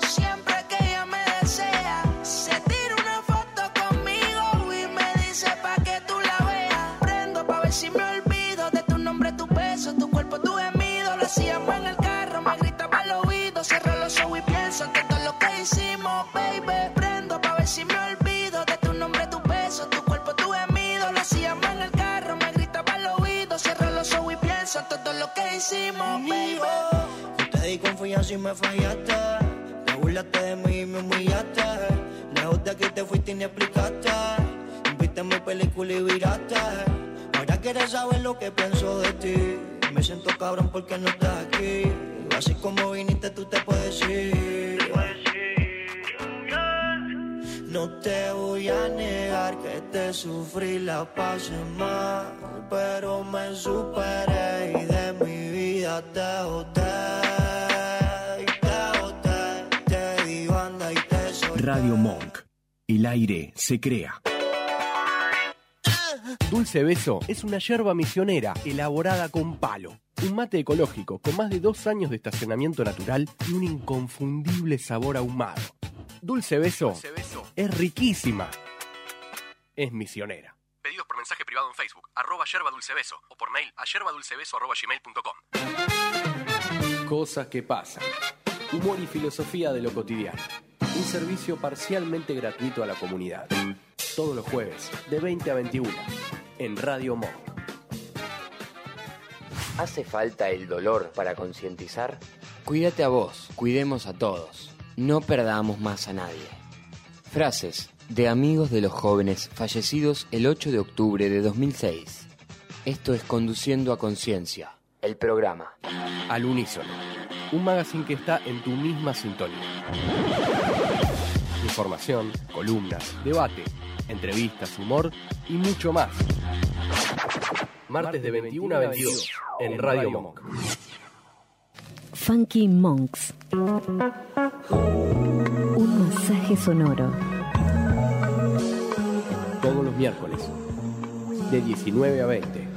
Speaker 7: Siempre que ella me desea, se tira una foto conmigo y me dice pa' que tú la veas. Prendo pa' ver si me olvido de tu nombre, tu beso, tu cuerpo, tu gemido. Lo hacíamos en el carro, me gritaba al oído. Cierro los ojos y pienso en que todo lo que hicimos, baby. Prendo pa' ver si me olvido de tu nombre, tu beso, tu cuerpo, tu gemido. Lo hacíamos en el carro, me gritaba al oído. Cierro los ojos y pienso en todo lo que hicimos, baby.
Speaker 18: Yo te di confianza y me fallaste. Te burlaste de mí y me humillaste. Lejos de aquí te fuiste y ni explicaste. Viste mi película y viraste. Ahora quieres saber lo que pienso de ti. Me siento cabrón porque no estás aquí. Así como viniste, tú te puedes ir. No te voy a negar que te sufrí la pasé mal, pero me superé y de mi vida te boté, y te boté, te di banda y te solté.
Speaker 9: Radio Monk. El aire se crea.
Speaker 19: Dulce Beso es una yerba misionera elaborada con palo. Un mate ecológico con más de dos años de estacionamiento natural y un inconfundible sabor ahumado. Dulce Beso,
Speaker 20: Dulce Beso.
Speaker 19: es riquísima. Es misionera.
Speaker 20: Pedidos por mensaje privado en Facebook, arroba yerba dulce beso, o por mail a yerbadulcebeso arroba gmail.com.
Speaker 19: Cosas que pasan. Humor y filosofía de lo cotidiano. Un servicio parcialmente gratuito a la comunidad. Todos los jueves, de 20 a 21, en Radio Monk.
Speaker 21: ¿Hace falta el dolor para concientizar? Cuídate a vos, cuidemos a todos. No perdamos más a nadie. Frases de amigos de los jóvenes fallecidos el 8 de octubre de 2006. Esto es Conduciendo a Conciencia, el programa.
Speaker 19: Al unísono. Un magazine que está en tu misma sintonía. Información, columnas, debate, entrevistas, humor y mucho más. Martes de 21 a 22 en Radio Monk.
Speaker 22: Funky Monks. Un masaje sonoro.
Speaker 19: Todos los miércoles de 19 a 20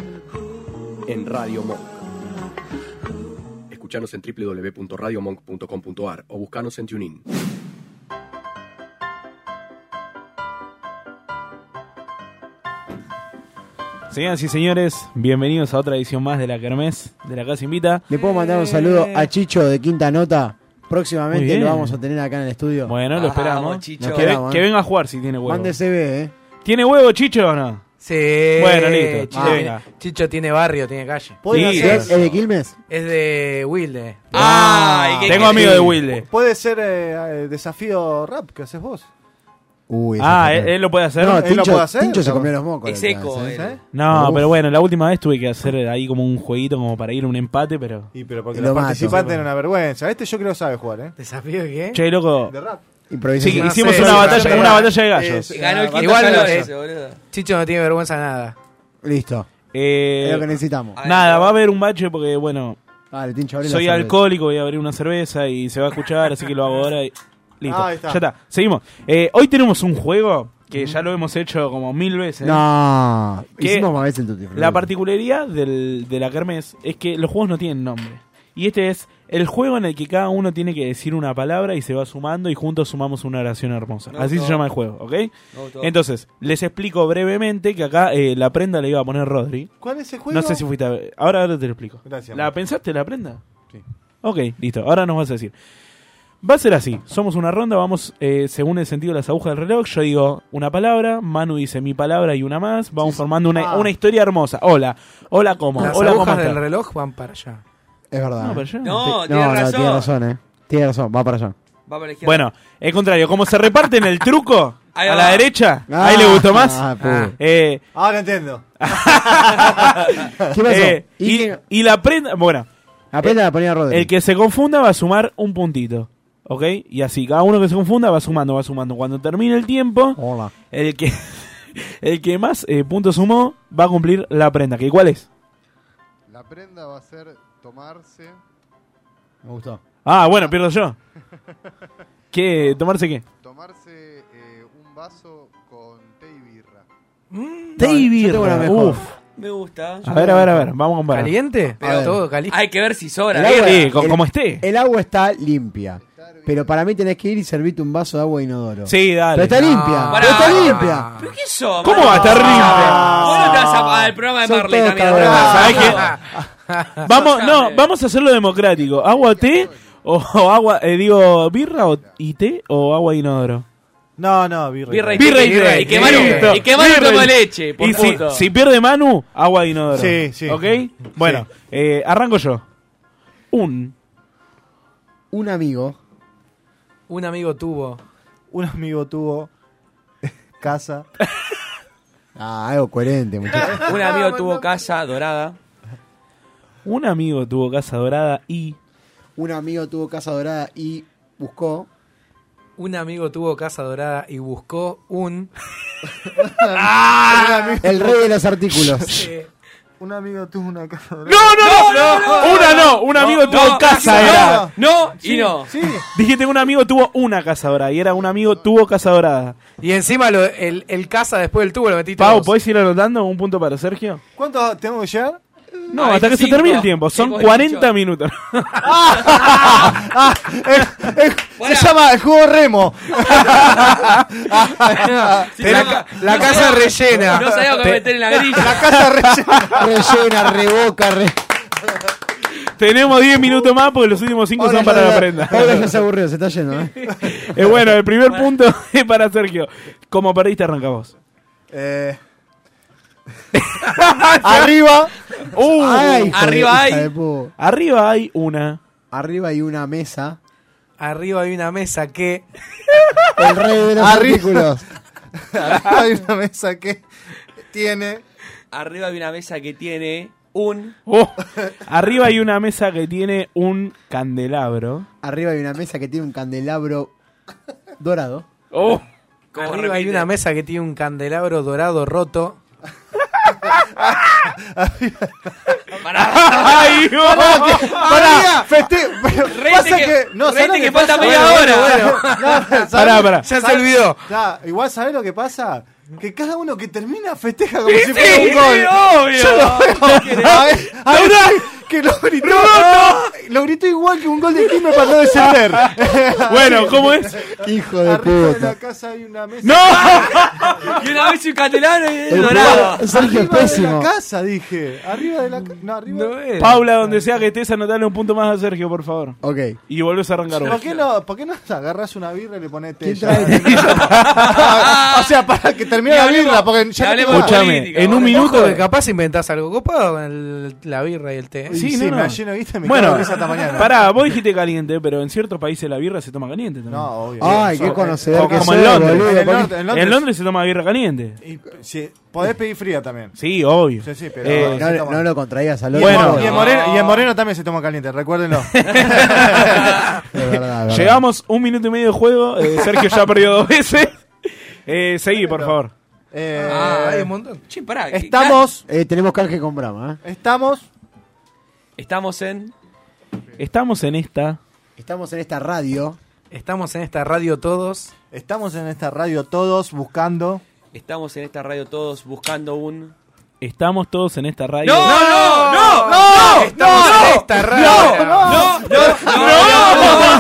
Speaker 19: en Radio Monk. Escuchanos en www.radiomonk.com.ar o buscanos en TuneIn.
Speaker 2: Señoras y señores, bienvenidos a otra edición más de la Kermés, de la Casa Invita.
Speaker 3: Le puedo mandar un saludo a Chicho de Quinta Nota.
Speaker 2: Eh. Muy
Speaker 3: Próximamente
Speaker 2: bien.
Speaker 3: lo vamos a tener acá en el estudio.
Speaker 2: Bueno, lo esperamos.
Speaker 3: Chicho.
Speaker 2: Que, ven- que venga a jugar si tiene huevo.
Speaker 3: Mande CV, eh.
Speaker 2: ¿Tiene huevo, Chicho, o no?
Speaker 11: Sí.
Speaker 2: Bueno, listo.
Speaker 11: Eh, Chicho,
Speaker 2: Ah,
Speaker 11: tiene, Chicho tiene barrio, tiene calle.
Speaker 2: ¿Pueden Sí, hacer-
Speaker 3: ¿Es de Quilmes?
Speaker 11: Es de Wilde.
Speaker 2: Ah, ¿y qué- Tengo qué- amigos de Wilde.
Speaker 10: Puede ser eh, eh, desafío rap que haces vos.
Speaker 3: Uy, ese
Speaker 2: Ah,
Speaker 3: fue-
Speaker 2: ¿él, él lo puede hacer?
Speaker 3: No, Tincho, Tincho se comió los mocos. la otra vez, ¿eh?
Speaker 2: No,
Speaker 3: Uf.
Speaker 2: pero bueno, la última vez tuve que hacer ahí como un jueguito como para ir a un empate, pero...
Speaker 10: Y pero porque
Speaker 2: Y
Speaker 10: los
Speaker 2: lo mato.
Speaker 10: participantes eran una vergüenza. Este yo creo sabe jugar, ¿eh?
Speaker 11: ¿Desafío qué?
Speaker 2: Che, loco.
Speaker 10: De rap.
Speaker 2: Sí, hicimos una batalla, una batalla de gallos.
Speaker 11: Igual, eh,
Speaker 4: boludo.
Speaker 11: Chicho no tiene vergüenza de nada.
Speaker 3: Listo.
Speaker 2: Eh,
Speaker 3: Es lo que necesitamos.
Speaker 2: Nada, va a haber un bache porque, bueno,
Speaker 3: Dale, Tincho, abrí la
Speaker 2: soy
Speaker 3: cerveza.
Speaker 2: alcohólico, voy a abrir una cerveza y se va a escuchar, así que lo hago ahora y... Listo,
Speaker 3: Ah, ahí está.
Speaker 2: ya está, seguimos. Eh, hoy tenemos un juego que ya lo hemos hecho como mil veces.
Speaker 3: No,
Speaker 2: Que
Speaker 3: hicimos más veces el Tutti Frutti.
Speaker 2: La particularidad del- de la Kermés es que los juegos no tienen nombre. Y este es el juego en el que cada uno tiene que decir una palabra y se va sumando y juntos sumamos una oración hermosa.
Speaker 4: Me
Speaker 2: Así se
Speaker 4: gustó.
Speaker 2: llama el juego, ¿ok?
Speaker 4: Me gustó.
Speaker 2: Entonces, les explico brevemente que acá eh, la prenda la iba a poner Rodri.
Speaker 10: ¿Cuál es el juego?
Speaker 2: No sé si fuiste a ver. Ahora, ahora te lo explico.
Speaker 10: Gracias,
Speaker 2: ¿La pensaste la prenda? Sí. Ok, listo. Ahora nos vas a decir. Va a ser así. Somos una ronda, vamos eh, según el sentido de las agujas del reloj. Yo digo una palabra, Manu dice mi palabra y una más. Vamos formando una,
Speaker 11: Ah.
Speaker 2: una historia hermosa. Hola, hola como,
Speaker 11: Las
Speaker 2: hola
Speaker 11: agujas
Speaker 2: como.
Speaker 11: del reloj van para allá.
Speaker 3: Es verdad.
Speaker 11: No, pero
Speaker 2: yo
Speaker 4: No,
Speaker 3: Ti-
Speaker 4: tiene
Speaker 3: no,
Speaker 4: razón.
Speaker 3: tiene razón, eh. Tiene razón, va para allá.
Speaker 4: Va para la izquierda.
Speaker 2: Bueno, el contrario, como se reparten el truco
Speaker 4: Ahí
Speaker 2: a
Speaker 4: va.
Speaker 2: la derecha,
Speaker 3: Ah,
Speaker 2: ahí le gustó más.
Speaker 3: ah, pu.
Speaker 2: Eh,
Speaker 10: Ahora Ah, entiendo.
Speaker 3: ¿Qué pasó?
Speaker 2: Eh,
Speaker 3: ¿Y
Speaker 2: y, y la prenda, bueno. eh,
Speaker 3: La prenda la ponía Rodri.
Speaker 2: El que se confunda va a sumar un puntito. ¿Ok? Y así, cada uno que se confunda va sumando, va sumando. Cuando termine el tiempo, el que el que más eh, puntos sumó va a cumplir la prenda. ¿Que cuál es?
Speaker 5: La prenda va a ser tomarse.
Speaker 3: Me gustó.
Speaker 2: Ah, bueno, pierdo yo. ¿Qué? ¿Tomarse qué?
Speaker 5: Tomarse eh, un vaso con té y birra.
Speaker 2: Té y birra. Uf.
Speaker 4: Me gusta.
Speaker 2: A ver, a ver, a ver. Vamos a comparar.
Speaker 11: ¿Caliente?
Speaker 3: A ver. Todo
Speaker 11: caliente.
Speaker 4: Hay que ver si sobra.
Speaker 3: El agua-
Speaker 4: ¿eh?
Speaker 3: el- El agua está limpia. Pero para mí tenés que ir y servirte un vaso de agua inodoro.
Speaker 2: Sí, dale.
Speaker 3: Pero está limpia.
Speaker 4: Pará.
Speaker 3: pero está limpia.
Speaker 4: ¿Pero qué somos?
Speaker 3: ¿Cómo va a estar limpia?
Speaker 4: Vos no te vas a- al programa de
Speaker 3: Son
Speaker 4: Marley
Speaker 3: todos
Speaker 4: también.
Speaker 3: cabrones.
Speaker 2: ¿Sabés
Speaker 4: boludo.
Speaker 2: qué? Vamos, no, vamos a hacerlo democrático. ¿Agua, té? O, o agua, eh, digo, birra o, y té o agua inodoro.
Speaker 10: No, no, birra.
Speaker 4: Birra y
Speaker 10: té.
Speaker 4: té, y que Manu-
Speaker 2: Listo.
Speaker 4: y que Manu
Speaker 2: Birra
Speaker 4: toma
Speaker 2: té.
Speaker 4: leche, por
Speaker 2: Y si,
Speaker 4: puto.
Speaker 2: si pierde Manu, agua de inodoro.
Speaker 10: Sí, sí.
Speaker 2: ¿Ok? Bueno, eh, arranco yo. Un.
Speaker 3: Un amigo.
Speaker 11: Un amigo tuvo.
Speaker 10: Un amigo tuvo casa.
Speaker 3: Ah, algo coherente, muchachos.
Speaker 4: Un amigo tuvo casa dorada.
Speaker 2: Un amigo tuvo casa dorada y.
Speaker 3: Un amigo tuvo casa dorada y buscó.
Speaker 11: Un amigo tuvo casa dorada y buscó un.
Speaker 3: Ah, El rey de los artículos.
Speaker 10: Un amigo tuvo una casa. No,
Speaker 2: no, Una no, un amigo tuvo casa dorada.
Speaker 4: No, y no.
Speaker 2: Dijiste un amigo tuvo una casa dorada y era un amigo tuvo casa dorada.
Speaker 11: Y encima lo- el, el casa después del tubo lo metiste.
Speaker 2: Pau,
Speaker 11: vos.
Speaker 2: ¿podés ir anotando un punto para Sergio?
Speaker 10: ¿Cuánto tengo que llegar?
Speaker 2: No,
Speaker 11: Ah,
Speaker 2: hasta que se termine el tiempo. Son
Speaker 3: pues,
Speaker 2: 40 minutos.
Speaker 10: Ah, eh, eh, Se llama el juego remo.
Speaker 11: la, la casa rellena.
Speaker 4: No sabía lo que meter en la grilla.
Speaker 10: La casa rellena.
Speaker 3: rellena, reboca, re...
Speaker 2: Tenemos 10 minutos más porque los últimos 5
Speaker 3: Ahora
Speaker 2: son
Speaker 3: ya-
Speaker 2: para la prenda.
Speaker 3: Ahora ya se aburrió, se está yendo, ¿eh?
Speaker 2: Eh, bueno, el primer punto es para Sergio. Como perdiste, arranca vos.
Speaker 10: Eh, arriba.
Speaker 2: Uh,
Speaker 3: Ay, hijo de puta de pu-
Speaker 2: Arriba hay una.
Speaker 3: Arriba hay una mesa.
Speaker 11: Arriba hay una mesa que.
Speaker 3: El rey de los
Speaker 10: Arriba.
Speaker 3: artículos.
Speaker 10: Arriba hay una mesa que tiene.
Speaker 4: Arriba hay una mesa que tiene un.
Speaker 2: Oh, arriba hay una mesa que tiene un candelabro.
Speaker 3: Arriba hay una mesa que tiene un candelabro dorado.
Speaker 2: Oh.
Speaker 11: Arriba hay una mesa que tiene un candelabro dorado roto.
Speaker 2: ¡Ay,
Speaker 10: Pará, que- pará, feste- Pasa
Speaker 4: que-
Speaker 10: que. No, ¿sabés
Speaker 4: reíte
Speaker 10: lo
Speaker 4: que
Speaker 10: que
Speaker 4: falta
Speaker 10: pasa?
Speaker 4: media hora.
Speaker 10: No, ¿sabés?
Speaker 2: Pará, pará.
Speaker 11: Ya se
Speaker 10: ¿sabés?
Speaker 11: olvidó.
Speaker 10: Ya, igual, ¿sabés lo que pasa? Que cada uno que termina festeja como
Speaker 1: Y
Speaker 10: si
Speaker 1: sí,
Speaker 10: fuera un
Speaker 1: sí,
Speaker 10: gol.
Speaker 1: obvio.
Speaker 10: Yo lo veo. A ver, a ver,
Speaker 1: Durán.
Speaker 10: que lo gritó. Lo gritó igual que un gol de Quilmes para no descender.
Speaker 2: Bueno, ¿cómo es?
Speaker 3: Hijo de
Speaker 10: Arriba de
Speaker 3: puta.
Speaker 10: la casa hay una mesa.
Speaker 2: ¡No!
Speaker 4: Y una vez un candelabro y
Speaker 3: El
Speaker 4: dorado.
Speaker 3: poder- Sergio es
Speaker 10: Arriba de la
Speaker 3: pésimo.
Speaker 10: casa, dije. Arriba de la casa. No, arriba.
Speaker 2: Paula, donde sea que estés, anotale un punto más a Sergio, por favor.
Speaker 3: Ok.
Speaker 2: Y volvés a arrancar
Speaker 10: ¿Por
Speaker 2: vos.
Speaker 10: qué, no, ¿Por qué no te agarras una birra y le pones té?
Speaker 3: ¿Quién
Speaker 10: Ya. o sea, para que termine la birra, porque ya no tengo más.
Speaker 2: en un minuto.
Speaker 11: Ojo que capaz inventás algo copado con el- la birra y el té.
Speaker 10: Y Sí, no, me no. lleno, ¿viste? Me
Speaker 2: Bueno,
Speaker 10: cago en esa hasta mañana.
Speaker 2: pará, vos dijiste caliente, pero en ciertos países la birra se toma caliente también.
Speaker 10: No, obvio.
Speaker 3: Ay,
Speaker 10: Sobre-
Speaker 3: qué conocedor
Speaker 2: O
Speaker 3: que
Speaker 2: como
Speaker 3: sos,
Speaker 2: en Londres.
Speaker 3: boludo.
Speaker 10: En Londres- en Londres-
Speaker 2: En Londres se toma birra caliente.
Speaker 10: Y, sí, podés pedir fría también.
Speaker 2: Sí, obvio.
Speaker 10: Sí, sí, pero.
Speaker 2: Eh,
Speaker 10: se
Speaker 3: No,
Speaker 10: toma.
Speaker 3: no lo contraigas al
Speaker 10: Y en
Speaker 3: otro.
Speaker 10: Mo- y, en Moreno, y en Moreno también se toma caliente, recuérdenlo.
Speaker 3: Es verdad, es verdad.
Speaker 2: Llegamos un minuto y medio de juego. eh, Sergio ya perdió dos veces. Eh, seguí, por favor.
Speaker 10: Eh,
Speaker 4: Ah, hay un montón. Che, pará. que-
Speaker 10: estamos,
Speaker 3: Eh, tenemos canje con Brahma. ¿eh?
Speaker 10: estamos,
Speaker 4: Estamos en.
Speaker 2: Estamos en esta.
Speaker 3: Estamos en esta radio.
Speaker 11: Estamos en esta radio todos.
Speaker 10: Estamos en esta radio todos buscando.
Speaker 4: Estamos en esta radio todos buscando un.
Speaker 2: Estamos todos en esta radio.
Speaker 4: ¡No, no, no,
Speaker 2: no!
Speaker 4: Estamos
Speaker 2: no,
Speaker 4: en esta radio.
Speaker 2: no,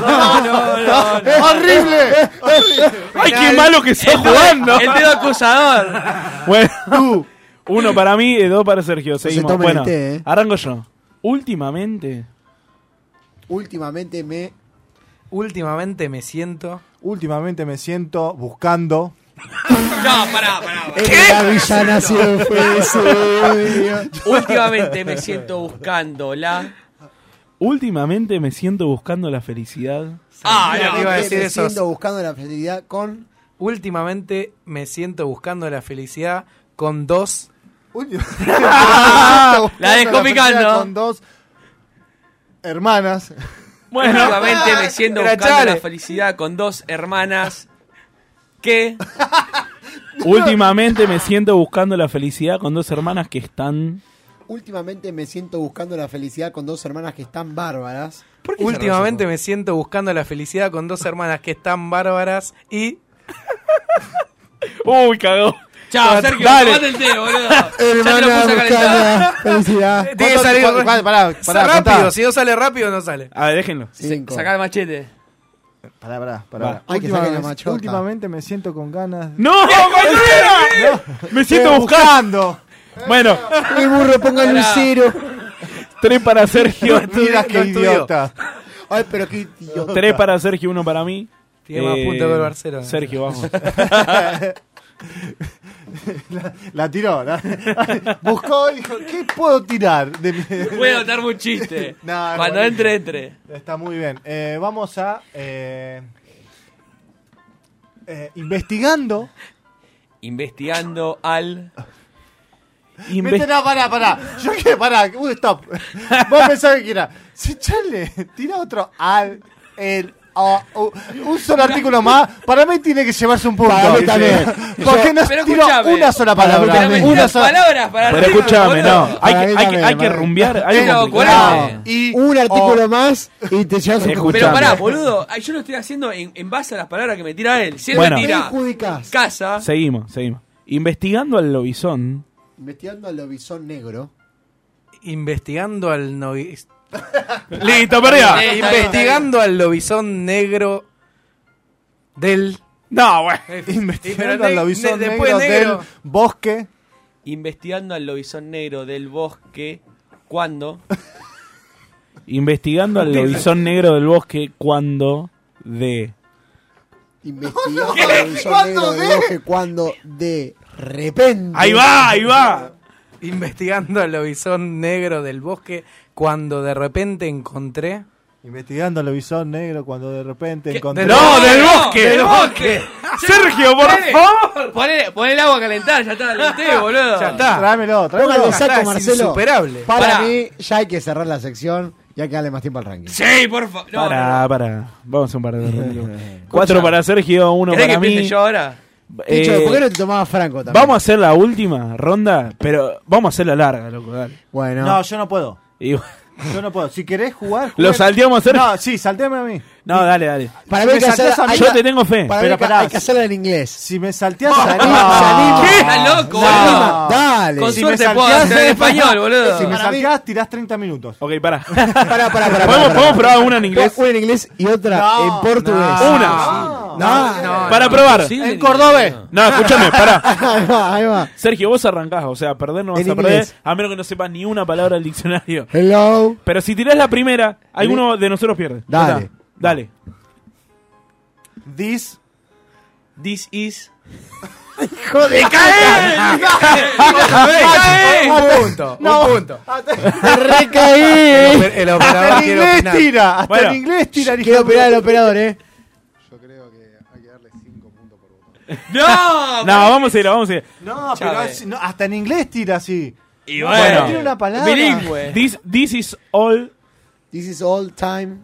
Speaker 2: no,
Speaker 10: no, no. ¡Horrible!
Speaker 2: ¡Ay, qué malo que está jugando!
Speaker 4: El dedo acusador.
Speaker 2: Bueno, uno para mí y dos para Sergio. Seguimos.
Speaker 3: tomen el
Speaker 2: Bueno,
Speaker 3: té, eh.
Speaker 2: arranco yo. Últimamente,
Speaker 3: Últimamente me.
Speaker 11: Últimamente me siento.
Speaker 10: Últimamente me siento buscando.
Speaker 4: No, pará, pará. pará.
Speaker 3: La villanación fue
Speaker 10: Pues, eh,
Speaker 3: ese.
Speaker 4: Últimamente me siento buscando la.
Speaker 2: últimamente me siento buscando la felicidad.
Speaker 4: Ah,
Speaker 11: Mira,
Speaker 4: no.
Speaker 11: te iba a decir
Speaker 3: me
Speaker 11: esos.
Speaker 3: siento buscando la felicidad con.
Speaker 11: Últimamente me siento buscando la felicidad con dos.
Speaker 4: La dejó picando.
Speaker 10: Con dos hermanas.
Speaker 4: Últimamente me siento
Speaker 10: Era
Speaker 4: buscando
Speaker 10: Chale.
Speaker 4: la felicidad con dos hermanas que.
Speaker 2: Últimamente me siento buscando la felicidad con dos hermanas que están.
Speaker 3: Últimamente me siento buscando la felicidad con dos hermanas que están bárbaras.
Speaker 11: Últimamente me siento buscando la felicidad con dos hermanas que están bárbaras y.
Speaker 2: Uy, cagó.
Speaker 4: Chao, Sergio,
Speaker 11: Dale.
Speaker 4: tomate el té, boludo.
Speaker 11: Hermana
Speaker 4: ya te lo puse a calentar.
Speaker 3: felicidad.
Speaker 11: Tiene que salir
Speaker 10: ¿Cuánto- cuál- pará, pará,
Speaker 11: rápido.
Speaker 10: contá.
Speaker 11: Si no sale rápido, no sale.
Speaker 2: A ver, déjenlo.
Speaker 4: Saca el machete.
Speaker 10: Pará, pará,
Speaker 11: Va.
Speaker 10: pará.
Speaker 11: Hay que sacar la
Speaker 10: Últimamente-
Speaker 11: machota.
Speaker 10: últimamente me siento con ganas.
Speaker 2: ¡No, cualquiera! Me siento
Speaker 10: Eh,
Speaker 2: buscando. Bueno,
Speaker 3: El burro ponga
Speaker 2: Pará.
Speaker 3: lucero.
Speaker 2: tres para Sergio.
Speaker 10: No digas que idiota.
Speaker 3: Ay, pero qué idiota.
Speaker 2: Tres para Sergio, uno para mí. Eh,
Speaker 11: Tiene más puntos que el Barcelona.
Speaker 2: Sergio, vamos.
Speaker 10: La, la tiró. la- buscó y dijo, ¿qué puedo tirar? De mi-
Speaker 4: Voy a darme un chiste.
Speaker 10: No,
Speaker 4: Cuando
Speaker 10: no,
Speaker 4: entre, entre.
Speaker 10: Está muy bien. Eh, vamos a... eh, eh, investigando.
Speaker 4: Investigando al.
Speaker 10: Viste, no, pará, pará. Yo que pará. Uy, stop. Vos pensabas que era. Si chale, tira otro al, el, o, u- un solo artículo más. Para mí tiene que llevarse un punto.
Speaker 3: Para mí también.
Speaker 10: Porque no
Speaker 4: Pero
Speaker 10: tiró
Speaker 4: escuchame.
Speaker 10: una sola
Speaker 3: Para mí
Speaker 10: palabra.
Speaker 3: también.
Speaker 10: Una
Speaker 4: Las
Speaker 10: sola.
Speaker 4: palabras para
Speaker 2: Pero
Speaker 4: arriba,
Speaker 2: escúchame,
Speaker 4: boludo.
Speaker 2: no. Hay, que-
Speaker 3: Para mí
Speaker 2: hay, que-
Speaker 3: también,
Speaker 2: hay que
Speaker 3: para mí.
Speaker 2: rumbear. hay que
Speaker 4: Pero,
Speaker 2: complicar.
Speaker 4: ¿cuál es?
Speaker 10: Y
Speaker 3: Un artículo más y te llevas un
Speaker 2: Escuchame.
Speaker 4: Pero pará, boludo. ay, Yo lo estoy haciendo en, en base a las palabras que me tira él. Si él
Speaker 2: Bueno.
Speaker 4: me tira
Speaker 3: Perjudicás.
Speaker 4: casa,
Speaker 2: Seguimos, seguimos. Investigando al lobizón.
Speaker 3: Investigando al lobizón negro.
Speaker 11: Investigando al novi-
Speaker 2: Listo, perdida.
Speaker 4: Eh, está bien,
Speaker 11: Investigando al lobizón negro del.
Speaker 2: No, güey.
Speaker 10: Investigando al
Speaker 11: ne-
Speaker 10: lobizón
Speaker 11: ne-
Speaker 10: negro,
Speaker 11: después negro.
Speaker 10: del bosque.
Speaker 4: investigando al lobizón negro del bosque, cuando
Speaker 2: Investigando al lobizón negro del bosque cuando de.
Speaker 3: Investigando al lobizón negro del bosque cuando de repente.
Speaker 2: Ahí va, ahí va.
Speaker 11: Investigando al lobizón negro del bosque cuando de repente encontré.
Speaker 10: Investigando al lobizón negro cuando de repente encontré.
Speaker 11: Del-
Speaker 2: No, del
Speaker 4: no,
Speaker 2: bosque.
Speaker 4: del bosque.
Speaker 2: Sergio, por
Speaker 4: Dale.
Speaker 2: favor.
Speaker 4: Poné, poné el agua a calentar, ya está, el té, boludo.
Speaker 11: Ya está.
Speaker 10: Tráemelo,
Speaker 3: Póngalo
Speaker 10: tráemelo.
Speaker 11: Póngale-
Speaker 3: saco,
Speaker 11: es
Speaker 3: Marcelo.
Speaker 11: insuperable.
Speaker 3: Para,
Speaker 4: Pará.
Speaker 3: mí, ya hay que cerrar la sección y hay que darle más tiempo al ranking.
Speaker 4: Sí, por favor. No,
Speaker 2: Pará, pará. Vamos a un par de rondas. Cuatro para Sergio, uno
Speaker 4: ¿Querés que
Speaker 2: para mí.
Speaker 4: empiece yo ahora?
Speaker 2: Eh,
Speaker 3: Picho, ¿por qué no te tomabas Franco también?
Speaker 2: vamos a hacer la última ronda, pero vamos a hacerla larga, loco, dale.
Speaker 3: Bueno,
Speaker 10: No, yo no puedo.
Speaker 2: Y-
Speaker 10: Yo no puedo. Si querés jugar.
Speaker 2: Lo
Speaker 10: jueguen.
Speaker 2: salteamos, Sergio.
Speaker 10: No, sí, salteame a mí.
Speaker 2: No, dale, dale.
Speaker 3: para mí
Speaker 10: me
Speaker 3: hay que
Speaker 10: saltás
Speaker 3: hacerla-
Speaker 10: a mí.
Speaker 3: hay
Speaker 2: Yo
Speaker 3: que-
Speaker 2: te tengo fe.
Speaker 3: para mí
Speaker 10: pero
Speaker 3: hay que-
Speaker 10: pará.
Speaker 3: hay que hacerla en inglés.
Speaker 10: Si me salteas.
Speaker 2: Ah,
Speaker 3: Salí, salí.
Speaker 4: Está loco,
Speaker 3: No,
Speaker 4: boludo.
Speaker 3: dale.
Speaker 4: Con
Speaker 10: Si
Speaker 4: suerte
Speaker 10: me
Speaker 4: puedo
Speaker 10: salteás- eh,
Speaker 4: hacer en español, boludo.
Speaker 10: Si me
Speaker 3: Para mí-
Speaker 10: salteás, tirás 30 minutos.
Speaker 2: Ok, pará.
Speaker 3: Pará, pará, pará.
Speaker 2: ¿Podemos,
Speaker 3: pará,
Speaker 2: podemos
Speaker 3: pará.
Speaker 2: probar una en inglés?
Speaker 3: Una en inglés y otra
Speaker 10: No,
Speaker 3: en portugués.
Speaker 10: no,
Speaker 2: Una.
Speaker 10: no,
Speaker 3: No,
Speaker 11: no,
Speaker 2: para
Speaker 11: no.
Speaker 2: probar.
Speaker 4: Sí,
Speaker 10: En cordobés.
Speaker 2: No, escúchame, pará.
Speaker 3: Ahí va, ahí va.
Speaker 2: Sergio, vos arrancás, o sea, perder no vas
Speaker 3: En
Speaker 2: a perder,
Speaker 3: inglés.
Speaker 2: a menos que no sepas ni una palabra del diccionario.
Speaker 3: Hello.
Speaker 2: Pero si tirás la primera, alguno de nosotros pierde. Ya
Speaker 3: Dale.
Speaker 2: está. Dale.
Speaker 10: This.
Speaker 4: This is.
Speaker 3: Joder,
Speaker 11: Un punto, un punto.
Speaker 3: recaí.
Speaker 11: El, el operador
Speaker 10: Hasta en
Speaker 11: quiere
Speaker 10: inglés
Speaker 11: opinar.
Speaker 10: tira. Hasta
Speaker 2: Bueno.
Speaker 10: en inglés tira. hijo
Speaker 3: Quiero
Speaker 10: de-
Speaker 3: operar al operador, eh.
Speaker 5: Yo creo que hay que darle 5 puntos por botón.
Speaker 4: ¡No!
Speaker 2: No, vamos a ir, vamos a ir.
Speaker 10: No,
Speaker 4: Chave.
Speaker 10: pero es- no, hasta en inglés tira así.
Speaker 4: Y
Speaker 2: Bueno.
Speaker 10: Tiene una palabra.
Speaker 4: Bilingüe.
Speaker 2: This, this is all.
Speaker 3: This is all time.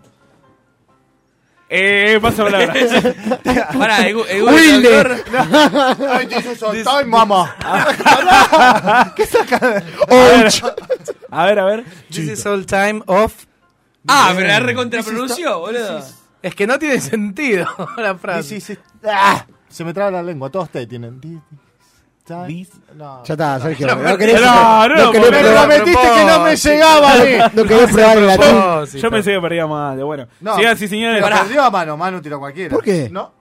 Speaker 2: Eh, pasa palabra.
Speaker 4: Pará, el, gu- el Google
Speaker 3: Wilde.
Speaker 4: traductor-
Speaker 10: Ay, dices, "Time, mamá.
Speaker 2: A ver, a ver.
Speaker 11: This is all time of.
Speaker 4: Ah, pero la recontrapronunció, boludo.
Speaker 11: Es que no tiene sentido la frase.
Speaker 10: Sí, sí, sí. ¡Ah! Se me traba la lengua, todos ustedes tienen. Di- di- sa- No.
Speaker 3: Ya está, Sergio.
Speaker 10: No,
Speaker 3: No,
Speaker 10: pero-
Speaker 3: querés,
Speaker 10: no, no,
Speaker 3: querés
Speaker 10: pero
Speaker 3: probar-
Speaker 10: prometiste que no me llegaba,
Speaker 3: No-
Speaker 10: eh.
Speaker 3: No querés probar el latín.
Speaker 2: Yo pensé que perdía más. Bueno,
Speaker 10: No,
Speaker 2: sigan, sí, señores.
Speaker 10: pero perdió a mano, mano tiró a cualquiera.
Speaker 3: ¿Por qué?
Speaker 10: No.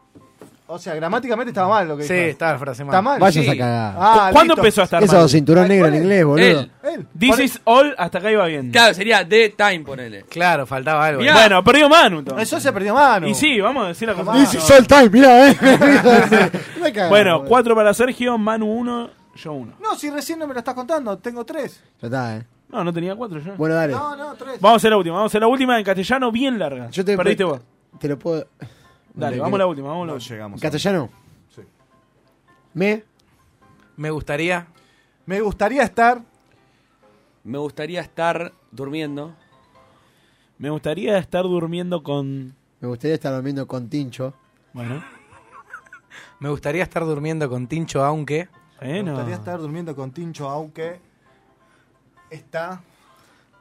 Speaker 10: O sea, gramáticamente estaba mal lo que
Speaker 11: Sí,
Speaker 10: dijo.
Speaker 11: estaba la frase mal.
Speaker 10: Está mal.
Speaker 3: Vayas
Speaker 10: Sí.
Speaker 3: a cagar.
Speaker 10: Ah,
Speaker 2: ¿Cuándo
Speaker 10: listo.
Speaker 2: empezó a estar
Speaker 3: Eso,
Speaker 2: mal?
Speaker 3: cinturón negro en inglés, boludo.
Speaker 4: Él.
Speaker 2: This is all, hasta acá iba bien.
Speaker 4: Claro, sería The Time, ponele.
Speaker 11: Claro, faltaba algo.
Speaker 4: Mirá.
Speaker 2: Bueno, perdió Manu. entonces.
Speaker 10: Eso se perdió mano.
Speaker 2: Y sí, vamos a decir la cosa.
Speaker 3: This is all time, mirá, eh. Me cago,
Speaker 2: Bueno,
Speaker 3: boludo.
Speaker 2: 4 para Sergio, Manu 1, yo 1.
Speaker 10: No, si recién no me lo estás contando, tengo tres.
Speaker 3: Ya está, eh.
Speaker 2: No, no tenía 4 yo.
Speaker 3: Bueno, dale.
Speaker 10: No, no, tres.
Speaker 2: Vamos a hacer la última, vamos a hacer la última en castellano bien larga.
Speaker 3: Yo te
Speaker 2: Perdiste vos.
Speaker 3: Te lo puedo.
Speaker 2: Dale,
Speaker 3: Dale,
Speaker 2: vamos a
Speaker 3: que-
Speaker 2: la última, vamos a la última.
Speaker 3: ¿En castellano?
Speaker 10: Sí.
Speaker 3: Me.
Speaker 11: Me gustaría.
Speaker 10: Me gustaría estar.
Speaker 4: Me gustaría estar durmiendo.
Speaker 2: Me gustaría estar durmiendo con.
Speaker 3: Me gustaría estar durmiendo con Tincho.
Speaker 2: Bueno.
Speaker 11: Me gustaría estar durmiendo con Tincho, aunque.
Speaker 10: Me gustaría estar durmiendo con Tincho, aunque está.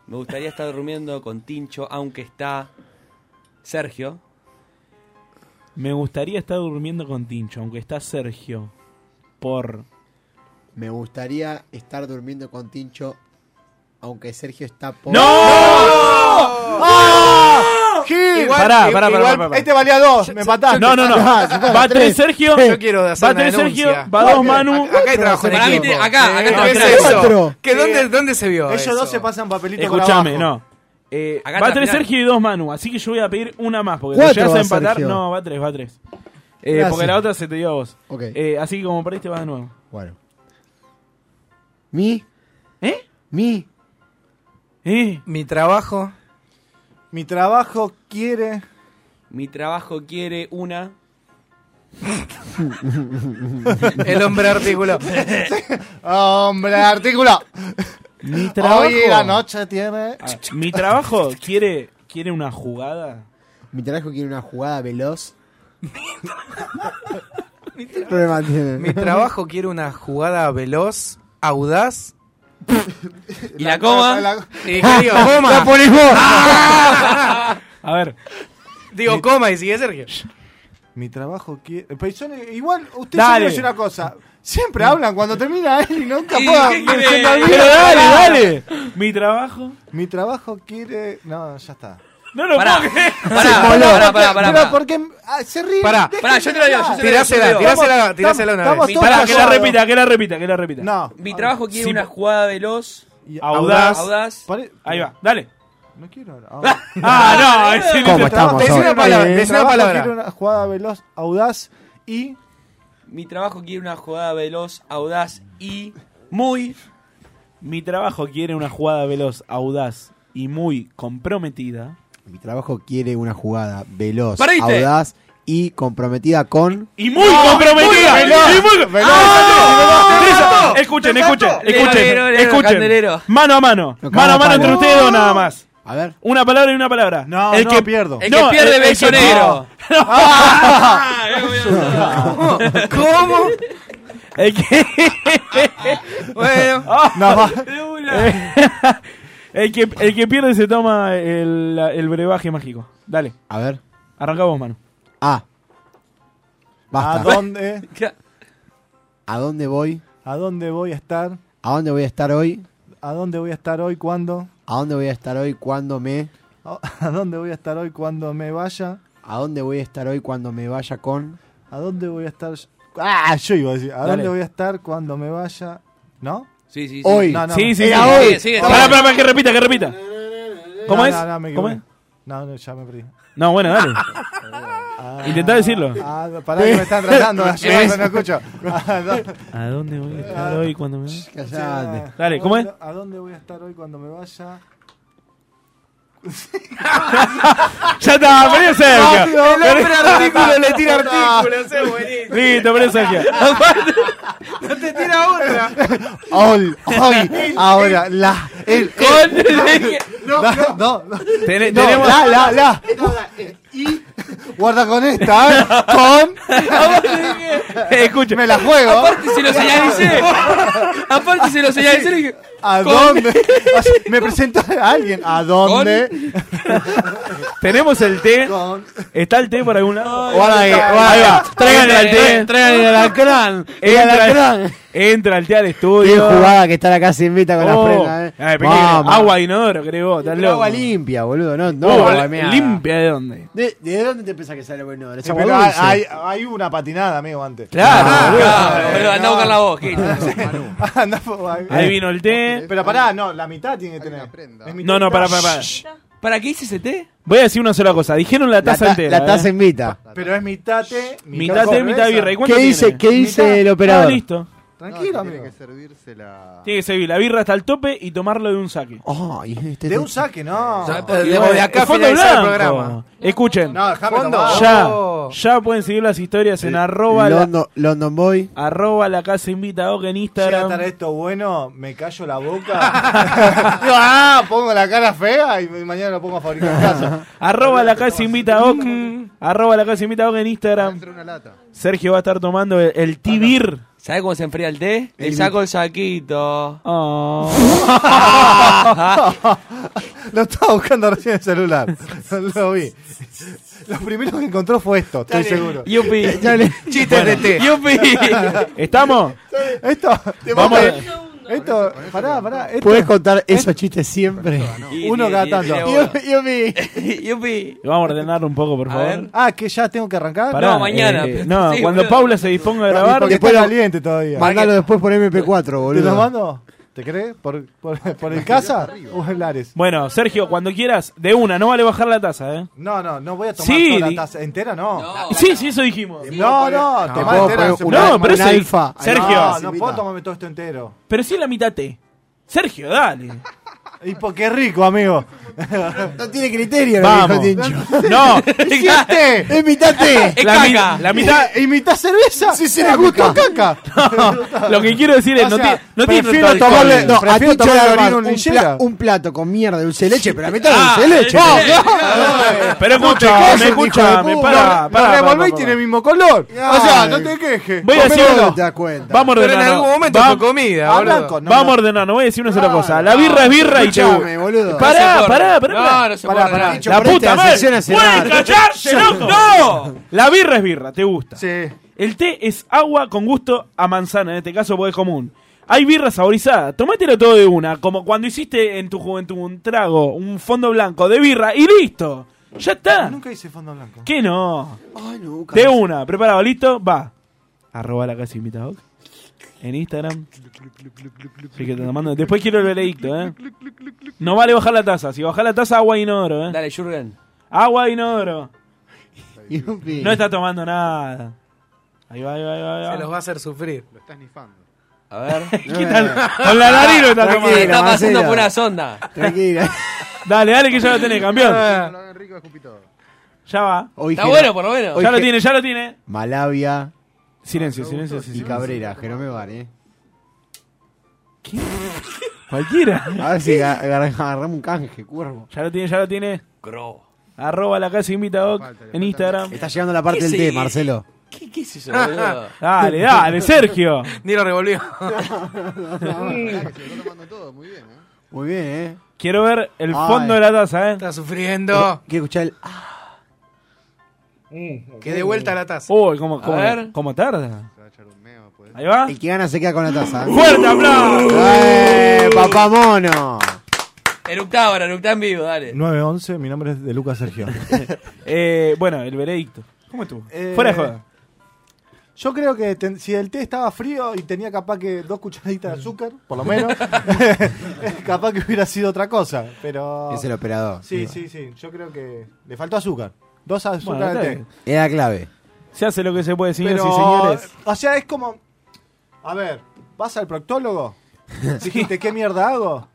Speaker 4: Me gustaría estar durmiendo con Tincho, aunque está Sergio.
Speaker 2: Me gustaría estar durmiendo con Tincho, aunque está Sergio. Por.
Speaker 3: Me gustaría estar durmiendo con Tincho, aunque Sergio está por.
Speaker 2: ¡No!
Speaker 10: ¡Ah! Gil,
Speaker 3: Igual-
Speaker 2: pará,
Speaker 3: i-
Speaker 2: pará, pará,
Speaker 3: igual-
Speaker 2: pará, pará.
Speaker 10: Este valía dos, me mataste. Ah,
Speaker 2: No, no, no. Va 3 Sergio.
Speaker 3: Eh.
Speaker 2: Va 3 Sergio. Va 2 Manu.
Speaker 11: Acá hay trabajo en
Speaker 2: Para mí
Speaker 11: equipo.
Speaker 2: te- acá, acá
Speaker 11: Eh,
Speaker 2: no,
Speaker 11: ¿Qué
Speaker 2: tres.
Speaker 11: es eso?
Speaker 2: Cuatro.
Speaker 11: ¿Que dónde, ¿Dónde se vio?
Speaker 10: Ellos
Speaker 11: eso?
Speaker 10: dos se pasan papelito
Speaker 2: Escuchame,
Speaker 10: por abajo.
Speaker 2: no. Eh,
Speaker 10: Acá
Speaker 2: va
Speaker 10: está,
Speaker 2: 3
Speaker 10: mirá.
Speaker 2: Sergio y 2 Manu, así que yo voy a pedir una más. Porque
Speaker 10: Cuatro
Speaker 2: si llegas
Speaker 10: va
Speaker 2: a empatar,
Speaker 10: Sergio.
Speaker 2: no, va 3, va 3.
Speaker 3: Gracias.
Speaker 2: porque la otra se te dio a vos.
Speaker 3: Ok.
Speaker 2: Eh, así que como perdiste, vas de nuevo.
Speaker 3: Bueno. Mi.
Speaker 2: ¿Eh?
Speaker 3: Mi.
Speaker 2: ¿Eh?
Speaker 11: Mi trabajo.
Speaker 10: Mi trabajo quiere.
Speaker 4: Mi trabajo quiere una.
Speaker 11: El hombre artículo.
Speaker 10: Hombre, artículo.
Speaker 2: Mi trabajo.
Speaker 10: Hoy la noche tiene.
Speaker 2: Ah, Mi trabajo quiere, quiere una jugada.
Speaker 3: Mi trabajo quiere una jugada veloz. ¿Qué problema tiene?
Speaker 11: Mi trabajo quiere una jugada veloz, audaz.
Speaker 4: ¿Y la coma?
Speaker 11: Y que digo, coma.
Speaker 4: La ponés
Speaker 10: vos.
Speaker 2: A ver.
Speaker 11: Digo, coma y sigue Sergio.
Speaker 10: Mi trabajo quiere. Peisone, igual, usted
Speaker 11: Dale.
Speaker 10: sabe decir una cosa. Siempre hablan cuando termina él y nunca
Speaker 11: ¿Y
Speaker 10: puedan.
Speaker 11: qué querés?
Speaker 10: se me olvida.
Speaker 11: Pero
Speaker 2: dale, dale. Mi trabajo.
Speaker 10: Mi trabajo quiere. No, ya está.
Speaker 2: No lo
Speaker 10: Pará.
Speaker 2: puedo creer.
Speaker 10: Se
Speaker 11: pará,
Speaker 10: moló.
Speaker 11: pará, pará, pará,
Speaker 10: Pero
Speaker 11: pará.
Speaker 10: porque ah, se ríe.
Speaker 11: Pará.
Speaker 10: Dejen
Speaker 4: Pará, yo te la digo, yo
Speaker 10: hablar.
Speaker 4: se la digo, yo te la
Speaker 11: Tirásela,
Speaker 4: digo.
Speaker 10: Estamos-
Speaker 11: tirásela una
Speaker 10: estamos
Speaker 11: vez.
Speaker 10: todos
Speaker 2: Pará, que la
Speaker 10: callados.
Speaker 2: repita, que la repita, que la repita.
Speaker 10: No.
Speaker 4: Mi trabajo quiere
Speaker 2: Ah, Sí,
Speaker 4: una
Speaker 2: po-
Speaker 4: jugada veloz.
Speaker 2: Audaz.
Speaker 4: Audaz.
Speaker 10: Pare-
Speaker 2: Ahí va, dale.
Speaker 10: No quiero hablar.
Speaker 2: Ah, no, es
Speaker 10: Mi
Speaker 2: inútil. ¿Cómo
Speaker 10: trabajo-
Speaker 2: estamos
Speaker 10: Decí
Speaker 2: ahora,
Speaker 10: una palabra.
Speaker 2: eh?
Speaker 10: decí una
Speaker 2: Trabajo
Speaker 10: palabra.
Speaker 2: quiere
Speaker 10: una jugada veloz, audaz y.
Speaker 4: Mi trabajo quiere una jugada veloz, audaz y.
Speaker 2: Muy. Mi trabajo quiere una jugada veloz, audaz y muy comprometida.
Speaker 3: Mi trabajo quiere una jugada veloz,
Speaker 2: Perdiste.
Speaker 3: audaz y comprometida con.
Speaker 2: Y muy
Speaker 3: No,
Speaker 2: comprometida.
Speaker 3: muy veloz.
Speaker 2: Y muy-
Speaker 3: Veloz,
Speaker 2: ¡Ah!
Speaker 3: veloz,
Speaker 2: Eso,
Speaker 3: veloz.
Speaker 2: Escuchen,
Speaker 3: Te
Speaker 2: escuchen,
Speaker 3: mató. Lero,
Speaker 2: escuchen,
Speaker 3: lero,
Speaker 2: escuchen.
Speaker 3: candelero.
Speaker 2: Mano a mano.
Speaker 3: No,
Speaker 2: Mano a mano
Speaker 3: palo.
Speaker 2: entre ustedes dos nada más.
Speaker 3: A ver.
Speaker 2: Una palabra y una palabra. No,
Speaker 10: no, pierdo.
Speaker 4: El que pierde, beso negro.
Speaker 10: Ah,
Speaker 11: ¿Cómo?
Speaker 2: El que...
Speaker 11: bueno.
Speaker 10: No, va.
Speaker 2: el, que, el que pierde se toma el, el brebaje mágico. Dale.
Speaker 3: A ver.
Speaker 2: Arranca vos, mano.
Speaker 3: A. Basta.
Speaker 10: ¿A dónde?
Speaker 3: ¿A dónde voy?
Speaker 10: ¿A dónde voy a estar?
Speaker 3: ¿A dónde voy a estar hoy?
Speaker 10: ¿A dónde voy a estar hoy cuando?
Speaker 3: ¿A dónde voy a estar hoy cuando me?
Speaker 10: ¿A dónde voy a estar hoy cuando me vaya?
Speaker 3: ¿A dónde voy a estar hoy cuando me vaya con?
Speaker 10: ¿A dónde voy a estar? Ah, yo iba a decir, ¿a
Speaker 3: Dale.
Speaker 10: dónde voy a estar cuando me vaya? ¿No?
Speaker 4: Sí, sí, sí.
Speaker 10: Hoy. No, no.
Speaker 2: Sí, sí, sí.
Speaker 10: Era hoy.
Speaker 2: Sigue, sigue, Pará, pará, pará, que repita, que repita. ¿Cómo
Speaker 10: No,
Speaker 2: es?
Speaker 10: No, no, me
Speaker 2: ¿Cómo
Speaker 10: equivoqué. No, no, ya me perdí.
Speaker 2: No, bueno, dale. Intentá decirlo.
Speaker 10: Ah, pará que me están tratando de ayudar,
Speaker 2: ¿Ves?
Speaker 10: pero no escucho. Ah, no.
Speaker 2: ¿A dónde voy a estar hoy cuando me
Speaker 10: Ah, Callate.
Speaker 2: Dale, ¿cómo es?
Speaker 10: ¿A dónde voy a estar hoy cuando me vaya?
Speaker 2: Ya está, vení Sergio.
Speaker 10: No, no,
Speaker 2: Vení.
Speaker 10: el hombre artículo le tira
Speaker 11: artículos, es buenísimo.
Speaker 2: Listo, vení Sergio.
Speaker 11: No te tira otra.
Speaker 10: Hoy, hoy, ahora, la, el,
Speaker 2: con.
Speaker 10: No, no, no.
Speaker 2: Tene-
Speaker 10: No,
Speaker 2: tenemos-
Speaker 10: La, la, la. Guarda con esta, ¿eh? Con.
Speaker 2: Escucha.
Speaker 10: Me la juego.
Speaker 4: Eh, Aparte se lo señalicé. Aparte se lo señalicé. le dije,
Speaker 10: ¿A
Speaker 4: con-
Speaker 10: dónde? O sea, me presentó a alguien. ¿A dónde?
Speaker 2: Tenemos el té. ¿Está el té por algún lado?
Speaker 10: Guarda ahí, guarda ahí.
Speaker 2: Tráiganle el té.
Speaker 3: Tráiganle el alacrán, el
Speaker 2: Entra,
Speaker 3: alacrán.
Speaker 2: entra el té al
Speaker 3: Qué
Speaker 2: estudio.
Speaker 3: jugada que estar acá sin invita
Speaker 2: Oh.
Speaker 3: con las prendas, eh.
Speaker 2: Ay, pequeño,
Speaker 3: Vamos.
Speaker 2: agua inodoro, creo vos, estás
Speaker 3: Pero
Speaker 2: loco.
Speaker 3: agua limpia, boludo. No, no,
Speaker 2: Oh,
Speaker 3: agua
Speaker 2: li-
Speaker 3: de mierda.
Speaker 2: ¿Limpia de dónde?
Speaker 3: ¿De, de dónde te pensás que sale el inodoro? ¿Es
Speaker 10: Sí,
Speaker 3: agua
Speaker 10: pero
Speaker 3: dulce?
Speaker 10: hay, hay una patinada, amigo, antes.
Speaker 3: Claro,
Speaker 10: Ah,
Speaker 3: boludo.
Speaker 4: Boludo, andá a buscar la voz, Gil.
Speaker 10: Andá por-
Speaker 2: Ahí vino el té.
Speaker 10: Pero pará, no, la mitad tiene que tener. Es mitad
Speaker 2: No, no,
Speaker 10: mitad.
Speaker 2: pará, pará, pará.
Speaker 10: Shh.
Speaker 4: ¿Para qué hice ese té?
Speaker 2: Voy a decir una sola cosa. Dijeron la taza
Speaker 3: ta-
Speaker 2: entera.
Speaker 3: la taza
Speaker 2: ¿eh?
Speaker 3: invita.
Speaker 10: Pero es mitad té,
Speaker 2: Mitad té, mitad birra. ¿Y cuánto
Speaker 3: ¿Qué dice,
Speaker 2: tiene?
Speaker 3: ¿qué dice
Speaker 2: Mitad.
Speaker 3: el
Speaker 2: Ah,
Speaker 3: operador?
Speaker 2: listo.
Speaker 10: Tranquilo, amigo.
Speaker 2: Tiene que servir la birra hasta el tope y tomarlo de un saque.
Speaker 3: este
Speaker 10: De un saque, no.
Speaker 2: Bueno, el fondo blanco. Escuchen.
Speaker 10: No, déjame
Speaker 2: Fondo- Oh.
Speaker 10: tomar.
Speaker 2: Ya, ya pueden seguir las historias en arroba la,
Speaker 3: Eh, London, London Boy.
Speaker 2: arroba la casa invita Oca en
Speaker 10: Llega a
Speaker 2: Instagram.
Speaker 10: estar esto bueno, me callo la boca. Digo, ah, pongo la cara fea y mañana lo pongo a fabricar en casa.
Speaker 2: Arroba la casa invita Oca. Arroba la casa invita Oca en Instagram. Sergio va a estar tomando el, el tibir.
Speaker 4: ¿Sabes cómo se enfría el té? Le saco el saquito.
Speaker 10: Ah. Lo estaba buscando recién en el celular. Lo vi. Lo primero que encontró fue esto, estoy
Speaker 2: Dale.
Speaker 10: seguro.
Speaker 2: Yupi.
Speaker 10: Chistes
Speaker 2: Bueno. Yupi. ¿Estamos?
Speaker 10: Esto,
Speaker 2: Vamos.
Speaker 10: esto, pará, pará. esto-
Speaker 3: Puedes
Speaker 2: ¿eh?
Speaker 3: contar esos chistes siempre.
Speaker 10: Uno cada tanto.
Speaker 4: Yupi. Yupi.
Speaker 2: Vamos a ordenar un poco, por favor.
Speaker 10: Ah, que ya tengo que arrancar.
Speaker 2: Pará, eh, no, cuando Paula se disponga a grabar.
Speaker 10: porque está caliente todavía.
Speaker 3: Mándalo después por MP4,
Speaker 10: ¿Te lo
Speaker 3: boludo.
Speaker 10: mando? ¿Te crees? ¿Por, por, por el casa o el Lares?
Speaker 2: Bueno, Sergio, cuando quieras, de una, no vale bajar la taza, ¿eh.
Speaker 10: No, no, no voy a tomar
Speaker 2: Sí,
Speaker 10: toda
Speaker 2: di-
Speaker 10: la taza entera, no. No,
Speaker 2: Sí, sí, eso dijimos.
Speaker 10: no, no,
Speaker 3: No,
Speaker 10: tomá
Speaker 3: puedo
Speaker 10: entera.
Speaker 3: poner
Speaker 10: se-
Speaker 3: una-
Speaker 2: No, pero
Speaker 3: un
Speaker 2: eso-
Speaker 3: alfa.
Speaker 2: Sergio.
Speaker 10: No, no puedo tomarme todo esto entero.
Speaker 2: Pero sí la mitad té. Sergio, dale.
Speaker 10: Y porque es rico, amigo.
Speaker 3: No tiene criterio,
Speaker 2: Vamos.
Speaker 3: lo dijo el Tincho.
Speaker 2: No,
Speaker 10: ¡Hiciste!
Speaker 3: Imitate.
Speaker 2: la, mi- la mitad.
Speaker 10: ¿Imitá cerveza?
Speaker 3: Sí, sí,
Speaker 10: ¿Te
Speaker 3: la
Speaker 10: gusta caca?
Speaker 2: Lo que quiero decir es,
Speaker 10: O
Speaker 2: no,
Speaker 10: sea,
Speaker 2: ti- no tiene
Speaker 10: prefiero
Speaker 2: tanto
Speaker 10: tomarle-
Speaker 2: alcohol.
Speaker 3: No, a
Speaker 10: Prefiero
Speaker 3: Tincho
Speaker 10: tomar
Speaker 3: le
Speaker 10: orina
Speaker 3: armaron
Speaker 10: o
Speaker 3: un,
Speaker 10: linchera.
Speaker 3: pla- un plato con mierda de dulce de leche, pero a mitad
Speaker 2: Ah,
Speaker 3: de dulce de leche.
Speaker 2: no,
Speaker 3: pero-
Speaker 2: Pero escucha, me escucha, me para,
Speaker 10: Lo
Speaker 2: para.
Speaker 10: revolvé y tiene el mismo color. O sea, no te quejes.
Speaker 2: Voy a decir
Speaker 10: Comelo.
Speaker 2: algo.
Speaker 3: te das cuenta.
Speaker 2: Vamos a
Speaker 11: Pero en
Speaker 2: ordenar.
Speaker 11: algún momento
Speaker 2: va-
Speaker 11: tu comida,
Speaker 10: Ah,
Speaker 11: boludo.
Speaker 10: blanco, no,
Speaker 2: Vamos a
Speaker 10: no.
Speaker 2: ordenar, no voy a decir una sola cosa. La birra es birra y te
Speaker 3: Escuchame, boludo.
Speaker 2: Pará,
Speaker 4: No se
Speaker 2: pará,
Speaker 4: puede.
Speaker 2: pará.
Speaker 4: No, no se
Speaker 10: Pará, este,
Speaker 4: puede.
Speaker 10: pará.
Speaker 3: Tincho,
Speaker 2: La
Speaker 3: ponete
Speaker 2: puta
Speaker 3: la
Speaker 2: madre.
Speaker 3: sección a cenar.
Speaker 2: ¡Pueden callarse, loco! ¡No! La birra es birra, te gusta.
Speaker 10: Sí.
Speaker 2: El té es agua con gusto a manzana, en este caso porque es común. Hay birra saborizada, tomátelo todo de una, como cuando hiciste en tu juventud un trago, un fondo blanco de birra y listo. Ya está.
Speaker 10: Ah, Nunca hice fondo blanco.
Speaker 2: ¿Qué no?
Speaker 3: Ay, no,
Speaker 2: De
Speaker 3: Carlos.
Speaker 2: una, preparado, listo, va. Arroba la casa invitado. En Instagram. Así que te lo mando. Después quiero el veredicto, ¿eh? No vale bajar la taza. Si bajar la taza, agua inodoro, ¿eh?
Speaker 4: Dale, Jurgen.
Speaker 2: Agua inodoro.
Speaker 3: Yupi.
Speaker 2: No está tomando nada. Ahí va, ahí va, ahí va. ahí va.
Speaker 11: Se los va a hacer sufrir.
Speaker 5: Lo estás nifando.
Speaker 4: A ver.
Speaker 2: Quítalo. Con la nariz lo está
Speaker 3: Tranquilo.
Speaker 2: tomando.
Speaker 4: Se está pasando
Speaker 3: Marcelo.
Speaker 4: por una sonda.
Speaker 3: Tranquila.
Speaker 2: Dale, dale que ya lo tenés, campeón.
Speaker 5: No lo hagan rico, escupí todo.
Speaker 2: Ya va.
Speaker 3: Hoy
Speaker 4: Está
Speaker 3: Jero-
Speaker 4: bueno, por lo menos.
Speaker 3: Oye,
Speaker 2: Ya lo
Speaker 3: que-
Speaker 2: tiene, ya lo tiene.
Speaker 3: Malavia Ah,
Speaker 2: Silencio, silencio,
Speaker 3: y
Speaker 2: silencio.
Speaker 3: Cabrera, Jerome Bar, eh.
Speaker 2: Cualquiera.
Speaker 3: A ver si ga- agar- agarramos un canje, cuervo.
Speaker 2: Ya lo tiene, ya lo tiene.
Speaker 4: Gro.
Speaker 2: Arroba la casa invita Doc en Instagram.
Speaker 3: Está llegando la parte del
Speaker 4: Sí.
Speaker 3: té, Marcelo.
Speaker 4: ¿Qué, qué es eso, boludo?
Speaker 2: Dale, dale, Sergio.
Speaker 11: Ni lo revolvió.
Speaker 5: Pará, que se lo está tomando todo, muy bien, ¿eh?
Speaker 3: Muy bien, eh.
Speaker 2: Quiero ver el
Speaker 3: Ay.
Speaker 2: fondo de la taza, ¿eh?
Speaker 11: Está sufriendo.
Speaker 3: Quiero escuchar el.
Speaker 11: Que de vuelta a la taza.
Speaker 2: Uy, ¿cómo, cómo,
Speaker 4: ver.
Speaker 2: cómo tarda?
Speaker 5: Se va a echar un meo, pues.
Speaker 2: Ahí va.
Speaker 3: El que gana se queda con la taza. eh.
Speaker 2: ¡Fuerte aplauso!
Speaker 3: ¡Eh, papá mono!
Speaker 4: Eructá ahora, eructá en vivo, dale.
Speaker 10: 911, mi nombre es de Lucas Sergio.
Speaker 2: Eh, bueno, el veredicto. ¿Cómo estuvo?
Speaker 10: Eh,
Speaker 2: Fuera de joda.
Speaker 10: Yo creo que ten- si el té estaba frío y tenía capaz que dos cucharaditas
Speaker 2: Mm.
Speaker 10: de azúcar, por lo menos, capaz que hubiera sido otra cosa. Pero.
Speaker 3: Es el operador.
Speaker 10: Sí, sí, sí. Yo creo que le faltó azúcar. Dos
Speaker 2: Bueno,
Speaker 10: azúcar
Speaker 2: está
Speaker 10: al té.
Speaker 2: bien.
Speaker 3: Era la clave.
Speaker 2: Se hace lo que se puede, señores
Speaker 10: Pero,
Speaker 2: y señores.
Speaker 10: O sea, es como. A ver, vas al proctólogo. Dijiste, ¿qué mierda hago?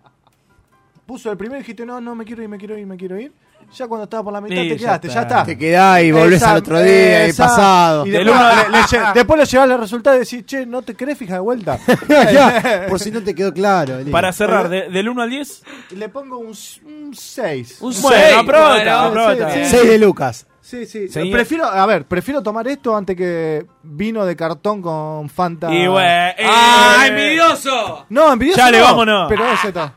Speaker 10: Puso el primero y dijiste, no, no, me quiero ir, me quiero ir, me quiero ir. Ya cuando estaba por la mitad
Speaker 2: Sí,
Speaker 10: te
Speaker 2: ya
Speaker 10: quedaste, ya
Speaker 2: está.
Speaker 10: está.
Speaker 3: Te quedás y volvés
Speaker 10: Esa-
Speaker 3: al otro día, y
Speaker 10: esa-
Speaker 3: pasado.
Speaker 10: y
Speaker 2: Del
Speaker 10: después,
Speaker 2: uno
Speaker 10: le- le lle- después lo llevas los resultados y decís, che, no te querés fijar de vuelta.
Speaker 3: Ya, Por si no te quedó claro. Eli.
Speaker 2: Para cerrar, de- del 1 al 10.
Speaker 10: Le pongo un 6.
Speaker 2: Bueno,
Speaker 4: seis,
Speaker 2: aprota,
Speaker 4: bueno,
Speaker 2: aprota.
Speaker 10: sí,
Speaker 3: Seis de Lucas.
Speaker 10: Sí, sí.
Speaker 2: Señor-
Speaker 10: Prefiero, a ver, prefiero tomar esto antes que vino de cartón con Fanta.
Speaker 2: Y eh. güey.
Speaker 5: ¡Ah, envidioso!
Speaker 10: No, envidioso.
Speaker 2: Chale,
Speaker 10: no,
Speaker 2: vámonos.
Speaker 10: Pero ese está.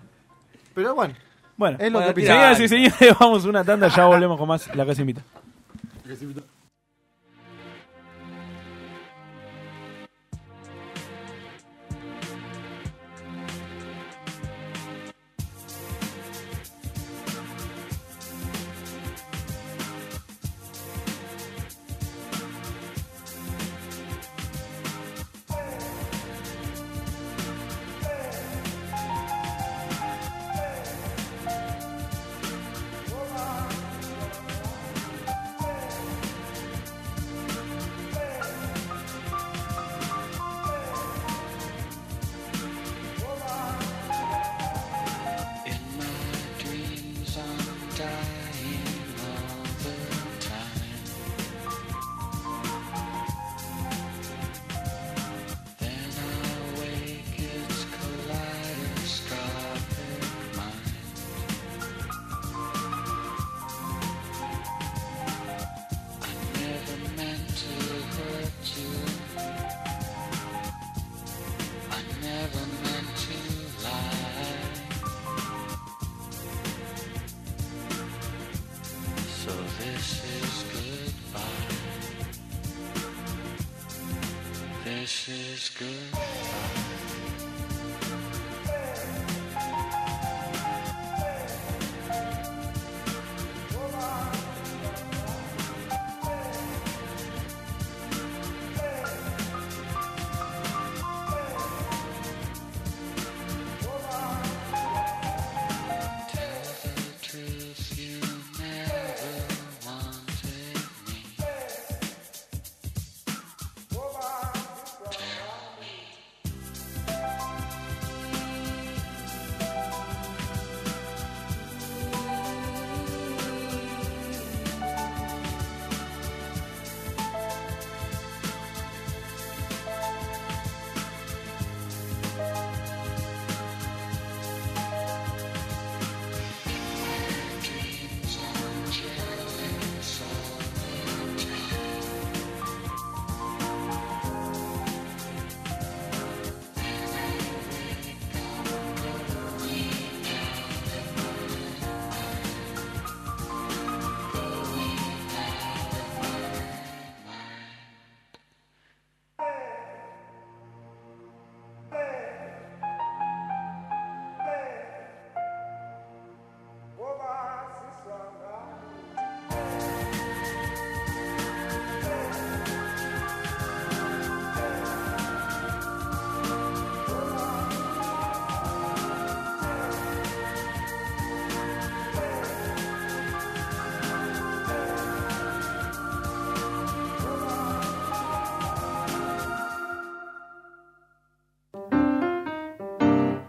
Speaker 10: Pero bueno.
Speaker 2: Bueno,
Speaker 10: Es lo que pienso.
Speaker 2: Ah, señoras y señores, vamos una tanda, ya volvemos con más La Casa Invita.
Speaker 1: dreams I'm dying all the time. Then I wake, it's kaleidoscopic mind. I never meant to hurt you. I never meant to lie. So this is goodbye. This is goodbye.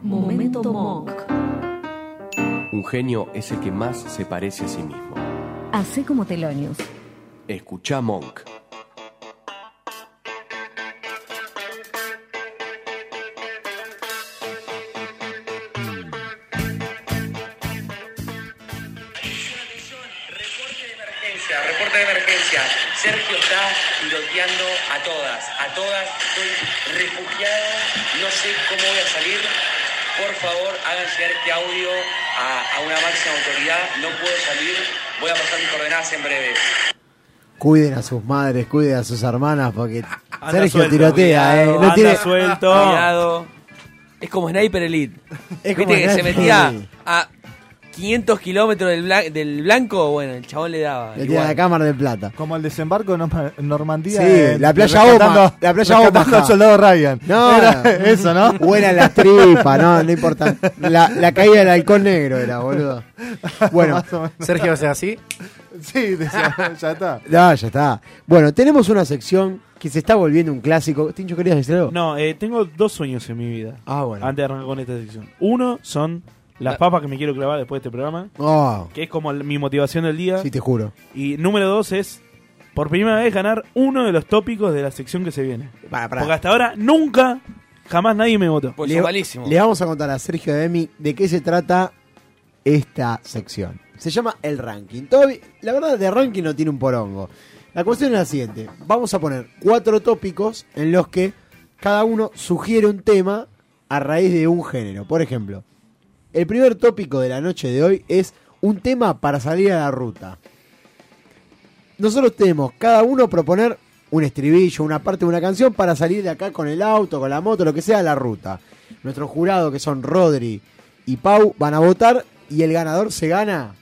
Speaker 18: Momento Monk.
Speaker 19: Un genio es el que más se parece a sí mismo.
Speaker 18: Hacé como Telonius.
Speaker 19: Escucha Monk.
Speaker 4: Emergencia, reporte de emergencia. Sergio está tiroteando a todas, a todas. Estoy refugiado, no sé cómo voy a salir. Por favor, hagan llegar este audio a, a una máxima autoridad. No puedo salir. Voy a pasar mis coordenadas en breve.
Speaker 3: Cuiden a sus madres, cuiden a sus hermanas, porque
Speaker 5: Anda
Speaker 3: Sergio
Speaker 5: suelto,
Speaker 3: tirotea,
Speaker 5: cuidado,
Speaker 3: ¿eh? No
Speaker 5: anda
Speaker 3: tiene-
Speaker 2: suelto.
Speaker 5: Cuidado. Es como Sniper Elite.
Speaker 3: Es
Speaker 5: Viste
Speaker 3: como
Speaker 5: que se
Speaker 3: Sniper
Speaker 5: metía
Speaker 3: Elite.
Speaker 5: a 500 kilómetros del, blan- del blanco, bueno, el chabón le daba.
Speaker 3: Le
Speaker 5: igual.
Speaker 3: tiene la cámara de plata.
Speaker 10: Como el desembarco en Norma- en Normandía.
Speaker 3: Sí,
Speaker 10: en-
Speaker 3: la playa
Speaker 10: rescatando-
Speaker 3: Oma. La playa Oma.
Speaker 10: rescatando al soldado Ryan.
Speaker 3: No,
Speaker 10: Era eso, ¿no?
Speaker 3: Buena la tripa, no, no importa. La, la caída del halcón negro era, boludo. Bueno,
Speaker 11: Sergio, o sea, así.
Speaker 10: Sí, decía, ya está.
Speaker 3: no, ya está. Bueno, tenemos una sección que se está volviendo un clásico. Tincho, ¿querías decir algo?
Speaker 2: No, eh, tengo dos sueños en mi vida.
Speaker 3: Ah, bueno.
Speaker 2: Antes de arrancar con esta sección. Uno son las papas que me quiero clavar después de este programa.
Speaker 3: Oh.
Speaker 2: Que es como el- mi motivación del día.
Speaker 3: Sí, te juro.
Speaker 2: Y número dos es, por primera vez, ganar uno de los tópicos de la sección que se viene. Porque hasta ahora nunca, jamás nadie me votó.
Speaker 3: Pues Le, le vamos a contar a Sergio y a Demi de qué se trata esta sección. Se llama El Ranking. Todavía- la verdad, de ranking no tiene un porongo. La cuestión es la siguiente. Vamos a poner cuatro tópicos en los que cada uno sugiere un tema a raíz de un género. Por ejemplo, el primer tópico de la noche de hoy es un tema para salir a la ruta. Nosotros tenemos cada uno proponer un estribillo, una parte de una canción para salir de acá con el auto, con la moto, lo que sea, a la ruta. Nuestro jurado, que son Rodri y Pau, van a votar y el ganador se gana.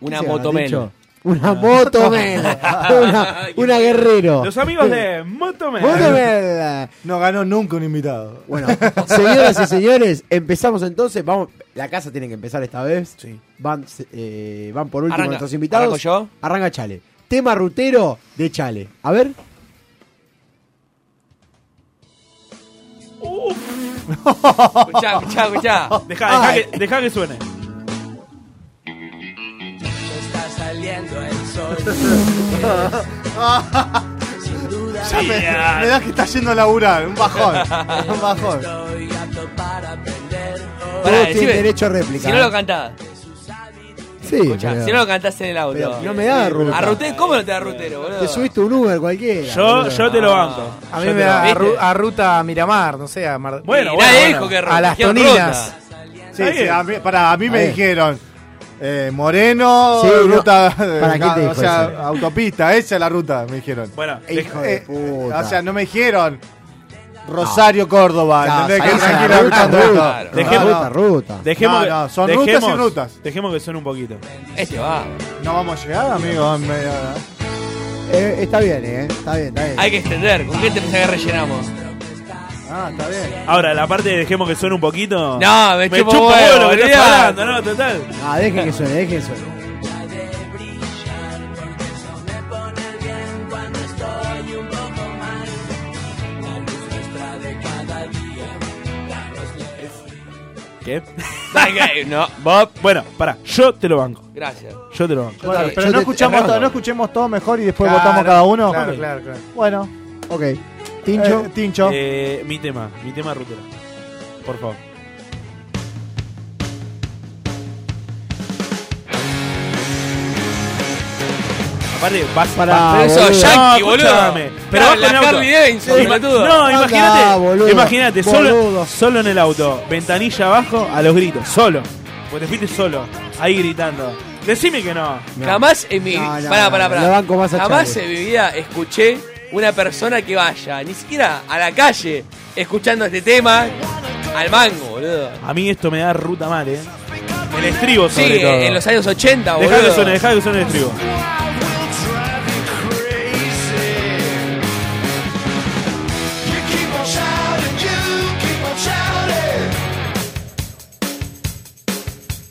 Speaker 4: Una
Speaker 3: ¿Qué se gana,
Speaker 4: motomel.
Speaker 3: Tincho? Una motomel. una, una guerrero.
Speaker 2: Los amigos de Motomel.
Speaker 3: Motomel.
Speaker 10: No ganó nunca un invitado.
Speaker 3: Bueno, Señoras y señores, empezamos entonces. Vamos, la casa tiene que empezar esta vez. Van, eh, van por último
Speaker 4: Arranca.
Speaker 3: nuestros invitados.
Speaker 4: ¿Arranco yo?
Speaker 3: Arranca Chale. Tema rutero de Chale. A ver.
Speaker 4: Escuchá, escuchá, escuchá.
Speaker 2: Deja, deja, que, deja que suene.
Speaker 1: Está saliendo el sol. Sin duda.
Speaker 10: Ya me, me da que está yendo a laburar, un bajón. Un bajón.
Speaker 4: Pará,
Speaker 3: Todos tienen
Speaker 4: decime,
Speaker 3: derecho a réplica.
Speaker 4: Si no lo
Speaker 3: ¿eh?
Speaker 4: cantás.
Speaker 3: Sí, pero-
Speaker 4: Si no lo cantás en el auto.
Speaker 3: Pero no me da ruta.
Speaker 4: A Rutero, ¿cómo no te da rutero, boludo?
Speaker 3: Te subiste un Uber cualquiera. boludo.
Speaker 11: A
Speaker 3: Yo
Speaker 11: mí
Speaker 3: te
Speaker 11: me
Speaker 3: lo
Speaker 11: da a,
Speaker 3: banco.
Speaker 11: ru- a ruta a Miramar, no sé, a Mar...
Speaker 10: Bueno, Y bueno, nadie bueno. dijo que
Speaker 11: A las
Speaker 10: religión
Speaker 11: toninas.
Speaker 10: Sí, sí, a mí, para, a mí
Speaker 11: Está
Speaker 10: me
Speaker 11: bien.
Speaker 10: dijeron eh, Moreno,
Speaker 11: Sí, no.
Speaker 10: ruta. eh,
Speaker 11: ¿Para qué te dijo
Speaker 10: o sea,
Speaker 11: eso?
Speaker 10: autopista, esa es la ruta, me dijeron.
Speaker 2: Bueno,
Speaker 3: hijo de puta.
Speaker 10: O sea, no me dijeron Rosario, Córdoba.
Speaker 3: Claro,
Speaker 10: ¿entendés? Que
Speaker 3: salís a la
Speaker 10: tranquila,
Speaker 3: ruta,
Speaker 10: ruta,
Speaker 3: ruta,
Speaker 10: ruta.
Speaker 3: ruta, ruta, ruta.
Speaker 2: Dejemos,
Speaker 10: No,
Speaker 2: que-
Speaker 10: no, son
Speaker 2: dejemos-
Speaker 10: rutas y rutas.
Speaker 2: Dejemos que suene un poquito.
Speaker 4: Este va.
Speaker 10: No vamos a llegar, amigo. en media hora.
Speaker 3: Eh, está bien, eh. Está bien, está bien.
Speaker 4: Hay que extender. ¿Con qué te pensás que rellenamos?
Speaker 10: Ah, está bien.
Speaker 2: Ahora, la parte de dejemos que suene un poquito.
Speaker 4: No, me chupo
Speaker 2: chupa
Speaker 4: huevo,
Speaker 2: lo que estás
Speaker 4: olvidate.
Speaker 2: hablando, ¿no? Total.
Speaker 3: Ah, dejen que suene, dejen que suene.
Speaker 2: ¿Qué?
Speaker 4: no.
Speaker 2: Bueno, pará, yo te lo banco.
Speaker 4: Gracias.
Speaker 2: Yo te lo banco.
Speaker 10: Bueno, pero no escuchamos, todo, no escuchemos todo mejor y después votamos cada uno.
Speaker 2: Claro,
Speaker 10: claro, claro. Bueno.
Speaker 3: Ok. Tincho.
Speaker 10: Eh, Tincho.
Speaker 2: Eh, mi tema, mi tema rutero. Por favor. Aparte, vas
Speaker 3: Pará,
Speaker 2: vas-
Speaker 3: Pero eso es boludo. yankee,
Speaker 2: No,
Speaker 3: boludo.
Speaker 2: escúchame, Pero
Speaker 3: Claro,
Speaker 2: vas con
Speaker 3: la
Speaker 2: el auto.
Speaker 3: Harley Davidson,
Speaker 2: Sí. No,
Speaker 3: boludo. Anda, boludo.
Speaker 2: imagínate. Imagínate, solo,
Speaker 3: Boludo.
Speaker 2: solo en el auto. Ventanilla abajo, a los gritos. Solo. Porque Pues te fuiste solo. Ahí gritando. Decime que no.
Speaker 4: Jamás en mi.
Speaker 2: No, no,
Speaker 4: pará,
Speaker 2: no,
Speaker 4: pará,
Speaker 2: lo
Speaker 4: pará.
Speaker 2: banco más a
Speaker 4: Jamás
Speaker 2: Charlie.
Speaker 4: en mi vida escuché una persona que vaya, ni siquiera a la calle, escuchando este tema al mango, boludo.
Speaker 2: A mí esto me da ruta mal, eh. El estribo,
Speaker 4: Sí,
Speaker 2: sobre todo.
Speaker 4: en los años 80,
Speaker 2: Dejá
Speaker 4: boludo.
Speaker 2: que suene, dejá que suene el estribo.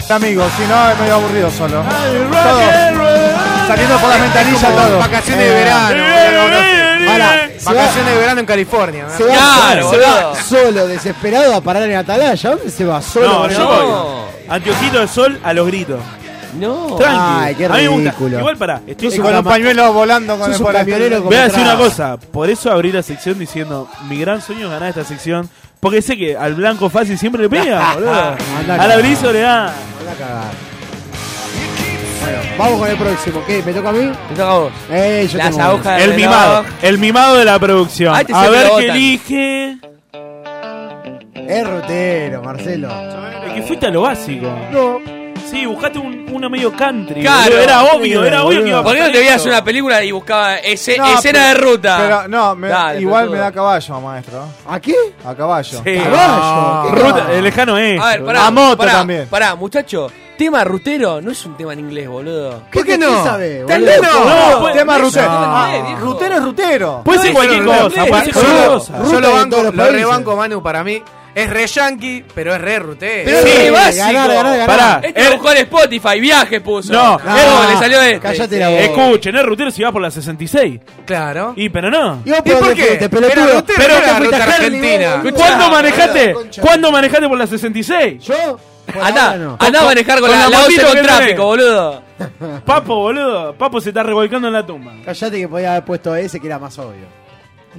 Speaker 10: Amigos, si no es medio aburrido solo. Todo. Saliendo por las ventanillas
Speaker 11: como
Speaker 10: todo.
Speaker 11: vacaciones de
Speaker 10: Eh,
Speaker 11: verano,
Speaker 3: Pará, se va-
Speaker 11: Vacaciones de verano en California.
Speaker 3: Se va, se va solo, desesperado a parar en Atalaya. ¿A ¿Dónde se va? Solo.
Speaker 2: No,
Speaker 3: boludo.
Speaker 2: yo voy. Anteojito de sol a los gritos.
Speaker 4: No.
Speaker 2: Tranqui.
Speaker 3: Ay, qué
Speaker 2: a mí me gusta.
Speaker 3: ridículo.
Speaker 2: Igual pará, estoy
Speaker 3: Y con los
Speaker 10: pañuelos volando con
Speaker 3: Sos el- un por el- camionero como
Speaker 2: Voy a decir
Speaker 3: traba.
Speaker 2: una cosa. Por eso abrí la sección diciendo: Mi gran sueño es ganar esta sección. Porque sé que al blanco fácil siempre le pega, boludo.
Speaker 3: Andá
Speaker 2: a la
Speaker 3: cagada.
Speaker 2: briso le da.
Speaker 3: Anda a cagar. Bueno, vamos con el próximo. ¿Qué? ¿Me toca a mí?
Speaker 4: Te toca a vos.
Speaker 3: Eh, yo tengo uno.
Speaker 2: El mimado. El mimado de la producción.
Speaker 3: Ah, este
Speaker 2: a
Speaker 3: siempre
Speaker 2: ver
Speaker 3: lo
Speaker 2: qué
Speaker 3: votan.
Speaker 2: elige.
Speaker 3: Es rotero, Marcelo.
Speaker 2: Es que fuiste a lo básico.
Speaker 3: No.
Speaker 2: Sí, buscaste un, uno medio country. boludo. Era obvio, era obvio que iba a
Speaker 4: ¿Por qué no
Speaker 2: pasar
Speaker 4: te veías
Speaker 2: esto?
Speaker 4: una película y buscaba ese-
Speaker 10: No,
Speaker 4: escena
Speaker 10: pero-
Speaker 4: de ruta?
Speaker 10: Pero no, me-
Speaker 4: Dale,
Speaker 10: igual
Speaker 4: pelotudo.
Speaker 10: me da caballo, maestro.
Speaker 3: ¿A qué?
Speaker 10: A caballo.
Speaker 2: Sí.
Speaker 10: Caballo, ¿qué
Speaker 2: Ruta-
Speaker 10: caballo?
Speaker 2: el lejano es.
Speaker 4: A ver, pará.
Speaker 10: A moto
Speaker 4: pará,
Speaker 10: también.
Speaker 4: Pará, muchacho. Tema rutero no es un tema en inglés, boludo.
Speaker 10: ¿Por qué no? ¿Estás
Speaker 4: ¿Estás
Speaker 10: loco,
Speaker 4: loco,
Speaker 10: boludo?
Speaker 4: boludo?
Speaker 10: Tema
Speaker 4: No,
Speaker 10: rutero.
Speaker 4: no,
Speaker 10: Ah,
Speaker 4: no, viejo.
Speaker 10: rutero es rutero.
Speaker 2: Puede ser
Speaker 11: No,
Speaker 2: cualquier
Speaker 11: no, no,
Speaker 2: cosa,
Speaker 11: no,
Speaker 2: puede
Speaker 11: no,
Speaker 2: ser
Speaker 11: no,
Speaker 2: cualquier
Speaker 11: no,
Speaker 2: cosa.
Speaker 11: Yo
Speaker 2: Ruta
Speaker 11: lo
Speaker 2: de
Speaker 11: banco,
Speaker 2: todos los
Speaker 11: lo
Speaker 2: países.
Speaker 11: rebanco Manu para mí. Es re yankee, pero es re rutero.
Speaker 4: Pero es re básico.
Speaker 2: Pará,
Speaker 4: Este lo buscó en Spotify, viaje puso.
Speaker 2: No,
Speaker 4: no, le salió este.
Speaker 2: Escuchen, es rutero si vas por la 66.
Speaker 11: Claro.
Speaker 2: Y pero no.
Speaker 3: ¿Y vos por ¿Y por dónde qué? fuiste, pelotudo? Pero rutero
Speaker 2: Pero
Speaker 3: no
Speaker 2: que
Speaker 3: era
Speaker 2: fuiste
Speaker 3: ruta
Speaker 2: a Harley,
Speaker 3: argentina.
Speaker 2: boludo.
Speaker 3: Escuchá,
Speaker 2: ¿Cuándo
Speaker 3: boludo,
Speaker 2: manejaste?
Speaker 3: concha.
Speaker 2: ¿Cuándo manejaste por la 66?
Speaker 3: Yo.
Speaker 4: Andá, andá a
Speaker 2: Con-
Speaker 4: manejar con, la, la
Speaker 2: motito
Speaker 4: once
Speaker 2: que
Speaker 4: con
Speaker 2: tenés.
Speaker 4: tráfico, boludo.
Speaker 2: Papo, boludo. Papo se está revolcando en la tumba.
Speaker 3: Callate que podía haber puesto ese que era más obvio.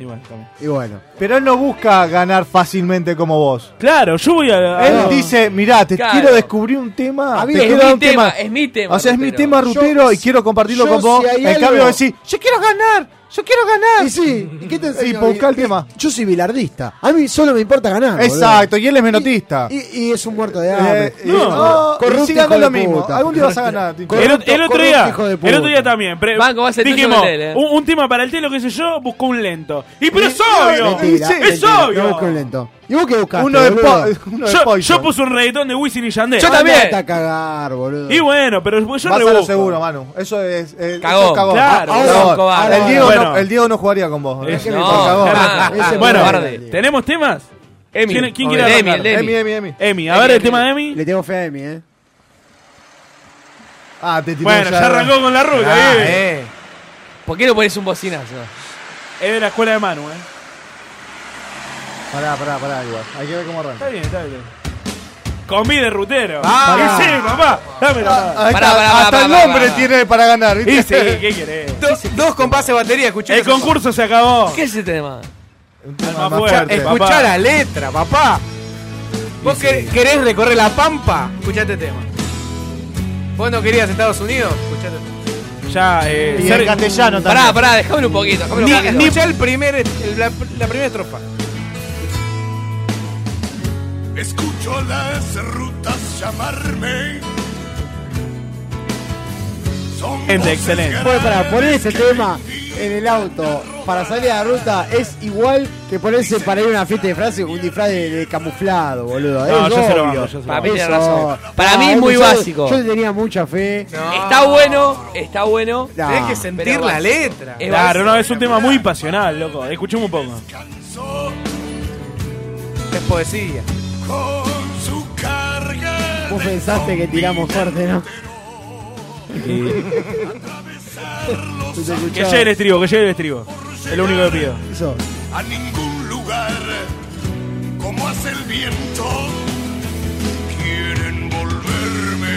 Speaker 2: Y bueno, estamos.
Speaker 3: Y bueno.
Speaker 10: Pero él no busca ganar fácilmente como vos.
Speaker 2: Claro, yo voy a.
Speaker 10: Él
Speaker 2: a-
Speaker 10: dice, mirá, te
Speaker 2: Claro.
Speaker 10: quiero descubrir un tema.
Speaker 2: A mí
Speaker 10: te
Speaker 2: Ah, es
Speaker 10: quiero
Speaker 2: mi
Speaker 10: dar un
Speaker 2: tema, es mi tema,
Speaker 10: O sea, es mi
Speaker 2: Rutero.
Speaker 10: tema rutero y quiero compartirlo
Speaker 3: yo
Speaker 10: con vos.
Speaker 3: si hay
Speaker 10: en
Speaker 3: algo-
Speaker 10: cambio decís, yo quiero ganar, yo quiero ganar.
Speaker 3: Y sí, ¿y qué te enseñó?
Speaker 10: buscá el
Speaker 3: Y-
Speaker 10: tema.
Speaker 3: Yo soy bilardista. A mí solo me importa ganar. boludo.
Speaker 10: Exacto, y él es menotista.
Speaker 3: Y, y es un muerto de hambre.
Speaker 10: Eh, no,
Speaker 3: Corrupto,
Speaker 10: y sigue
Speaker 3: hijo
Speaker 10: dando
Speaker 3: de
Speaker 10: lo mismo.
Speaker 3: puta.
Speaker 10: Algún día vas a ganar, tipo.
Speaker 2: El, ot- el otro
Speaker 10: Corrupto,
Speaker 2: día,
Speaker 10: hijo de
Speaker 2: el otro día
Speaker 10: puta.
Speaker 2: también. pre-
Speaker 10: Banco, va a ser tuyo
Speaker 2: dijimos,
Speaker 10: con él, eh.
Speaker 2: un, un tema para el telo, qué sé yo, busco un lento. Y pero es
Speaker 3: Mentira,
Speaker 2: obvio,
Speaker 3: mentira,
Speaker 2: es
Speaker 3: no
Speaker 2: obvio.
Speaker 3: busco un lento. ¿Y vos qué buscaste?
Speaker 2: Uno de
Speaker 3: boludo?
Speaker 2: po- yo, yo puse un reggaetón de Wisin y Yandel.
Speaker 3: Andate a cagar, boludo.
Speaker 2: Y bueno, pero Pues yo
Speaker 10: Vas a
Speaker 2: rebusco.
Speaker 10: lo seguro, Manu. Eso es. es
Speaker 2: Cagón.
Speaker 10: eso es cagón. Ah,
Speaker 2: Claro,
Speaker 10: Cagón.
Speaker 2: es un cobarde.
Speaker 10: El, Diego
Speaker 2: Bueno.
Speaker 10: no, el Diego no jugaría con vos.
Speaker 2: Es-
Speaker 10: Por
Speaker 2: no,
Speaker 10: cagón.
Speaker 2: nada.
Speaker 10: Ese es
Speaker 2: bueno,
Speaker 10: cobarde.
Speaker 2: ¿tenemos temas?
Speaker 10: Emi.
Speaker 2: ¿Quién, quién
Speaker 10: Obvio.
Speaker 2: quiere
Speaker 10: Emi,
Speaker 2: arrancar?
Speaker 10: el de Emi. Emi, Emi, Emi.
Speaker 2: Emi, a ver el tema de Emi.
Speaker 3: Le tengo fe a Emi, eh.
Speaker 10: Ah, te tiró
Speaker 2: Bueno, ya arrancó con la ruca,
Speaker 4: Ah,
Speaker 2: bien.
Speaker 4: eh. ¿Por qué no pones un bocinazo?
Speaker 2: Es de la escuela de Manu, eh.
Speaker 10: Pará, pará, pará, igual. Hay que ver cómo arranca.
Speaker 2: Está bien, está bien. Comí de rutero.
Speaker 10: Ah.
Speaker 2: Ah, sí, papá. Dámelo.
Speaker 10: Ah, ahí está, hasta el nombre tiene para ganar, ¿viste?
Speaker 2: Y sí, ¿qué querés?
Speaker 11: dos compases de batería, escuché.
Speaker 2: El concurso se acabó.
Speaker 11: ¿Qué es ese tema?
Speaker 2: Alma fuerte,
Speaker 11: Escuchá
Speaker 2: papá.
Speaker 11: la letra, papá. ¿Vos quer- querés recorrer la pampa? Escuchate tema. ¿Vos no querías Estados Unidos? este Escuchate
Speaker 2: Ya, eh.
Speaker 11: Y en
Speaker 2: ser-
Speaker 11: castellano también.
Speaker 4: Pará, pará, dejámoslo un poquito. dejámoslo un poquito.
Speaker 11: Ni, ya el primer, el- la, la primera estrofa.
Speaker 8: Escucho las rutas llamarme. Son
Speaker 2: Gente,
Speaker 8: voces
Speaker 2: excelente.
Speaker 3: Pues para poner ese tema en el auto para salir a la ruta es igual que ponerse para ir a una fiesta de disfraz un disfraz de, de camuflado, boludo.
Speaker 4: No,
Speaker 3: es
Speaker 4: yo se lo
Speaker 3: obvio.
Speaker 4: banco, yo se lo Para mí
Speaker 3: Es
Speaker 4: tiene razón.
Speaker 3: obvio.
Speaker 4: Para mí es
Speaker 3: yo-
Speaker 4: muy
Speaker 3: Ah, yo-
Speaker 4: básico.
Speaker 3: Yo tenía mucha fe.
Speaker 4: Está bueno, está bueno.
Speaker 3: No. Tenés que
Speaker 4: Pero
Speaker 11: sentir la
Speaker 4: vas-
Speaker 11: letra.
Speaker 4: es
Speaker 2: Claro,
Speaker 4: básico.
Speaker 2: no, es un tema muy pasional, loco. Escuchemos un poco.
Speaker 11: Es poesía.
Speaker 8: Con su carga.
Speaker 3: Vos pensaste que tiramos fuerte, ¿no? Se te
Speaker 2: Que
Speaker 3: escuchaba.
Speaker 2: llegue el estribo, que llegue el estribo. Es lo único que pido.
Speaker 3: Eso.
Speaker 8: a ningún lugar como hace el viento. Quieren volverme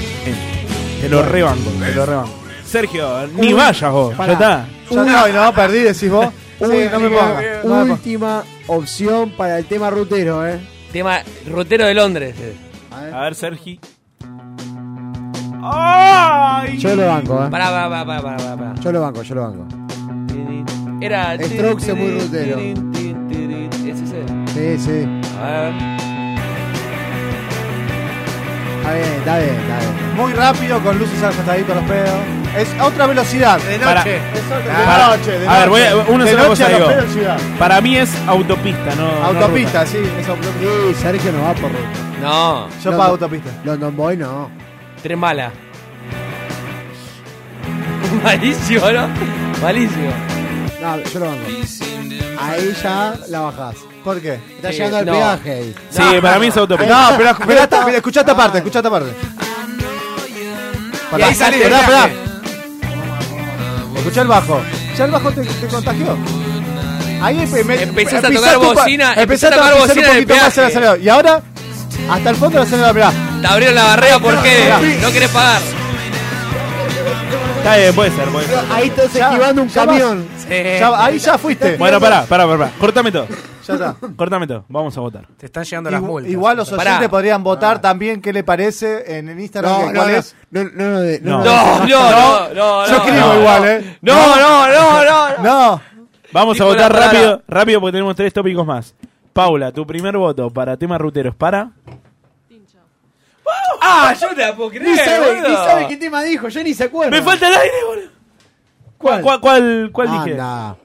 Speaker 8: a
Speaker 2: Te lo rebanco, te lo rebanco. Sergio, ni
Speaker 10: Uy,
Speaker 2: vayas vos.
Speaker 10: pará.
Speaker 2: Ya
Speaker 10: Ya
Speaker 2: está.
Speaker 10: no, y no, perdí, decís vos. Sí, no me pongas. no me pongas.
Speaker 3: Última opción para el tema rutero, ¿eh?
Speaker 4: Tema rotero de Londres. eh.
Speaker 2: A ver, Sergi. ¡Ay!
Speaker 3: Yo lo banco, ¿eh?
Speaker 4: Pará, pará, pará, pará, pará, pará.
Speaker 3: Yo lo banco, yo lo banco.
Speaker 4: Era.
Speaker 3: Strokes es muy rutero.
Speaker 4: ¿Es ese?
Speaker 3: Sí, sí.
Speaker 4: A ver.
Speaker 3: Está bien, está bien, está bien.
Speaker 10: Muy rápido, con luces ajustaditas los pedos. Es a otra velocidad. De
Speaker 2: Para-
Speaker 10: Es otra- de
Speaker 2: Para-
Speaker 10: noche, de
Speaker 2: a ver, voy a,
Speaker 10: noche.
Speaker 2: una
Speaker 10: de
Speaker 2: sola
Speaker 10: noche
Speaker 2: cosa
Speaker 10: a los
Speaker 2: digo.
Speaker 10: pedos en ciudad.
Speaker 2: Para mí es autopista, no. no
Speaker 10: Autopista,
Speaker 2: ruta.
Speaker 10: sí, es autopista.
Speaker 3: Sí, Sergio no va por ruta.
Speaker 4: No.
Speaker 10: Yo
Speaker 3: No,
Speaker 10: pago
Speaker 3: no.
Speaker 10: autopista.
Speaker 3: London Boy no.
Speaker 4: Tren bala. Malísimo, ¿no? Malísimo.
Speaker 3: No, yo lo banco. Ahí ya la bajás.
Speaker 10: ¿Por qué?
Speaker 3: Está
Speaker 10: Sí,
Speaker 3: llegando al
Speaker 10: no.
Speaker 3: peaje ahí.
Speaker 2: Sí, para mí es autopista.
Speaker 10: No, pero, pero hasta- pero escuchá esta parte, escuchá esta parte.
Speaker 11: Y ahí salí del
Speaker 10: Pará, pará.
Speaker 11: viaje.
Speaker 10: Escuchá el bajo. Ya el bajo te, te contagió. Ahí empe- me-
Speaker 4: Empezás a
Speaker 10: empezaste
Speaker 4: tocar
Speaker 10: un pa-
Speaker 4: bocina, empezás a tocar
Speaker 10: pisar
Speaker 4: bocina
Speaker 10: un
Speaker 4: en el
Speaker 10: poquito más el
Speaker 4: peaje.
Speaker 10: acelerador. Y ahora, hasta el fondo del acelerador, mirá.
Speaker 4: Te abrieron la barrera, ¿por qué?
Speaker 10: Mirá.
Speaker 4: No querés pagar.
Speaker 2: Está bien, puede ser, puede ser.
Speaker 3: Ahí estás esquivando un
Speaker 10: ya
Speaker 3: camión.
Speaker 10: vas- ya- ahí ya fuiste.
Speaker 2: Bueno, pará, pará, pará. pará. Cortame todo.
Speaker 10: Ya está.
Speaker 2: Cortame todo. Vamos a votar.
Speaker 11: Te están llegando las
Speaker 10: Igu-
Speaker 11: multas.
Speaker 10: Igual los oyentes
Speaker 11: Pará.
Speaker 10: podrían votar también qué le parece en el Instagram.
Speaker 3: No,
Speaker 10: que-
Speaker 3: no,
Speaker 10: ¿Cuál
Speaker 3: no.
Speaker 10: es?
Speaker 3: No, no, no, de-
Speaker 2: No.
Speaker 3: no.
Speaker 2: No,
Speaker 4: no, no,
Speaker 10: Yo
Speaker 4: no,
Speaker 10: escribo
Speaker 4: no,
Speaker 10: igual, ¿eh?
Speaker 4: No, no, no, no. no.
Speaker 10: No.
Speaker 2: Vamos a
Speaker 4: Nicolás,
Speaker 2: votar
Speaker 4: pará,
Speaker 2: rápido, rápido porque tenemos tres tópicos más. Paula, tu primer voto para temas ruteros para.
Speaker 4: Ah, yo no te la puedo creer.
Speaker 3: Ni sabe,
Speaker 4: boludo.
Speaker 3: ni sabe qué tema dijo, yo ni se acuerda.
Speaker 2: ¡Me falta el aire, boludo! ¿Cuál, cuál, cuál, cuál dije?
Speaker 3: Anda.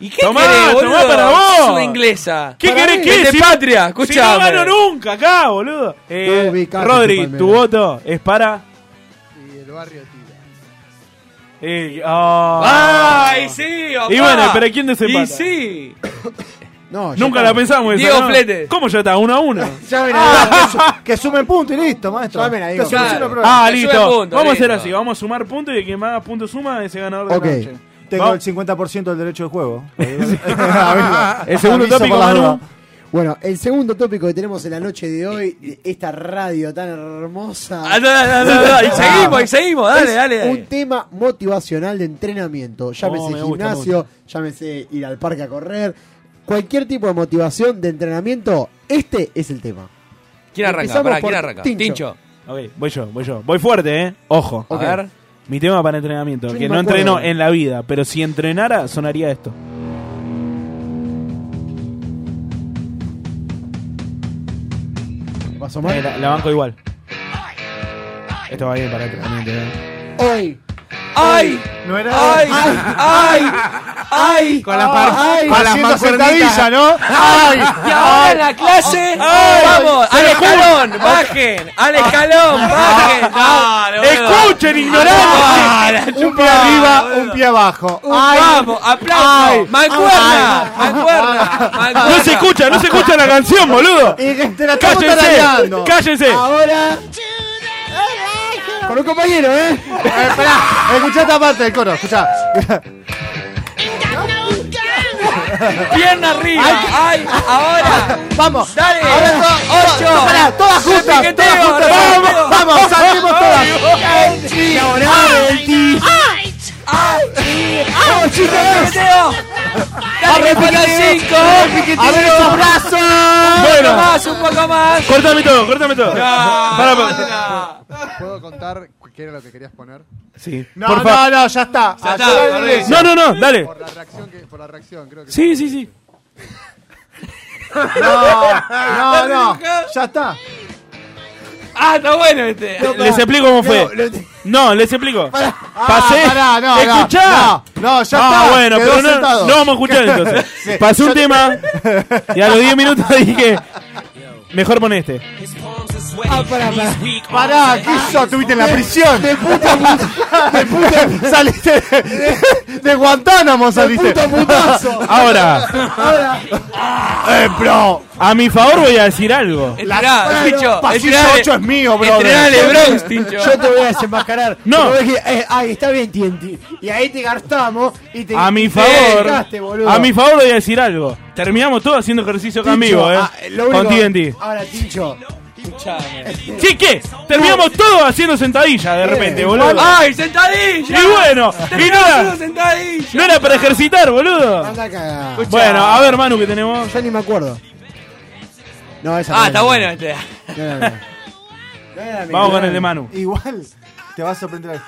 Speaker 4: ¿Y qué
Speaker 2: Tomá,
Speaker 4: querés, boludo?
Speaker 2: tomá para vos.
Speaker 4: Es una inglesa.
Speaker 2: ¿Qué
Speaker 4: Para
Speaker 2: querés
Speaker 4: mí.
Speaker 2: que
Speaker 4: Es de
Speaker 2: si-
Speaker 4: patria,
Speaker 2: Si no
Speaker 4: escuchame.
Speaker 2: gano nunca acá, boludo. Eh,
Speaker 3: No ubicate,
Speaker 2: Rodri,
Speaker 3: Palmera.
Speaker 2: tu voto es para.
Speaker 5: Y el barrio tira.
Speaker 2: Eh, ah.
Speaker 4: Ay, sí, papá.
Speaker 2: Y bueno, pero ¿quién desempata?
Speaker 4: Y sí.
Speaker 3: No, ya
Speaker 2: Nunca
Speaker 3: está.
Speaker 2: la pensamos esa.
Speaker 4: Diego
Speaker 2: ¿no?
Speaker 4: Flete.
Speaker 2: ¿Cómo ya está? ¿Uno a uno?
Speaker 3: Llamen a
Speaker 10: Ah, que su- que sumen punto y listo, maestro.
Speaker 3: Llamen ahí,
Speaker 10: Que
Speaker 3: Claro.
Speaker 10: soluciona el
Speaker 2: Ah,
Speaker 10: problema.
Speaker 4: Que
Speaker 2: listo.
Speaker 4: sube punto,
Speaker 2: vamos a hacer
Speaker 4: listo.
Speaker 2: así, vamos a sumar puntos y el que más haga puntos suma es el ganador de
Speaker 3: Ok.
Speaker 2: la noche.
Speaker 10: Tengo
Speaker 2: Vamos.
Speaker 10: el 50% del derecho de juego.
Speaker 2: El segundo
Speaker 10: Aviso
Speaker 2: tópico,
Speaker 10: por la
Speaker 2: Manu.
Speaker 10: duda.
Speaker 3: Bueno, el segundo tópico que tenemos en la noche de hoy, esta radio tan hermosa.
Speaker 1: Ah, no, no, no, no, no, y seguimos, y seguimos, dale,
Speaker 3: Es
Speaker 1: dale, dale.
Speaker 3: Un tema motivacional de entrenamiento. Llámese
Speaker 1: Oh, me gusta, me
Speaker 3: gimnasio, llámese ir al parque a correr. Cualquier tipo de motivación de entrenamiento, este es el tema.
Speaker 1: ¿Quién arranca?
Speaker 3: Empezamos
Speaker 1: Pará,
Speaker 3: por
Speaker 1: ¿quién arranca?
Speaker 3: Tincho.
Speaker 1: Tincho.
Speaker 2: Ok, voy yo, voy yo. Voy fuerte, ¿eh? Ojo.
Speaker 1: A Ok. ver.
Speaker 2: Mi tema para entrenamiento,
Speaker 1: ni
Speaker 2: que
Speaker 1: me
Speaker 2: no
Speaker 1: acuerdo.
Speaker 2: entreno en la vida, pero si entrenara, sonaría esto.
Speaker 3: ¿Pasó mal?
Speaker 2: Eh, la, la banco igual. Esto va bien para entrenamiento. ¿eh?
Speaker 3: Hoy.
Speaker 1: ¡Ay!
Speaker 10: No era.
Speaker 1: ¡Ay! ¡Ay! ¡Ay!
Speaker 10: Con la par-
Speaker 1: Ay.
Speaker 10: con la
Speaker 1: Haciendo
Speaker 10: mancuernita.
Speaker 1: sentadilla, ¿no?
Speaker 10: ¡Ay!
Speaker 1: Y ahora en la clase, vamos, al escalón, bajen, al escalón, bajen. Ah,
Speaker 10: Escuchen, ignorantes. un pie arriba, un pie abajo. Ay.
Speaker 1: Uh, Vamos,
Speaker 10: Ay.
Speaker 1: aplauso, mancuerna, mancuerna, mancuerna.
Speaker 2: No se escucha, no se escucha la canción, boludo.
Speaker 3: estamos
Speaker 2: Cállense,
Speaker 3: tarareando.
Speaker 2: cállense.
Speaker 3: Ahora. Con un compañero, ¿eh?
Speaker 10: Esperá, escuchá esta parte del coro, escuchá.
Speaker 1: Pierna arriba, ay, ahora.
Speaker 10: Vamos,
Speaker 1: dale,
Speaker 10: Ahora todas,
Speaker 1: ocho,
Speaker 10: no, pará, todas juntas,
Speaker 1: repiqueteo,
Speaker 10: todas juntas,
Speaker 1: repiqueteo.
Speaker 10: vamos, vamos, saltemos todas.
Speaker 1: Ay,
Speaker 10: Y
Speaker 1: sí,
Speaker 10: ahora,
Speaker 1: ay,
Speaker 10: el ti.
Speaker 1: ay, ay,
Speaker 10: Vamos, chicos.
Speaker 1: repiqueteo. Dale,
Speaker 10: Vamos,
Speaker 1: para
Speaker 10: repiqueteo,
Speaker 1: cinco.
Speaker 10: repiqueteo. A ver esos brazos.
Speaker 1: Un
Speaker 10: Bueno.
Speaker 1: poco más, un poco más.
Speaker 2: Cortame todo, cortame todo. Pará, pará.
Speaker 5: ¿Puedo contar qué era lo que querías poner?
Speaker 2: Sí.
Speaker 10: No,
Speaker 2: Por
Speaker 10: no,
Speaker 2: fa-
Speaker 10: no, ya está.
Speaker 5: Ya está,
Speaker 10: Allá
Speaker 5: perdí.
Speaker 10: regresa.
Speaker 2: No, no, no, dale.
Speaker 5: Por la reacción, que, por la reacción creo que
Speaker 2: Sí, sí, sí.
Speaker 10: No, no, no, ya está.
Speaker 1: Ah, está bueno este.
Speaker 2: Les explico cómo fue. No, les explico. Pasé.
Speaker 1: Ah,
Speaker 10: pará, Ah, no, no,
Speaker 2: Escuchá.
Speaker 10: no, no, ya
Speaker 2: Ah,
Speaker 10: está,
Speaker 2: bueno,
Speaker 10: quedó
Speaker 2: pero no,
Speaker 10: sentado.
Speaker 2: no vamos a escuchar entonces.
Speaker 10: Sí,
Speaker 2: Pasé
Speaker 10: yo
Speaker 2: un
Speaker 10: te-
Speaker 2: tema y a los 10 minutos dije, mejor pon este.
Speaker 10: Ah, pará, pará. Pará, ¿qué hizo? Estuviste en la prisión. De puta De puta Saliste de, de Guantánamo, saliste.
Speaker 2: puta putazo. Ahora.
Speaker 10: Ahora. Eh, bro.
Speaker 2: A mi favor voy a decir algo.
Speaker 1: Estirá, Tincho,
Speaker 10: Pasillo
Speaker 1: estirá.
Speaker 10: 8 es mío, bro.
Speaker 1: Entrenale, Bronx, Tincho.
Speaker 3: Yo te voy a desenmascarar.
Speaker 2: No.
Speaker 3: Porque dije, eh, ay, está bien, Tienti. Y ahí te gastamos y te.
Speaker 2: A
Speaker 3: y
Speaker 2: mi
Speaker 3: te desgaste,
Speaker 2: favor.
Speaker 3: boludo.
Speaker 2: A mi favor voy a decir algo. Terminamos todos haciendo ejercicio
Speaker 3: Tincho,
Speaker 2: conmigo, eh.
Speaker 3: ah, lo único-
Speaker 2: Con TNT.
Speaker 3: Ahora, Tincho.
Speaker 2: ¿Qué qué? Terminamos todos haciendo sentadilla de repente, boludo.
Speaker 1: ¡Ay, sentadilla!
Speaker 2: Y bueno, y nada.
Speaker 1: sentadilla!
Speaker 2: No era para ejercitar, boludo.
Speaker 3: Anda a cagar.
Speaker 2: Bueno, a ver, Manu, que tenemos.
Speaker 3: Yo ni me acuerdo. No, esa
Speaker 1: Ah,
Speaker 3: no
Speaker 1: está
Speaker 3: era.
Speaker 1: bueno este.
Speaker 3: No era mía.
Speaker 2: Vamos con el de Manu.
Speaker 10: Igual te vas a sorprender.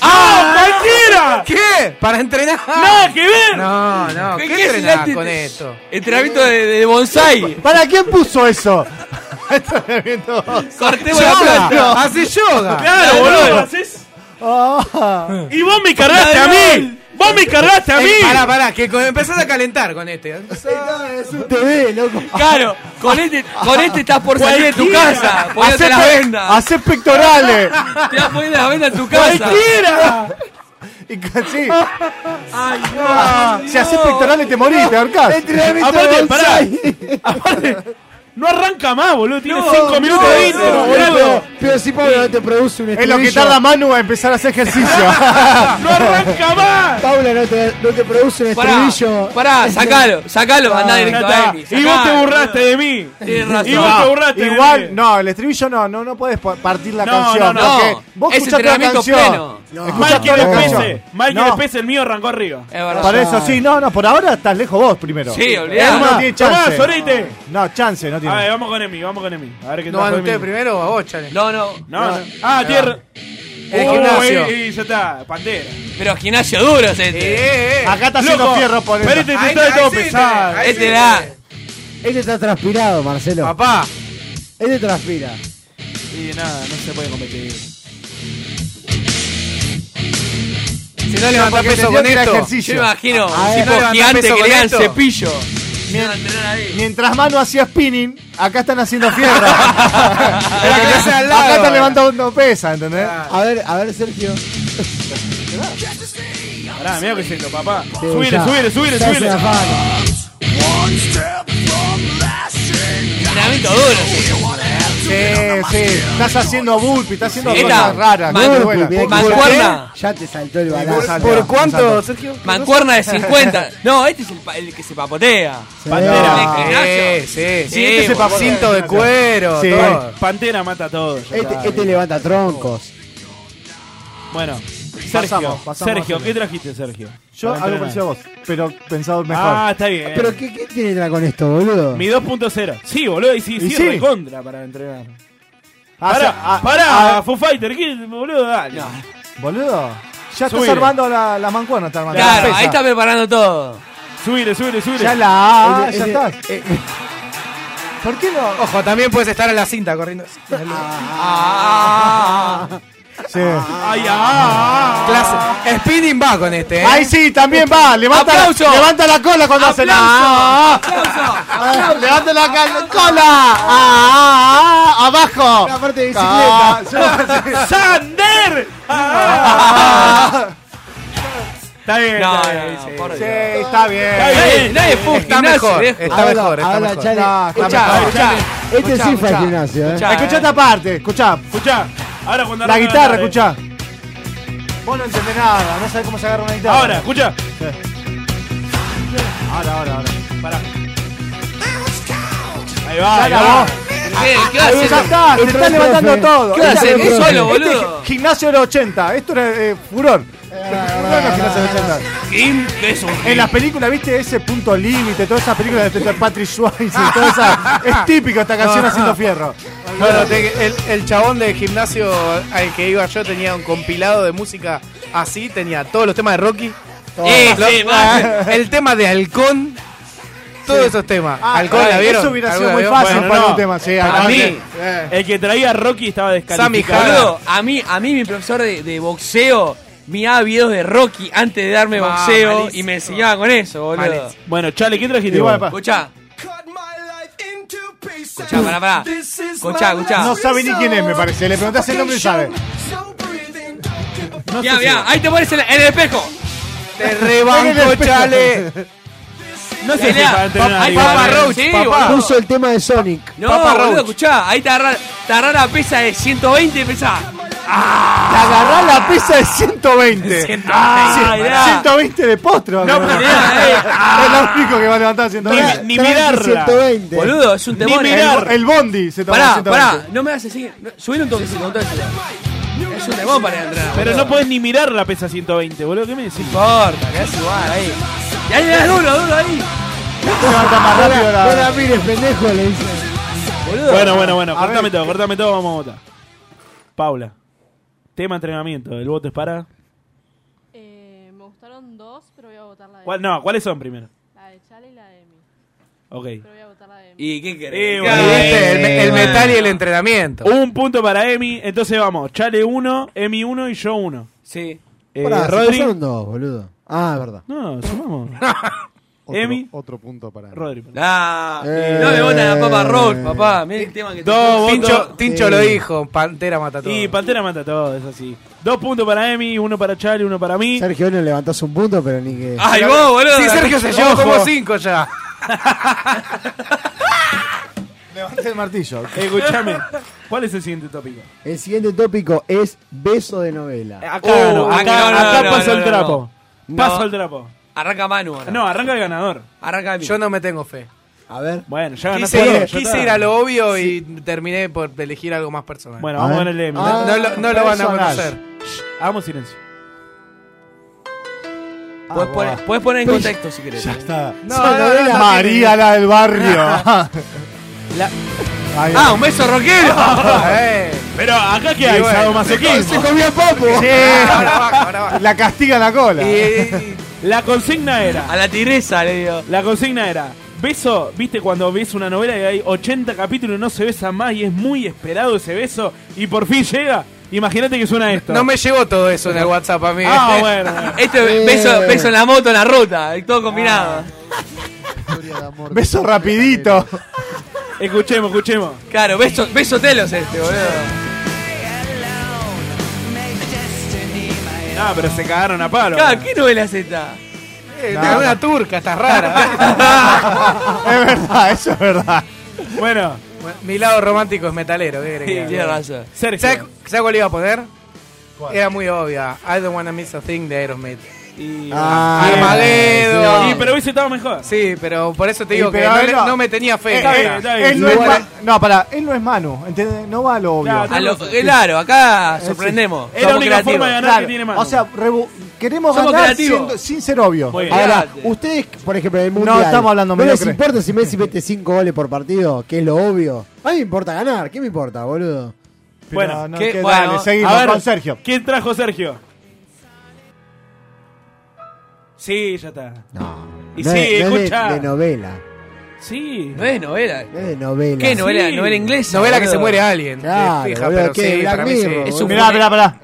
Speaker 2: ¡Ah! ¡Mentira!
Speaker 11: ¿Qué? ¿Para entrenar?
Speaker 2: ¡Nada que ver!
Speaker 11: No, no, ¿qué,
Speaker 1: Ah. ¿Qué- qué es el
Speaker 11: entrenás
Speaker 1: arte-
Speaker 11: con esto?
Speaker 1: Entrenamiento de, de bonsai.
Speaker 10: ¿Para quién puso eso? Entrenamiento.
Speaker 1: Cortemos la
Speaker 10: Yoga.
Speaker 1: planta.
Speaker 10: Hace yoga.
Speaker 2: Claro, boludo. Haces-
Speaker 10: Ah.
Speaker 2: Y vos me cargaste a mí. Vos me cargaste a
Speaker 11: Eh,
Speaker 2: mí.
Speaker 11: pará, pará, que con- empezás a calentar con este.
Speaker 3: Es un TV, loco.
Speaker 1: Claro, con este, con este estás por salir de tu
Speaker 11: Cualquiera.
Speaker 1: casa. Ponete la
Speaker 10: pe-
Speaker 1: venda.
Speaker 10: hacé pectorales.
Speaker 1: Te vas poniendo la venda en tu casa.
Speaker 10: Y ca- sí. Ah, si haces pectorales te morís, te ahorcás.
Speaker 2: Aparte, pará. Aparte, no arranca más, boludo. Tiene
Speaker 10: No,
Speaker 2: 5 minutos de
Speaker 10: no,
Speaker 2: intro,
Speaker 10: no,
Speaker 2: boludo.
Speaker 3: Pero, pero si Pablo no te produce un
Speaker 10: Es lo que
Speaker 3: estribillo.
Speaker 10: tarda Manu a empezar a hacer ejercicio.
Speaker 2: ¡No arranca más!
Speaker 3: Pablo no te, no te produce un
Speaker 1: Pará,
Speaker 3: estribillo.
Speaker 1: pará, sacalo, sacalo,
Speaker 10: Ah,
Speaker 1: mandá
Speaker 2: Ya
Speaker 1: directo a
Speaker 2: está.
Speaker 1: Emi.
Speaker 2: Y vos te burlaste de mí.
Speaker 1: Tienes razón.
Speaker 2: Y vos te burlaste de mí.
Speaker 10: Igual, no, el estribillo no, no, no podés pa- partir la
Speaker 2: No,
Speaker 10: canción.
Speaker 2: no, no.
Speaker 10: porque Vos
Speaker 1: Es
Speaker 10: escuchaste la
Speaker 1: entrenamiento
Speaker 10: canción.
Speaker 1: pleno.
Speaker 10: No.
Speaker 2: Mal
Speaker 10: Escuchaste
Speaker 2: que
Speaker 10: la
Speaker 2: les
Speaker 10: canción.
Speaker 2: pese. Mal que
Speaker 10: No.
Speaker 2: les pese, el mío arrancó arriba.
Speaker 1: Es verdad.
Speaker 10: Para eso sí, no, no, por ahora estás lejos vos primero.
Speaker 1: Sí, olvidá.
Speaker 10: Él no
Speaker 1: Tomá,
Speaker 10: tiene
Speaker 2: tomá,
Speaker 10: chance.
Speaker 2: sorete.
Speaker 10: No, chance, no
Speaker 2: A
Speaker 10: tiene.
Speaker 2: ver, vamos con Emi, vamos con Emi. A ver qué
Speaker 11: ¿No
Speaker 2: tal
Speaker 11: van
Speaker 2: fue
Speaker 11: ustedes
Speaker 2: Emi.
Speaker 11: primero o a vos, Chale?
Speaker 1: No, no,
Speaker 2: No, no. Ah, tierra.
Speaker 11: El
Speaker 2: Oh,
Speaker 11: gimnasio.
Speaker 2: eh, eh, ya está, pantera.
Speaker 1: pero gimnasio duro es este.
Speaker 11: Eh, eh, eh.
Speaker 10: Acá está haciendo
Speaker 2: Loco,
Speaker 10: fierro por
Speaker 2: pero este te trae todo pesado.
Speaker 1: Este da.
Speaker 3: Este está transpirado, Marcelo.
Speaker 11: Papá.
Speaker 3: Este transpira.
Speaker 2: Y nada, no se puede competir.
Speaker 11: Si no levantás
Speaker 10: porque
Speaker 11: peso
Speaker 10: entendió
Speaker 11: con
Speaker 10: que era
Speaker 11: esto.
Speaker 10: ejercicio.
Speaker 1: Yo me imagino,
Speaker 11: Ah,
Speaker 1: un
Speaker 11: eh.
Speaker 1: tipo
Speaker 11: ¿No levantás
Speaker 1: gigante
Speaker 11: peso
Speaker 1: que
Speaker 11: con
Speaker 1: le dan
Speaker 11: esto?
Speaker 1: cepillo.
Speaker 10: Mien-
Speaker 1: No, entrenar ahí.
Speaker 10: Mientras Manu hacía spinning, acá están haciendo fierro.
Speaker 11: El que te hace al lado.
Speaker 10: acá están levantando pesa, ¿entendés?
Speaker 3: A ver, a ver, Sergio.
Speaker 2: Pará, mirá que es esto, papá.
Speaker 3: Sí,
Speaker 2: subile,
Speaker 3: ya.
Speaker 2: subile, subile,
Speaker 3: Ya
Speaker 2: subile.
Speaker 3: se afana.
Speaker 1: Entrenamiento duro.
Speaker 10: Sí, sí. Estás haciendo bulpi, estás haciendo
Speaker 11: Esta,
Speaker 10: cosas raras.
Speaker 11: man-
Speaker 10: muy buenas.
Speaker 11: bulpi, mancuerna.
Speaker 3: Ya te saltó el
Speaker 11: ¿Por,
Speaker 3: balazo.
Speaker 11: por cuánto, Sergio?
Speaker 4: Mancuerna de 50. No, este es el, pa- el que se papotea.
Speaker 11: Pantera.
Speaker 4: No,
Speaker 11: Sí,
Speaker 4: Ignacio.
Speaker 11: sí.
Speaker 4: Sí, este se
Speaker 11: boludo.
Speaker 4: papotea.
Speaker 11: Cinto de cuero,
Speaker 3: Sí.
Speaker 11: todo.
Speaker 2: Pantera mata a todos. ya
Speaker 3: Este,
Speaker 2: está.
Speaker 3: este levanta troncos.
Speaker 2: Bueno, Sergio,
Speaker 10: Pasamos, pasamos
Speaker 2: Sergio,
Speaker 10: a
Speaker 2: ¿qué trajiste, Sergio?
Speaker 10: Yo
Speaker 2: Para
Speaker 10: algo
Speaker 2: entrenar.
Speaker 10: parecido a vos, pero pensado mejor.
Speaker 2: Ah, está bien.
Speaker 3: Pero ¿qué, qué tiene que ver con esto, boludo?
Speaker 2: Mi 2.0. Sí, boludo, y sí,
Speaker 3: Y
Speaker 2: sí,
Speaker 3: sí.
Speaker 2: recontra para entrenar.
Speaker 10: Ah,
Speaker 2: Pará,
Speaker 10: sea, ah,
Speaker 2: pará,
Speaker 10: ah,
Speaker 2: Foo Fighter, ¿qué, boludo? Dale.
Speaker 10: Boludo, ya estás
Speaker 2: Subile.
Speaker 10: armando la, la mancuerna. Está armando.
Speaker 2: Claro,
Speaker 10: La pesa.
Speaker 4: Ahí está preparando todo.
Speaker 2: Subile, subile, subile.
Speaker 10: Ya la,
Speaker 11: Ah, Ese-
Speaker 10: ya
Speaker 11: ese-
Speaker 10: estás. ¿Por qué no?
Speaker 11: Ojo, también puedes estar en la cinta corriendo.
Speaker 10: Ah, Sí.
Speaker 11: Clase. Spinning va con este, ¿eh?
Speaker 10: ah. Ahí sí, también va. Levanta,
Speaker 11: Aplauso.
Speaker 10: levanta la cola cuando hace la. Ah, ah, ah. Levanta la ca- cola. Ah, ah, ah. abajo. Ah.
Speaker 3: La parte de
Speaker 10: bicicleta.
Speaker 2: ¡Sander! Está bien,
Speaker 11: No,
Speaker 2: está bien.
Speaker 11: no,
Speaker 2: sí.
Speaker 11: por
Speaker 2: Sí,
Speaker 11: Dios.
Speaker 2: está bien.
Speaker 11: Nadie- nadie fue un
Speaker 10: Está
Speaker 11: gimnasio,
Speaker 10: mejor,
Speaker 11: viejo.
Speaker 10: está
Speaker 11: Habla-
Speaker 10: mejor, está
Speaker 11: habla,
Speaker 10: mejor.
Speaker 11: Chale.
Speaker 10: No, está
Speaker 11: Escuchá,
Speaker 10: mejor.
Speaker 11: escuchá.
Speaker 3: Este sí fue al gimnasio, eh.
Speaker 10: Escuchá, esta parte, escuchá.
Speaker 2: Escuchá. Ahora cuando
Speaker 10: La
Speaker 2: arranca
Speaker 10: guitarra,
Speaker 2: tarde.
Speaker 10: escuchá. Vos no entendés nada, no sabés cómo se agarra una guitarra.
Speaker 2: Ahora, escucha.
Speaker 10: Ahora, ahora, ahora.
Speaker 2: Pará. Ahí va,
Speaker 10: Ya
Speaker 2: ahí
Speaker 10: la
Speaker 2: va.
Speaker 10: voz.
Speaker 4: ¿Qué, qué va a
Speaker 10: Ahí
Speaker 4: hacer?
Speaker 10: ya está, se
Speaker 4: Entró
Speaker 10: está
Speaker 4: el
Speaker 10: levantando
Speaker 4: profe.
Speaker 10: todo.
Speaker 4: ¿Qué va a hacer?
Speaker 10: Este-
Speaker 4: Un solo,
Speaker 10: este
Speaker 4: boludo.
Speaker 10: gimnasio era 80, esto era eh, furor. Furor en los gimnasios de 80.
Speaker 4: In- es un-
Speaker 10: En las películas, viste, ese punto límite, todas esas películas de Peter Patrick Swayze, y toda esa, es típico esta canción haciendo fierro.
Speaker 11: Bueno, te- el, el chabón de gimnasio al que iba yo tenía un compilado de música así, tenía todos los temas de Rocky,
Speaker 10: Eh,
Speaker 11: lo-
Speaker 10: sí, va.
Speaker 11: el tema de Halcón, todos esos temas. Halcón, ¿la vieron?
Speaker 10: Eso hubiera sido
Speaker 11: ¿Alguna
Speaker 10: muy
Speaker 11: vio?
Speaker 10: fácil
Speaker 11: Bueno,
Speaker 10: para
Speaker 11: no.
Speaker 10: un tema, sí.
Speaker 11: Para
Speaker 10: acá-
Speaker 11: mí,
Speaker 10: Eh.
Speaker 2: El que traía a Rocky estaba
Speaker 11: Sammy
Speaker 2: descalificado.
Speaker 4: Boludo, a mí, a mí mi profesor de, de boxeo miraba videos de Rocky antes de darme
Speaker 2: Ah,
Speaker 4: boxeo y
Speaker 2: malísimo.
Speaker 4: me enseñaba con eso, boludo.
Speaker 2: Malísimo. Bueno, Chale, ¿qué trajiste?
Speaker 4: Igual,
Speaker 2: vos?
Speaker 4: pa. Escuchá. Escuchá, pará, pará. Escuchá, escuchá.
Speaker 10: No sabe ni quién es, me parece. Le preguntás el nombre y sabe.
Speaker 4: Mirá, mirá, ahí te pones en, en el espejo.
Speaker 11: Te rebanco, chale.
Speaker 2: No
Speaker 4: sé si para entrenar
Speaker 11: Ahí
Speaker 4: igual.
Speaker 11: Papa Roach,
Speaker 4: Sí,
Speaker 11: papá.
Speaker 4: boludo.
Speaker 3: Puso el tema de Sonic.
Speaker 4: No,
Speaker 3: Papa
Speaker 4: boludo,
Speaker 3: Roach.
Speaker 4: escuchá, ahí te agarra, te agarra la pesa de 120 y pesá.
Speaker 10: Te agarrás la pesa de 120.
Speaker 4: 120,
Speaker 10: Ah, sí,
Speaker 4: mirá.
Speaker 10: 120 de postre. va a
Speaker 4: No, eh.
Speaker 10: agarrar. Es lo único que va a levantar 120.
Speaker 4: Ni- ni mirarla. 120. Boludo, es un
Speaker 10: Ni
Speaker 4: temor, eh.
Speaker 10: mirar. El, el bondi se toma
Speaker 4: Pará,
Speaker 10: 120.
Speaker 4: pará, no me hagas seguir. No, subir un toquecito, un toquecito. Es un temor para entrar.
Speaker 2: Pero no podés ni mirar la pesa 120, boludo. ¿Qué me decís?
Speaker 4: importa, que es igual ahí. Y ahí le das duro, duro ahí.
Speaker 10: Este Levanta más rápido la-
Speaker 3: No la mires, pendejo, le dice.
Speaker 4: Boludo.
Speaker 2: Bueno, bueno, bueno.
Speaker 3: A
Speaker 2: Cortame
Speaker 3: ver.
Speaker 2: todo, cortame todo, vamos a votar. Paula. Tema entrenamiento. ¿El voto es para?
Speaker 23: Eh, me gustaron dos, pero voy a votar la de
Speaker 2: ¿Cuál- no, ¿cuáles son primero?
Speaker 23: La de Chale y la de Emi.
Speaker 2: Ok.
Speaker 23: Pero voy a votar la de Emi.
Speaker 4: ¿Y qué
Speaker 2: Eh,
Speaker 4: querés?
Speaker 2: bueno.
Speaker 4: Eh,
Speaker 11: viste, el- el
Speaker 2: bueno.
Speaker 11: metal y el entrenamiento.
Speaker 2: Un punto para Emi. Entonces vamos. Chale 1, Emi 1 y yo 1.
Speaker 4: Sí.
Speaker 2: Eh,
Speaker 3: Pará, se
Speaker 2: Rodri.
Speaker 3: pasaron dos, boludo. Ah, es verdad.
Speaker 2: No, sumamos. Emi. Otro punto para Rodri.
Speaker 4: Ah,
Speaker 2: Eh.
Speaker 4: No me botan a Papa Roach, papá. Mira el tema que
Speaker 2: Dos votos.
Speaker 11: Tincho, Tincho lo
Speaker 2: Sí.
Speaker 11: dijo, Pantera mata todo.
Speaker 2: Y Pantera mata todo, es así. Dos puntos para Emi, uno para Chale, uno para mí.
Speaker 3: Sergio no levantás un punto, pero ni que.
Speaker 4: Ay, vos, boludo.
Speaker 11: Sí, Sergio se llevó
Speaker 3: Ojo.
Speaker 11: como cinco ya.
Speaker 10: Levanta el martillo.
Speaker 2: Eh, Escuchame. ¿Cuál es el siguiente tópico?
Speaker 3: El siguiente tópico es beso de novela.
Speaker 11: Uh,
Speaker 2: Acá no, Oh, acá, acá pasa el trapo.
Speaker 4: no.
Speaker 2: Paso el trapo.
Speaker 4: Arranca Manu ahora.
Speaker 2: No, arranca el ganador.
Speaker 4: Arranca
Speaker 11: Yo no me tengo fe.
Speaker 3: A ver.
Speaker 2: Bueno, ya ganaste.
Speaker 11: Quise,
Speaker 2: vos, ya
Speaker 11: quise
Speaker 2: está.
Speaker 11: ir a lo obvio y terminé por elegir algo más personal.
Speaker 2: Bueno, vamos con el M.
Speaker 3: Ah,
Speaker 11: No, no lo, no lo van a conocer.
Speaker 2: Hagamos silencio.
Speaker 4: Puedes poner, podés poner en
Speaker 2: Pero
Speaker 4: contexto si querés. Ya
Speaker 10: está.
Speaker 4: No,
Speaker 10: Esa
Speaker 4: no,
Speaker 10: novela
Speaker 4: no, no,
Speaker 10: María,
Speaker 4: no.
Speaker 10: la del barrio.
Speaker 4: La-
Speaker 10: Ahí va. Eh.
Speaker 4: Ah, un beso rockero. Eh.
Speaker 2: Pero acá
Speaker 10: Y
Speaker 2: que hay
Speaker 10: bueno.
Speaker 2: sadomasoquismo.
Speaker 10: Se comió papo. La castiga la cola.
Speaker 2: La consigna era.
Speaker 4: A la tigresa le dio.
Speaker 2: La consigna era. Beso, viste cuando ves una novela y hay 80 capítulos y no se besa más y es muy esperado ese beso y por fin llega. Imagínate que suena esto.
Speaker 11: No me llegó todo eso en el WhatsApp a mí.
Speaker 2: Ah, bueno, bueno.
Speaker 4: Este beso, beso en la moto, en la ruta, y todo combinado.
Speaker 10: Beso rapidito.
Speaker 2: Escuchemos, escuchemos.
Speaker 4: Claro, beso, beso telos este, boludo.
Speaker 2: Ah, pero se cagaron a palo.
Speaker 4: Claro, ¿qué novela es esta?
Speaker 11: Tengo una turca, estás rara.
Speaker 10: Ah, Es verdad, eso es verdad.
Speaker 2: Bueno,
Speaker 11: Bueno, Mi lado romántico es metalero, ¿qué querés que
Speaker 4: Sí,
Speaker 11: haga?
Speaker 4: tiene razón.
Speaker 11: ¿Sabes sabes cuál iba a poner? Era muy obvia. I don't wanna miss a thing de Aerosmith.
Speaker 2: Ah,
Speaker 11: Armageddon.
Speaker 2: sí, no. pero hubiese estado mejor.
Speaker 11: Sí, pero por eso te
Speaker 10: Y
Speaker 11: digo que
Speaker 10: pero
Speaker 11: no,
Speaker 10: él
Speaker 11: le-
Speaker 10: no-
Speaker 11: no me tenía fe.
Speaker 10: Está bien, está bien. eh, Él no es ma- no, pará, él no es Manu, ¿entendés? No va a lo obvio.
Speaker 4: A lo- claro, acá sorprendemos.
Speaker 10: Es la
Speaker 4: Somos
Speaker 10: única
Speaker 4: creativos.
Speaker 10: forma de ganar que tiene Manu. O sea, rebu- queremos
Speaker 4: Somos
Speaker 10: ganar
Speaker 4: creativos.
Speaker 3: Ah,
Speaker 10: siendo- sin ser obvio.
Speaker 4: Muy bien.
Speaker 3: Ahora, ustedes, por ejemplo, en el mundial.
Speaker 10: estamos hablando
Speaker 3: ¿No les
Speaker 10: mediocre.
Speaker 3: importa si Messi mete 5 goles por partido? Que es lo obvio. A mí me importa ganar. ¿Qué me importa, boludo?
Speaker 2: Bueno,
Speaker 10: no,
Speaker 2: ¿qué-
Speaker 10: que dale, seguimos
Speaker 2: a ver,
Speaker 10: con Sergio.
Speaker 2: ¿Quién trajo Sergio? Sí, ya está.
Speaker 3: No.
Speaker 2: Y
Speaker 3: no
Speaker 2: sí,
Speaker 3: es, no es de-
Speaker 2: escucha.
Speaker 3: de, novela.
Speaker 2: Sí.
Speaker 4: No es novela.
Speaker 3: No es de novela.
Speaker 4: ¿Qué novela? ¿Novela inglesa?
Speaker 11: Novela que
Speaker 4: boludo?
Speaker 11: se muere alguien.
Speaker 3: Claro,
Speaker 11: Fija,
Speaker 3: boludo,
Speaker 11: pero
Speaker 3: ¿qué?
Speaker 11: sí,
Speaker 3: Black
Speaker 11: para mí sí.
Speaker 3: Mirror,
Speaker 11: Es
Speaker 3: boludo.
Speaker 11: un
Speaker 3: Mirá,
Speaker 11: funeral.
Speaker 3: mirá, mirá.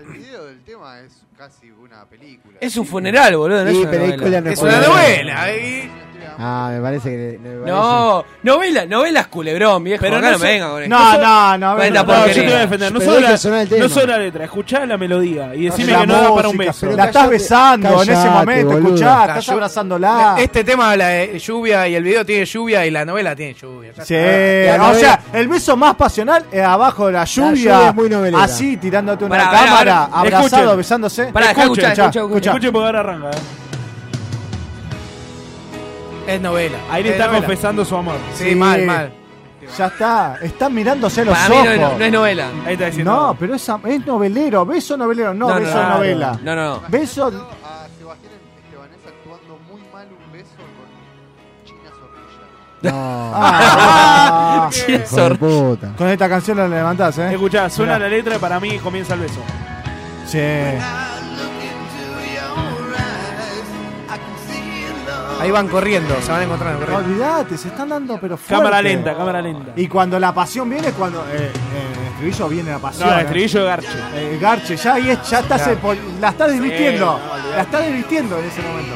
Speaker 4: Es un funeral, boludo. No
Speaker 3: Sí,
Speaker 4: es una
Speaker 3: película
Speaker 4: novela.
Speaker 3: no
Speaker 4: es
Speaker 3: es
Speaker 4: una
Speaker 3: funeral.
Speaker 4: novela. y-
Speaker 3: Ah, me parece que. me parece-
Speaker 4: No, novela, novelas culebrón, viejo.
Speaker 2: Pero
Speaker 4: Pero
Speaker 2: no
Speaker 4: no,
Speaker 2: so-
Speaker 4: me venga con esto.
Speaker 2: no,
Speaker 10: no, no,
Speaker 4: Con esta
Speaker 2: No, yo te voy a
Speaker 4: porquería.
Speaker 2: defender. No
Speaker 3: Pero
Speaker 2: solo,
Speaker 3: deja
Speaker 2: la,
Speaker 3: sonar el tema.
Speaker 2: no solo la letra, escuchá la melodía y decime
Speaker 10: la
Speaker 2: que no da para un
Speaker 10: música,
Speaker 2: beso.
Speaker 10: pero La estás callate, besando en ese callate, momento, boludo. escuchá, estás
Speaker 11: Cayó-
Speaker 10: abrazándola.
Speaker 11: Este tema habla de lluvia y el video tiene lluvia y la novela tiene lluvia.
Speaker 10: Sí,
Speaker 11: La
Speaker 10: Eh, o
Speaker 11: novela-
Speaker 10: sea, el beso más pasional es abajo de la lluvia,
Speaker 11: lluvia es muy novelera.
Speaker 10: así tirándote una
Speaker 11: Pará, pará,
Speaker 10: cámara,
Speaker 11: pará.
Speaker 10: abrazado,
Speaker 11: Escuchen.
Speaker 10: besándose.
Speaker 11: Pará, dejá escuchar, escuchá, escuchá.
Speaker 2: Escuchen porque ahora arranca. eh.
Speaker 11: Es novela.
Speaker 2: Ahí le
Speaker 11: Es
Speaker 2: está
Speaker 11: novela.
Speaker 2: confesando su amor.
Speaker 11: Sí, mal, mal.
Speaker 10: Ya está, están mirándose los
Speaker 11: Para mí
Speaker 10: ojos.
Speaker 11: no es- no es novela.
Speaker 2: Ahí está
Speaker 10: diciendo. No, pero es, am- es novelero, beso novelero, no,
Speaker 4: No, no,
Speaker 10: beso
Speaker 4: no, no.
Speaker 10: novela.
Speaker 4: No, no, no.
Speaker 10: Beso
Speaker 5: A Ah, Sebastián Estebanés actuando muy mal un beso con China Zorrilla.
Speaker 3: No.
Speaker 10: Ah.
Speaker 3: Hijo de puta.
Speaker 10: Con esta canción la levantás, ¿eh?
Speaker 2: Escuchá, suena
Speaker 10: Mirá.
Speaker 2: la letra y para mí comienza el beso.
Speaker 10: Sí.
Speaker 11: Ahí van corriendo, se van a encontrar corriendo.
Speaker 10: Olvídate, se están dando pero fuerte.
Speaker 2: Cámara lenta, cámara lenta.
Speaker 10: Y cuando la pasión viene es cuando eh, eh, el estribillo viene la pasión.
Speaker 2: No, el
Speaker 10: ¿eh?
Speaker 2: estribillo de Garche.
Speaker 10: Eh, Garche, ya, ahí es- ya estás
Speaker 2: Claro.
Speaker 10: eh, pol- la estás desvistiendo.
Speaker 2: no, olvidate.
Speaker 10: la estás desvistiendo en ese momento.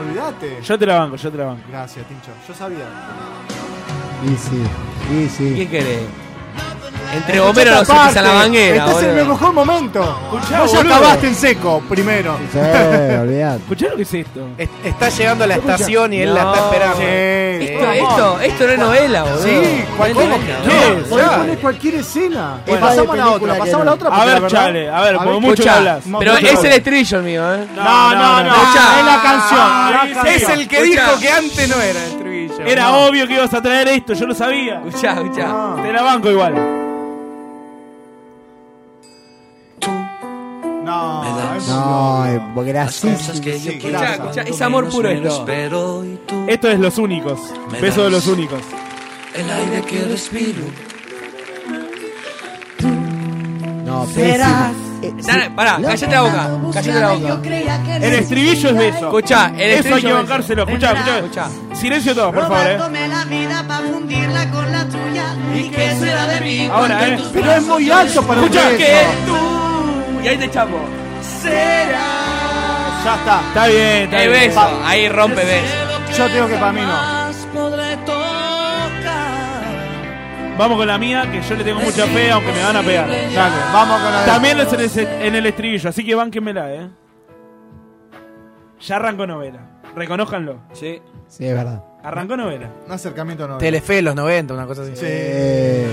Speaker 10: Olvídate.
Speaker 2: Yo te la banco, yo te la banco.
Speaker 10: Gracias, Tincho. Yo sabía.
Speaker 3: Y sí. Y sí.
Speaker 4: ¿Quién querés? Entre
Speaker 10: Escuchá
Speaker 4: bomberos no
Speaker 10: esta
Speaker 4: se pisa
Speaker 10: parte.
Speaker 4: la manguera,
Speaker 10: Este es el
Speaker 4: boludo.
Speaker 10: mejor momento.
Speaker 2: Escuchá,
Speaker 10: Vos ya
Speaker 2: boludo.
Speaker 10: acabaste en seco primero.
Speaker 3: Sí, olvidate.
Speaker 2: Escuchá lo que es esto.
Speaker 11: Está llegando a la
Speaker 10: Escucha.
Speaker 11: estación y él la está esperando.
Speaker 4: Esto, esto, esto no es novela, boludo.
Speaker 10: Sí, cual-
Speaker 4: No es
Speaker 10: ¿cómo que
Speaker 4: novela,
Speaker 10: no?
Speaker 4: boludo.
Speaker 10: Podés poner cualquier escena.
Speaker 4: Bueno.
Speaker 10: Eh, pasamos a la otra,
Speaker 4: Película que
Speaker 10: pasamos a
Speaker 4: no.
Speaker 10: la otra.
Speaker 4: A
Speaker 10: porque
Speaker 4: ver,
Speaker 10: la verdad-
Speaker 4: chale, a ver, porque
Speaker 10: ver,
Speaker 4: mucho
Speaker 10: escuchá,
Speaker 4: que hablas.
Speaker 10: mo-
Speaker 4: Pero
Speaker 10: mucho que
Speaker 4: es el
Speaker 10: hablas.
Speaker 4: estrillo el mío, ¿eh?
Speaker 10: No, no, no.
Speaker 4: Escuchá.
Speaker 10: Ah, Es la canción.
Speaker 2: Ah,
Speaker 10: la
Speaker 11: Es
Speaker 10: canción.
Speaker 11: el que dijo que antes no era el estribillo.
Speaker 2: Era
Speaker 11: No.
Speaker 2: obvio que ibas a traer esto, yo lo sabía.
Speaker 4: Escuchá, escuchá.
Speaker 2: Te la banco igual.
Speaker 10: No, es-
Speaker 3: No, eh, gracias.
Speaker 4: Escuchá, escuchá, es amor puro esto.
Speaker 2: Esto es Los Únicos.
Speaker 4: Me
Speaker 2: Beso de Los
Speaker 4: das
Speaker 2: Únicos.
Speaker 4: El aire que respiro.
Speaker 3: No,
Speaker 4: Serás.
Speaker 3: pésimo. Eh, sí.
Speaker 4: Pará, cállate la boca. Cállate la boca.
Speaker 1: Eh,
Speaker 2: El estribillo es beso.
Speaker 4: Escuchá,
Speaker 2: Eso
Speaker 4: el
Speaker 2: hay
Speaker 4: estribillo
Speaker 2: que
Speaker 4: es
Speaker 2: bancárselo. Escuchá, escuchá. Silencio todos, por favor, eh.
Speaker 7: Robándome la vida para fundirla con la tuya. ¿Y qué será de mí?
Speaker 2: Ahora, eh.
Speaker 10: Pero es muy alto para un
Speaker 4: Escuchá
Speaker 10: beso.
Speaker 4: que tú. Y ahí te chapo.
Speaker 7: Será.
Speaker 10: Ya está.
Speaker 2: Está bien, está
Speaker 4: Ahí
Speaker 2: bien.
Speaker 4: beso, ahí rompe beso.
Speaker 10: Yo tengo que para mí no.
Speaker 7: Más podré tocar.
Speaker 2: Vamos con la mía, que yo le tengo mucha fe, aunque me van a pegar.
Speaker 10: Dale, vamos con la de-
Speaker 2: También es en el, en el estribillo, así que bánquenmela, eh. Ya arrancó novela. Reconójanlo.
Speaker 4: Sí.
Speaker 3: Sí, es verdad.
Speaker 2: Arrancó novela.
Speaker 10: Un acercamiento no.
Speaker 11: Telefe, los 90, una cosa así.
Speaker 3: Eh,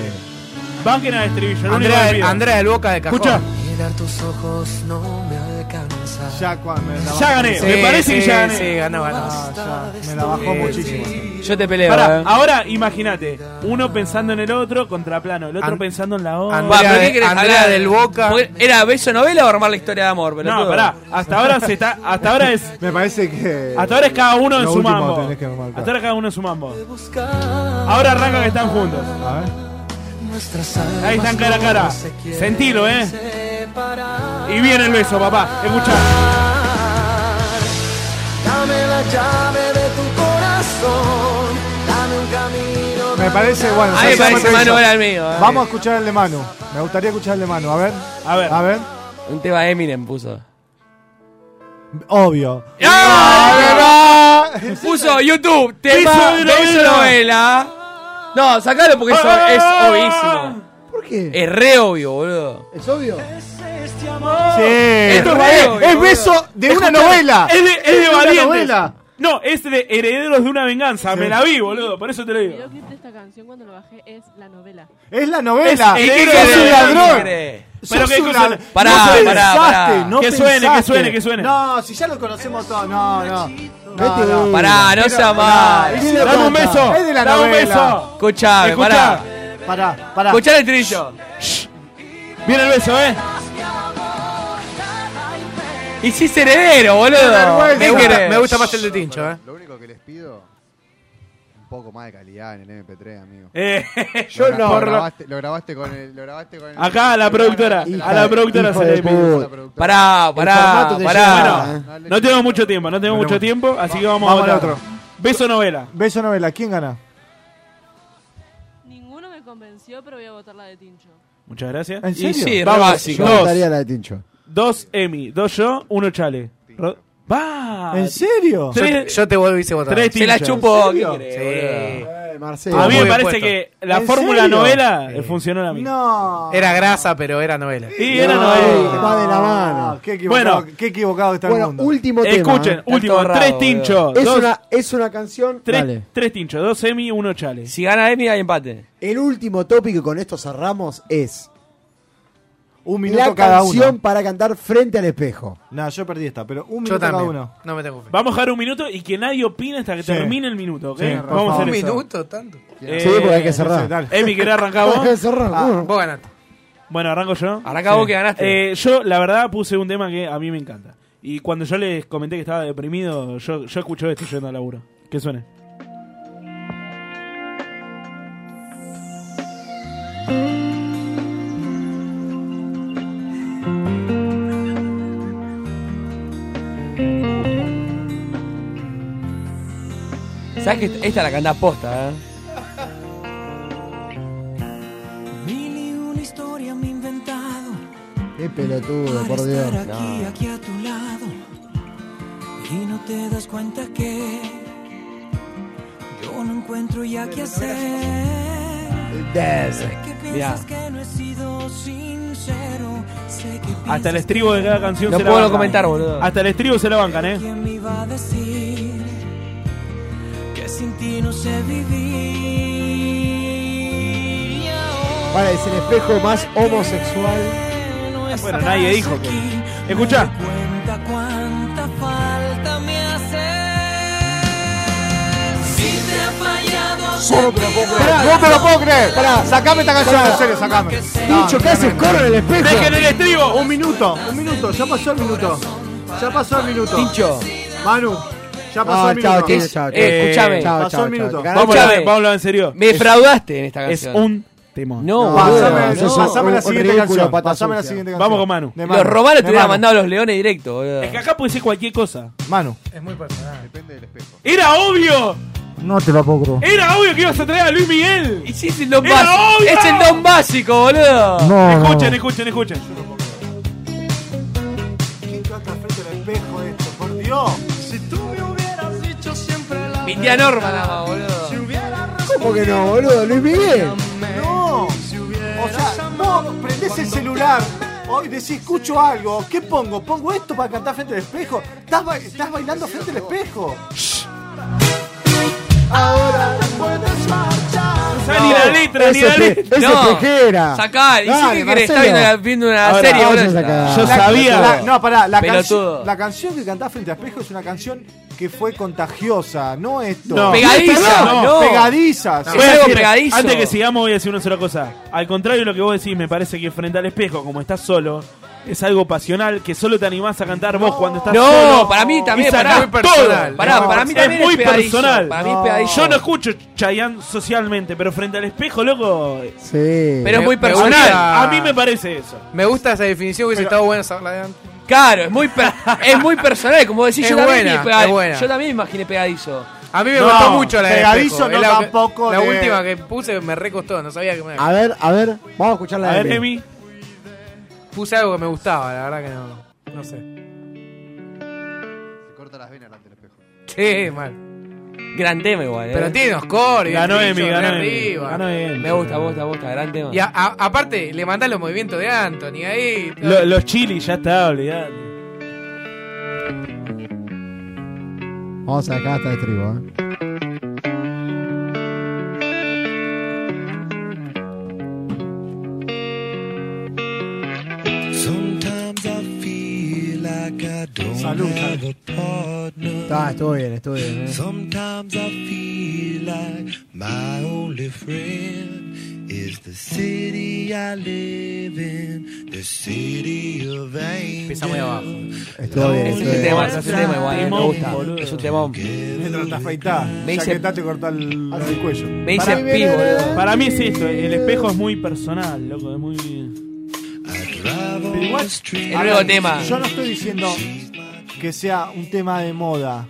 Speaker 2: Banquen al estribillo. lo único que pido.
Speaker 11: Andrea, Andrea del Boca de Cajón.
Speaker 2: Escucha.
Speaker 6: Mirar tus ojos no me alcanza.
Speaker 10: Ya, cua- me la
Speaker 2: Ya
Speaker 10: bajó.
Speaker 2: gané.
Speaker 11: Sí,
Speaker 2: me parece que
Speaker 11: sí,
Speaker 2: ya gané.
Speaker 11: Sí, ganó, ganó.
Speaker 10: Ah, ya, me la bajó muchísimo.
Speaker 4: Yo te peleo.
Speaker 2: Pará,
Speaker 4: eh.
Speaker 2: ahora imagínate, uno pensando en el otro, contraplano, el otro
Speaker 11: And-
Speaker 2: pensando en la
Speaker 11: And-
Speaker 2: otra.
Speaker 4: Va, pero
Speaker 11: Andrea-
Speaker 4: ¿qué querés
Speaker 11: Andrea
Speaker 4: hablar?
Speaker 11: del Boca.
Speaker 4: Porque ¿Era beso novela o armar la historia de amor? pelotudo?
Speaker 2: No, pará, hasta ahora se está, hasta ahora es,
Speaker 10: Me parece que.
Speaker 2: hasta ahora es cada uno en
Speaker 10: Lo
Speaker 2: su
Speaker 10: último
Speaker 2: mambo.
Speaker 10: tenés que marcar.
Speaker 2: Hasta ahora cada uno en su mambo. Ahora arranca que están juntos.
Speaker 10: A ver.
Speaker 2: Ahí están cara a cara. Sentilo, eh. Y viene el beso, papá. Escuchá.
Speaker 6: Dame la llave de tu corazón. Dame un camino.
Speaker 10: Me parece, bueno.
Speaker 4: A mí me
Speaker 10: ya
Speaker 4: parece
Speaker 10: se
Speaker 4: más
Speaker 10: hizo.
Speaker 4: novela el mío, eh.
Speaker 10: Vamos a escuchar el de Manu. Me gustaría escuchar el de Manu. A ver.
Speaker 2: A ver.
Speaker 10: A ver.
Speaker 4: Un tema Eminem puso.
Speaker 10: Obvio.
Speaker 1: Ah,
Speaker 4: Puso YouTube, tema
Speaker 2: Beso
Speaker 4: de
Speaker 2: de
Speaker 4: novela.
Speaker 2: novela. Ah.
Speaker 4: No, sacalo porque es, ob- es obvísimo.
Speaker 3: ¿Por qué?
Speaker 4: Es re obvio, boludo.
Speaker 3: ¿Es obvio?
Speaker 10: Sí.
Speaker 4: Es
Speaker 10: Esto
Speaker 4: re
Speaker 10: es,
Speaker 4: obvio,
Speaker 10: Eh, es
Speaker 4: boludo.
Speaker 10: beso de una
Speaker 2: Escuchá,
Speaker 10: novela.
Speaker 2: Es de, es de
Speaker 10: una
Speaker 2: Valientes.
Speaker 10: novela.
Speaker 2: No, es de Herederos de una Venganza.
Speaker 10: Sí.
Speaker 2: Me la vi, boludo. Por eso te lo
Speaker 23: El
Speaker 2: digo.
Speaker 23: videoclip de esta canción cuando lo bajé es la novela.
Speaker 10: Es la novela.
Speaker 2: Es
Speaker 10: ¿Y qué
Speaker 2: Herederos
Speaker 10: sos
Speaker 2: de
Speaker 10: un
Speaker 2: una
Speaker 10: ladrón?
Speaker 2: Venganza.
Speaker 10: Sos
Speaker 2: Pero qué
Speaker 10: un
Speaker 2: cosa-
Speaker 10: ladrón.
Speaker 2: Pará,
Speaker 10: No
Speaker 2: pará,
Speaker 10: pensaste,
Speaker 2: pará.
Speaker 10: no
Speaker 2: Que suene, que
Speaker 10: pensaste.
Speaker 2: suene, que suene.
Speaker 10: No, si ya lo conocemos todos. No, no. No,
Speaker 4: Vete,
Speaker 10: no.
Speaker 4: Pará, no
Speaker 10: Pero-
Speaker 4: sea mal.
Speaker 10: Es de la
Speaker 4: Dame un
Speaker 10: novela.
Speaker 4: beso,
Speaker 10: Es de la
Speaker 4: dame un
Speaker 10: novela.
Speaker 4: beso. Escuchame,
Speaker 10: Escuchá.
Speaker 4: pará.
Speaker 10: Pará, pará.
Speaker 4: Escuchá el trillo.
Speaker 2: Viene el beso, eh.
Speaker 4: Hiciste heredero,
Speaker 11: Me
Speaker 4: boludo. ¿Qué
Speaker 11: gusta-
Speaker 4: querés?
Speaker 11: me gusta más el de Tincho, eh.
Speaker 5: Lo único que les pido, un poco más de calidad en el MP3, amigo.
Speaker 2: Eh,
Speaker 5: Lo
Speaker 2: yo
Speaker 5: gra-
Speaker 2: no.
Speaker 5: Lo grabaste, lo grabaste con el. Lo grabaste con el
Speaker 2: Acá a la productora. a la productora se le pide.
Speaker 4: Pará, pará, pará.
Speaker 2: Bueno, no tenemos mucho tiempo, no tenemos mucho tiempo, así que vamos,
Speaker 10: Vamos
Speaker 2: a
Speaker 10: al
Speaker 2: votar.
Speaker 10: otro.
Speaker 2: Beso novela.
Speaker 10: Beso novela, ¿quién gana?
Speaker 23: Ninguno me convenció, pero voy a votar la de Tincho.
Speaker 2: Muchas gracias.
Speaker 10: ¿En serio?
Speaker 2: sí,
Speaker 10: Yo
Speaker 2: vamos.
Speaker 3: Yo
Speaker 2: Dos,
Speaker 3: votaría la de Tincho.
Speaker 2: dos Emi, dos yo, uno Chale. Ro- ¡Va!
Speaker 10: ¿En serio?
Speaker 2: Tres-
Speaker 11: Yo, yo te vuelvo y se vota.
Speaker 2: Tres
Speaker 11: Se la
Speaker 2: tinchos. ¿En
Speaker 11: chupo. ¿qué
Speaker 2: serio?
Speaker 11: querés,
Speaker 2: Sí.
Speaker 11: boludo?
Speaker 3: Eh, Marcelo.
Speaker 2: A mí me
Speaker 11: Muy bien
Speaker 2: parece
Speaker 11: puesto.
Speaker 2: que la
Speaker 11: ¿En
Speaker 2: fórmula
Speaker 11: serio?
Speaker 2: novela eh, funcionó la misma.
Speaker 10: No.
Speaker 11: Era grasa, pero era novela.
Speaker 2: Y era
Speaker 11: eh,
Speaker 2: novela.
Speaker 3: Va de la mano.
Speaker 10: eh, Qué equivocado,
Speaker 2: Bueno.
Speaker 10: qué equivocado que está
Speaker 3: Bueno,
Speaker 10: el mundo.
Speaker 3: último tema.
Speaker 2: Escuchen,
Speaker 3: ¿eh?
Speaker 2: último,
Speaker 4: todo
Speaker 2: tres
Speaker 4: rabo,
Speaker 2: tinchos,
Speaker 3: Es
Speaker 2: dos,
Speaker 3: una, es una canción.
Speaker 2: tres,
Speaker 3: Dale.
Speaker 2: tres tinchos, dos Emi, uno Chale.
Speaker 4: Si gana Emi hay empate.
Speaker 3: El último tópico y con esto cerramos es
Speaker 10: Un
Speaker 3: la
Speaker 10: minuto cada
Speaker 3: canción
Speaker 10: uno.
Speaker 3: para cantar frente al espejo.
Speaker 10: No, yo perdí esta, pero un
Speaker 11: Yo
Speaker 10: minuto cada
Speaker 11: también.
Speaker 10: uno.
Speaker 11: No me tengo fe.
Speaker 2: Vamos a dejar un minuto y que nadie opine hasta que
Speaker 10: Sí.
Speaker 2: termine el minuto,
Speaker 11: ¿eh?
Speaker 2: ¿ok?
Speaker 10: Sí, por
Speaker 2: Vamos a
Speaker 10: favor.
Speaker 2: hacer
Speaker 11: Un
Speaker 2: eso.
Speaker 11: minuto, tanto.
Speaker 2: Eh,
Speaker 3: Sí, porque hay que cerrar.
Speaker 10: Sí, dale.
Speaker 2: Emi, ¿querés arrancar vos? Ah.
Speaker 3: Hay que cerrar, bueno.
Speaker 11: Ah, Vos ganaste.
Speaker 2: Bueno, arranco yo.
Speaker 4: Arranca vos que ganaste.
Speaker 2: Eh, yo, la verdad, puse un tema que a mí me encanta. Y cuando yo les comenté que estaba deprimido, yo, yo escucho esto yendo al laburo. Que suene.
Speaker 4: Sabes que esta la cantás posta, eh.
Speaker 1: Mil y una historia me he inventado
Speaker 3: Qué pelotudo,
Speaker 1: para
Speaker 3: por Dios.
Speaker 1: estar aquí, aquí a tu lado. Y no te das cuenta que yo no encuentro ya qué hacer. Sé que piensas que no he sido sincero. Sé que
Speaker 2: Hasta el estribo de cada canción
Speaker 4: No
Speaker 2: se
Speaker 4: puedo
Speaker 2: la bancan.
Speaker 4: comentar, boludo.
Speaker 2: Hasta el estribo se la bancan, ¿eh?
Speaker 1: ¿Quién me iba a decir que sin ti no sé vivir? Y ahora
Speaker 3: Para, es el espejo más homosexual.
Speaker 1: no
Speaker 2: Ah, Bueno,
Speaker 1: estás
Speaker 2: nadie dijo
Speaker 1: aquí.
Speaker 2: que. Escucha.
Speaker 1: cuenta cuánta falta me hace. Si te ha fallado,
Speaker 10: No te lo puedo creer. No te lo puedo creer. Sacame esta canción, en serio, sacame.
Speaker 3: Tincho, ¿qué haces? Corre en el espejo.
Speaker 2: ¡Dejen el estribo!
Speaker 10: Un minuto, un minuto, ya pasó el minuto. Ya pasó el minuto.
Speaker 4: Tincho.
Speaker 10: Manu, ya pasó
Speaker 3: No,
Speaker 10: el
Speaker 3: chao,
Speaker 10: minuto.
Speaker 3: Tincho, chao, chao.
Speaker 4: Eh, escúchame.
Speaker 3: Chao,
Speaker 10: pasó
Speaker 3: chao,
Speaker 10: el
Speaker 3: chao.
Speaker 10: minuto.
Speaker 3: Ganaste.
Speaker 2: Vamos a hablar-
Speaker 4: Escuchame.
Speaker 2: vamos a hablar en serio.
Speaker 4: Me fraudaste en esta
Speaker 2: Es
Speaker 4: canción.
Speaker 2: un temón.
Speaker 4: No, boludo.
Speaker 10: Pasame,
Speaker 3: Sos
Speaker 4: no.
Speaker 10: pasame la
Speaker 3: un
Speaker 10: siguiente
Speaker 3: ridículo,
Speaker 10: canción.
Speaker 3: pata
Speaker 10: Pasame la
Speaker 3: sucia.
Speaker 10: siguiente canción.
Speaker 2: Vamos con Manu.
Speaker 10: De
Speaker 4: Los romanos te hubieran
Speaker 10: Manu.
Speaker 4: mandado a los leones directo, boludo.
Speaker 2: Es que acá puede ser cualquier cosa.
Speaker 10: Manu.
Speaker 11: Es muy personal.
Speaker 5: Depende del espejo.
Speaker 2: ¡Era obvio!
Speaker 10: No te lo puedo creer.
Speaker 2: ¡Era obvio que ibas a traer a Luis Miguel!
Speaker 4: Y sí, es el don
Speaker 2: ¡Era
Speaker 4: básico.
Speaker 2: obvio!
Speaker 4: Es el don básico, boludo.
Speaker 2: Escuchen, escuchen, escuchen.
Speaker 10: ¿Quién canta frente al espejo esto? Por Dios.
Speaker 1: Si tú me hubieras dicho siempre la
Speaker 4: Mi tía Norma nada más, boludo.
Speaker 3: ¿Cómo que no, boludo? Luis Miguel.
Speaker 10: No. O sea, vos prendés el celular. Hoy decís, escucho algo. ¿Qué pongo? ¿Pongo esto para cantar frente al espejo? ¿Estás, ba- estás bailando frente al espejo?
Speaker 2: No sabe ni la letra, ni
Speaker 3: Ese
Speaker 2: la
Speaker 3: fe-
Speaker 2: letra.
Speaker 3: ese
Speaker 4: No.
Speaker 3: fejera.
Speaker 4: Sacá, y sí
Speaker 3: Dale,
Speaker 4: que querés, está
Speaker 3: Marcelo.
Speaker 4: viendo, la- viendo una
Speaker 2: Ahora,
Speaker 4: serie,
Speaker 3: vamos a
Speaker 4: boludo.
Speaker 3: sacar.
Speaker 2: Yo
Speaker 10: La-
Speaker 2: sabía.
Speaker 10: la- no, pará, la,
Speaker 4: Pelotudo.
Speaker 10: canci- la canción que cantás frente al espejo es una canción que fue contagiosa, no esto.
Speaker 2: No.
Speaker 4: Pegadiza,
Speaker 2: No,
Speaker 4: no.
Speaker 10: Pegadiza. sí.
Speaker 4: Es
Speaker 2: Voy a
Speaker 4: algo
Speaker 2: decir-
Speaker 4: pegadizo.
Speaker 2: Antes que sigamos, voy a decir una sola cosa. Al contrario de lo que vos decís, me parece que frente al espejo, como estás solo, es algo pasional que solo te animás a cantar vos cuando estás solo.
Speaker 4: No, para mí también,
Speaker 2: Y sacás
Speaker 4: para mí
Speaker 2: todo.
Speaker 4: Pará,
Speaker 10: No,
Speaker 4: para mí
Speaker 2: es
Speaker 4: también
Speaker 2: muy
Speaker 4: pegadizo,
Speaker 2: personal.
Speaker 4: Para mí es pegadizo.
Speaker 2: Yo no escucho Chayanne socialmente, pero frente al espejo, loco.
Speaker 3: Sí.
Speaker 4: Pero es muy
Speaker 11: Me- me
Speaker 4: personal.
Speaker 11: gusta-
Speaker 2: A mí me parece eso.
Speaker 11: Me gusta esa definición, hubiese estado bueno saberla de antes.
Speaker 4: Claro, es muy, per- es muy personal, como decís,
Speaker 11: Es
Speaker 4: yo, también
Speaker 11: buena,
Speaker 4: me pega-
Speaker 11: es buena.
Speaker 4: yo también me imaginé pegadizo.
Speaker 11: A mí me
Speaker 2: No,
Speaker 11: costó mucho la de
Speaker 10: pegadizo
Speaker 11: espejo.
Speaker 10: no
Speaker 11: Es la,
Speaker 10: tampoco
Speaker 11: La
Speaker 10: de-
Speaker 11: última que puse me recostó, no sabía que me...
Speaker 3: A ver, a ver. Vamos a escuchar la
Speaker 2: A ver,
Speaker 3: de
Speaker 2: Emi.
Speaker 11: Puse algo que me gustaba, la verdad que no. No sé.
Speaker 5: Se corta las venas delante del espejo.
Speaker 11: Sí, mal.
Speaker 4: Gran tema igual, eh.
Speaker 11: Pero tiene unos cores.
Speaker 2: Ganó
Speaker 11: bien
Speaker 2: Emi,
Speaker 11: dicho,
Speaker 2: ganó
Speaker 11: de
Speaker 2: Emi.
Speaker 11: arriba.
Speaker 2: Ganó Emi.
Speaker 4: Me gusta, me gusta, me gusta, gran tema.
Speaker 11: Y a- a- aparte, le mandás los movimientos de Anthony ahí. todo.
Speaker 2: Lo- los chilis, ya está, olvidate.
Speaker 3: Vamos a acá hasta el estribo, ¿eh?
Speaker 13: Sometimes I feel like I don't have a partner.
Speaker 3: Está, estuvo bien, estuvo bien. ¿eh?
Speaker 13: Sometimes I feel like my only friend is the city I live in, the city of angels.
Speaker 11: Empieza muy abajo.
Speaker 3: Estuvo bien,
Speaker 11: Es un
Speaker 3: estuvo bien.
Speaker 11: tema, es un tema igual. eh, Me
Speaker 10: Temón,
Speaker 11: gusta.
Speaker 10: boludo.
Speaker 11: Es un temón.
Speaker 10: Mientras te afeitás,
Speaker 11: Me
Speaker 10: ya
Speaker 11: dice-
Speaker 10: que te cortás el, el cuello.
Speaker 11: Me dice
Speaker 2: Para-
Speaker 11: pi, boludo.
Speaker 2: Para mí es esto, el espejo es muy personal, loco, es muy...
Speaker 10: Pero igual-
Speaker 11: El
Speaker 10: a
Speaker 11: nuevo
Speaker 10: ver,
Speaker 11: tema.
Speaker 10: Yo no estoy diciendo que sea un tema de moda.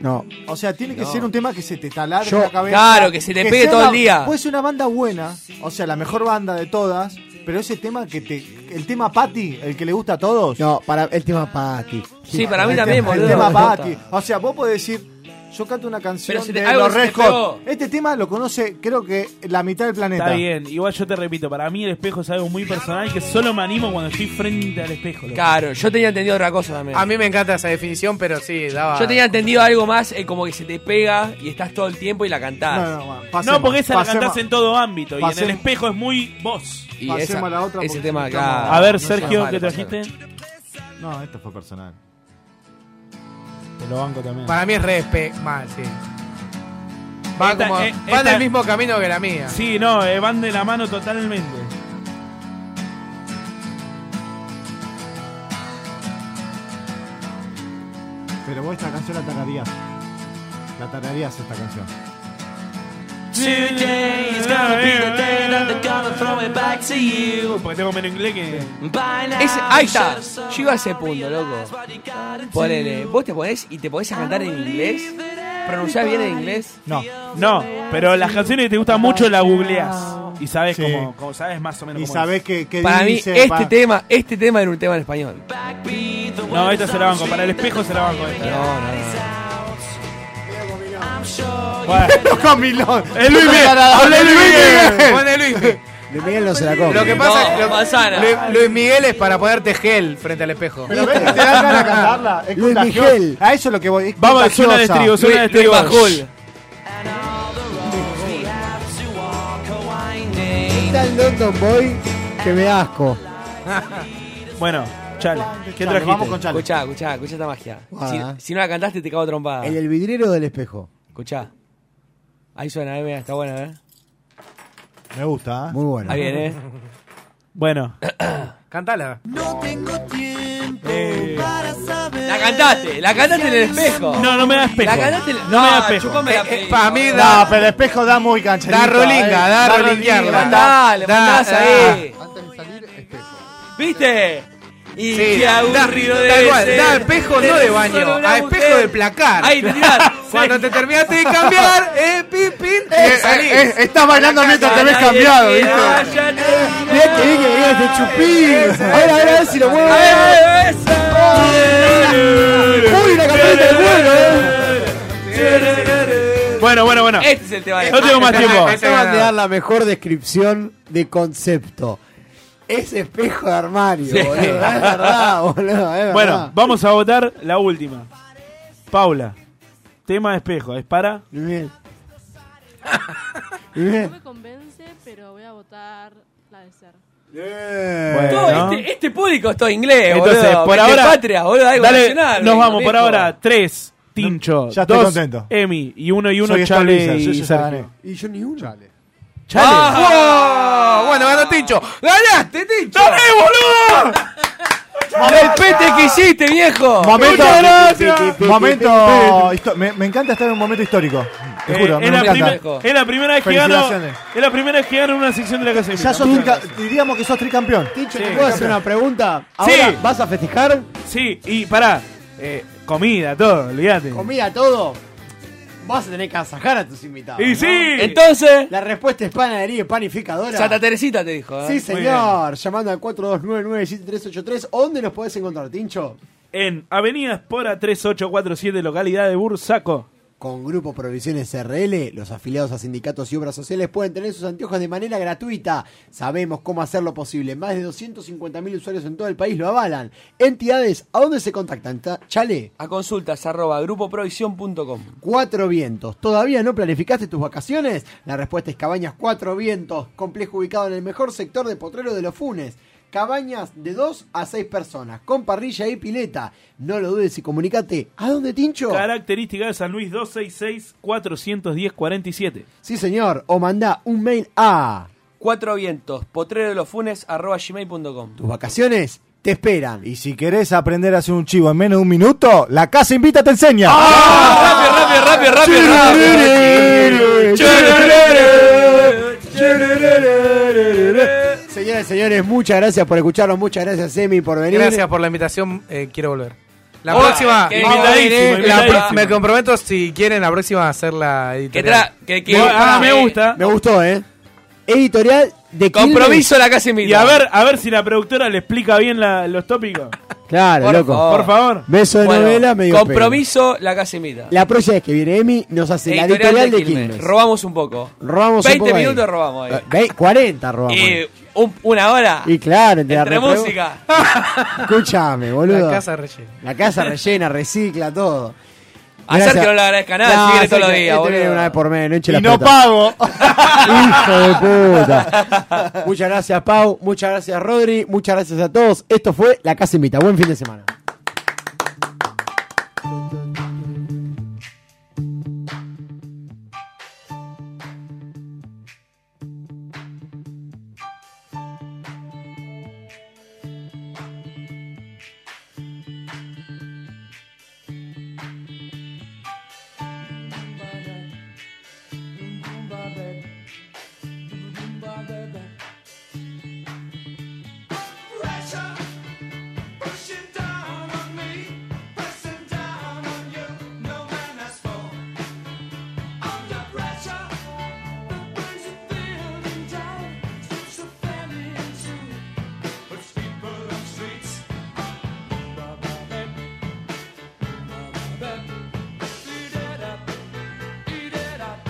Speaker 3: No.
Speaker 10: O sea, tiene que
Speaker 11: No.
Speaker 10: ser un tema que se te taladre
Speaker 11: Yo-
Speaker 10: la cabeza.
Speaker 11: Claro, que se te pegue
Speaker 10: sea
Speaker 11: todo el
Speaker 10: una-
Speaker 11: día.
Speaker 10: Puede ser una banda buena, o sea, la mejor banda de todas, pero ese tema que te. El tema Patty, el que le gusta a todos.
Speaker 3: No, para el tema Patty.
Speaker 10: Sí, para
Speaker 11: mí
Speaker 10: el
Speaker 11: también,
Speaker 10: tema-
Speaker 11: boludo.
Speaker 10: El tema
Speaker 11: Me gusta.
Speaker 10: Patty. O sea, vos podés decir. Yo canto una canción
Speaker 11: Pero si te-
Speaker 10: de
Speaker 11: algo
Speaker 10: los
Speaker 11: se te
Speaker 10: Red Hot.
Speaker 11: pegó.
Speaker 10: Este tema lo conoce, creo que la mitad del planeta.
Speaker 2: Está bien, igual yo te repito, para mí el espejo es algo muy personal que solo me animo cuando estoy frente al espejo. loco.
Speaker 11: Claro, yo tenía entendido otra cosa también. A mí me encanta esa definición, pero sí, daba.
Speaker 4: Yo tenía entendido algo más, eh, como que se te pega y estás todo el tiempo y la cantás.
Speaker 10: No, no, bueno,
Speaker 2: no, porque esa la cantás en todo ámbito y en
Speaker 4: pasemos.
Speaker 2: el espejo es muy vos.
Speaker 4: Y Pasemos esa- a la otra ese porque tema, estamos- claro.
Speaker 2: A ver,
Speaker 4: No sea
Speaker 2: Sergio,
Speaker 4: malo,
Speaker 2: ¿qué
Speaker 4: pasalo.
Speaker 2: trajiste?
Speaker 10: No, esto fue personal.
Speaker 2: Te lo banco también.
Speaker 11: Para mí es respe mal, sí. Va,
Speaker 2: Esta-
Speaker 11: como,
Speaker 2: eh,
Speaker 11: va
Speaker 2: esta-
Speaker 11: del mismo camino que la mía.
Speaker 2: Sí, no, eh, van de la mano totalmente.
Speaker 10: Pero vos esta canción la tararías. La tararías esta canción.
Speaker 1: Today is gonna be the day that they're gonna throw it back to you.
Speaker 2: Uh, Porque tengo menos inglés que.
Speaker 1: By now,
Speaker 4: Ese- ahí está.
Speaker 1: should've
Speaker 4: Yo iba a ese punto, loco. Ponele, vos te ponés y te podés a cantar en inglés. ¿Pronunciás bien en inglés?
Speaker 10: No.
Speaker 2: No, pero las canciones que te gustan mucho las googleás. Y sabes
Speaker 10: Sí.
Speaker 2: cómo, cómo- sabes más o menos
Speaker 10: Y
Speaker 2: cómo
Speaker 10: sabés
Speaker 2: es.
Speaker 10: que, que
Speaker 4: Para mí,
Speaker 10: dice,
Speaker 4: este
Speaker 10: pa-
Speaker 4: tema, este tema era un tema en español.
Speaker 2: No, esta se la banco. Para el espejo se la banco. Esta.
Speaker 4: No, no,
Speaker 10: Bueno. Comilón.
Speaker 2: ¡Es Luis Miguel!
Speaker 11: ¡Ponle Luis Miguel!
Speaker 10: Ponle
Speaker 11: Luis Miguel.
Speaker 3: Luis Miguel no se la come.
Speaker 11: Lo que pasa
Speaker 4: No,
Speaker 11: es que
Speaker 4: manzana.
Speaker 11: Luis, Luis Miguel es para ponerte gel frente al espejo.
Speaker 10: Pero ves, te dan ganas de cantarla. Es
Speaker 11: Luis
Speaker 10: contagiosa.
Speaker 11: Miguel.
Speaker 10: A eso es lo que voy. es
Speaker 11: Vamos, suena de
Speaker 10: contagiosa.
Speaker 11: estribo, suena de estribo. Bajul.
Speaker 3: Está el London Boy que me da asco.
Speaker 2: Bueno, chale. ¿Qué trajiste?
Speaker 4: Escuchá, escuchá, escuchá esta magia.
Speaker 3: Ah.
Speaker 4: Si, si no la cantaste, te cago trompada.
Speaker 3: El del vidriero del espejo.
Speaker 4: Escuchá. Ahí suena, eh, mirá, está buena, ¿eh?
Speaker 10: Me gusta, ¿eh?
Speaker 3: Muy bueno.
Speaker 4: Ahí viene, ¿eh?
Speaker 2: Bueno.
Speaker 11: Cantala.
Speaker 1: No tengo tiempo
Speaker 2: Eh.
Speaker 1: para saber.
Speaker 4: La cantaste, la cantaste en el espejo.
Speaker 2: No, no me da espejo.
Speaker 4: La cantaste en-
Speaker 2: no,
Speaker 4: no,
Speaker 2: me da espejo.
Speaker 4: chupame la
Speaker 2: Eh, eh,
Speaker 4: pelota.
Speaker 10: No, pero el espejo da muy cancherita.
Speaker 11: Da rolinga,
Speaker 10: eh.
Speaker 11: da
Speaker 10: rolinga.
Speaker 11: rolinguearla.
Speaker 4: Mandale,
Speaker 11: Da,
Speaker 4: mandás
Speaker 11: da.
Speaker 4: ahí.
Speaker 5: Antes de salir, este. espejo.
Speaker 4: eh. ¿Viste? Y
Speaker 11: Sí,
Speaker 4: qué
Speaker 11: da-
Speaker 4: aburrido
Speaker 11: da
Speaker 4: de
Speaker 11: igual, da espejo no de baño, a espejo del placar.
Speaker 4: Ahí te tirás.
Speaker 11: Cuando te terminaste de cambiar, eh, pin, pin,
Speaker 10: Eh,
Speaker 11: eh, salís.
Speaker 10: eh, eh, estás bailando mientras te ves cambiado, ¿viste?
Speaker 7: Eh.
Speaker 3: Mirá que bien que venía este chupín. A ver, a ver, a ver si lo muevo. Uy, una camioneta de vuelo, eh.
Speaker 2: Bueno, bueno, bueno.
Speaker 4: Este es el tema. de-
Speaker 2: No tengo más tiempo.
Speaker 3: Acaban de dar la mejor descripción de concepto. Es espejo de armario, boludo. Es verdad, boludo. Es
Speaker 2: Bueno,
Speaker 3: verdad.
Speaker 2: vamos a votar la última. Paula, tema de espejo, ¿es para?
Speaker 3: Bien.
Speaker 23: No me convence, pero voy a votar la de ser.
Speaker 4: Todo
Speaker 2: Bueno.
Speaker 4: este, este público es todo inglés,
Speaker 2: Entonces,
Speaker 4: boludo.
Speaker 2: por
Speaker 4: Mete
Speaker 2: ahora.
Speaker 4: patria, boludo, algo
Speaker 2: dale,
Speaker 4: nacional, eh,
Speaker 2: nos
Speaker 4: viejo.
Speaker 2: vamos, por ahora. Tres, Tincho.
Speaker 10: ya estoy
Speaker 2: dos,
Speaker 10: contento.
Speaker 2: Emi. Y uno y uno,
Speaker 10: Soy
Speaker 2: Chale
Speaker 10: estabiliza, yo
Speaker 2: y
Speaker 10: ya
Speaker 2: Sergio.
Speaker 3: Y yo ni uno. Chale.
Speaker 2: Chale.
Speaker 4: Ah,
Speaker 2: Ah.
Speaker 11: ¡Oh! Bueno, ganó Tincho. ¡Ganaste, Tincho!
Speaker 2: ¡Gané, ¡Eh, boludo!
Speaker 11: ¡El pete que hiciste, viejo!
Speaker 10: Momento,
Speaker 11: ¡Muchas gracias!
Speaker 10: momento histo- me, me encanta estar en un momento histórico. Te
Speaker 2: Eh,
Speaker 10: juro, me
Speaker 2: es, la
Speaker 10: encanta.
Speaker 2: primer- es la primera vez que gano.
Speaker 10: Felicitaciones.
Speaker 2: Es la primera vez que gano una sección de la casa de
Speaker 10: Ya
Speaker 2: Mica.
Speaker 10: sos
Speaker 2: Muchas
Speaker 10: trica-
Speaker 2: gracias.
Speaker 10: diríamos que sos tricampeón.
Speaker 3: Tincho,
Speaker 2: Sí.
Speaker 3: ¿te puedo hacer una pregunta? Ah,
Speaker 2: Sí.
Speaker 3: Ahora, ¿vas a festejar?
Speaker 2: Sí, y pará. eh, comida, todo, olvídate.
Speaker 3: ¿Comida, todo? Vas a tener que agasajar a tus invitados.
Speaker 2: Y
Speaker 3: ¿no?
Speaker 2: sí.
Speaker 4: Entonces,
Speaker 3: La respuesta es panadería y panificadora.
Speaker 4: Santa Teresita te dijo. ¿eh?
Speaker 3: Sí,
Speaker 2: Muy
Speaker 3: señor. Llamando al 4299-7383. ¿Dónde nos podés encontrar, Tincho?
Speaker 2: En Avenida Espora 3847, localidad de Bursaco.
Speaker 3: Con Grupo Provisiones RL, los afiliados a sindicatos y obras sociales pueden tener sus anteojos de manera gratuita. Sabemos cómo hacerlo posible. Más de 250.000 usuarios en todo el país lo avalan. Entidades, ¿a dónde se contactan? Ta- Chale.
Speaker 4: A consultas arroba grupoprovision.com.
Speaker 3: Cuatro Vientos. ¿Todavía no planificaste tus vacaciones? La respuesta es Cabañas Cuatro Vientos, complejo ubicado en el mejor sector de Potrero de los Funes. Cabañas de 2 a 6 personas, con parrilla y pileta. No lo dudes y comunicate. ¿A dónde, Tincho?
Speaker 2: Característica de San Luis 266-410-47.
Speaker 3: Sí, señor. O mandá un mail a...
Speaker 4: Cuatro vientos, potrero de los funes arroba gmail.com.
Speaker 3: Tus vacaciones te esperan.
Speaker 10: Y si querés aprender a hacer un chivo en menos de un minuto, la casa invita te enseña.
Speaker 2: ¡Ah!
Speaker 1: Rápido, rápido, rápido,
Speaker 3: Señores, señores, muchas gracias por escucharnos. Muchas gracias, Emi, por venir.
Speaker 11: Gracias por la invitación, eh, quiero volver. La
Speaker 3: Hola,
Speaker 11: próxima,
Speaker 3: qué
Speaker 11: vamos,
Speaker 3: invitadísimo,
Speaker 11: eh, la
Speaker 3: invitadísimo.
Speaker 11: pro- me comprometo si quieren la próxima a hacer la editorial.
Speaker 4: tra- que- que- Ah, me gusta.
Speaker 3: Me gustó, ¿eh? Editorial de
Speaker 2: Compromiso
Speaker 3: la casa
Speaker 2: Y a ver, a ver si la productora le explica bien la- los tópicos.
Speaker 3: Claro,
Speaker 2: Por
Speaker 3: loco.
Speaker 2: favor. Por favor.
Speaker 3: Beso de
Speaker 4: Bueno,
Speaker 3: novela, medio
Speaker 4: Compromiso, la casa invita.
Speaker 3: pelo. La próxima vez que viene Emi nos hace la editorial de Quilmes.
Speaker 4: Robamos un poco.
Speaker 3: Robamos un
Speaker 4: 20
Speaker 3: poco ahí.
Speaker 4: minutos robamos ahí.
Speaker 3: Eh, ve- 40 robamos.
Speaker 4: Y un- una hora
Speaker 3: Y claro, entre, la
Speaker 4: entre
Speaker 3: repre-
Speaker 4: música.
Speaker 3: Escúchame, boludo.
Speaker 11: La casa rellena.
Speaker 3: La casa rellena, recicla todo.
Speaker 4: Ayer que no le agradezca nada, si viene
Speaker 3: ayer
Speaker 4: todos los
Speaker 3: que-
Speaker 4: días,
Speaker 3: este viene
Speaker 4: boludo.
Speaker 3: una vez por mes, no hinche
Speaker 4: Y
Speaker 3: la
Speaker 4: no
Speaker 3: pelota.
Speaker 4: pago.
Speaker 3: Hijo de puta. Muchas gracias, Pau. Muchas gracias, Rodri. Muchas gracias a todos. Esto fue La Casa Invita. Buen fin de semana.
Speaker 1: Pressure pushing down on me, pressing down on you. No man has fallen under pressure. The things are filling down, streets are falling into. But people on streets, eat it up, eat it up.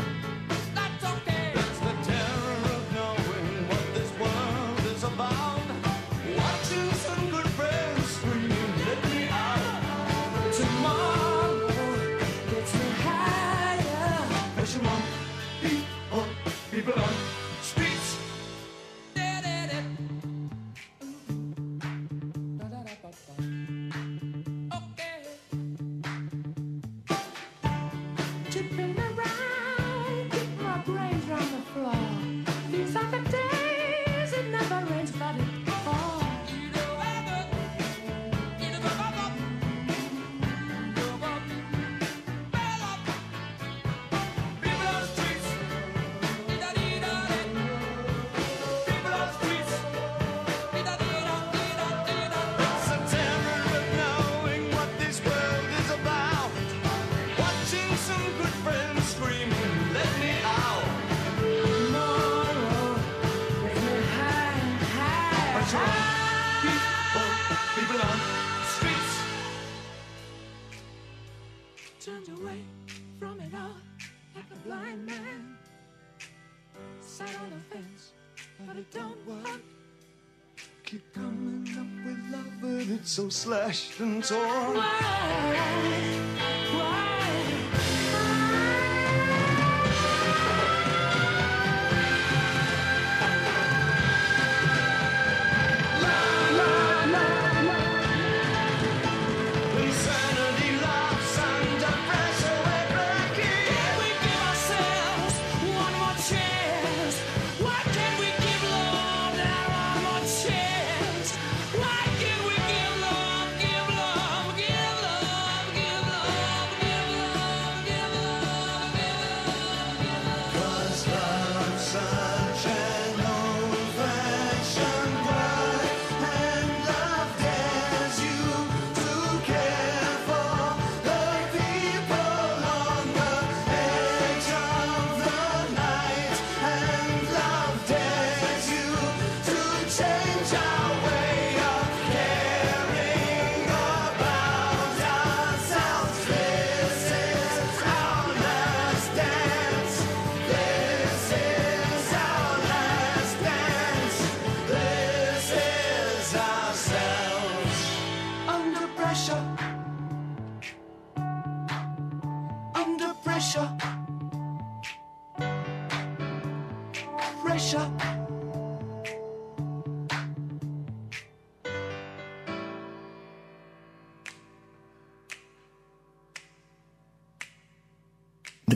Speaker 1: That's okay. That's the terror of knowing what this world is about. Watching some good friends screaming, let me out. Tomorrow gets me higher. Pressure on, beat on, people on streets. Tipping around, keep my brains on the floor. These are the days it never rains, but it falls. People on streets turned away from it all like a blind man. Sat on the fence, but it don't work.
Speaker 8: Keep coming up with love, but it's so slashed and torn.
Speaker 1: Insanity laughs under pressure. We're breaking. Can we give ourselves one more chance? Why can't we give love now one more chance? Why can't we give love, give love, give love, give love, give playa.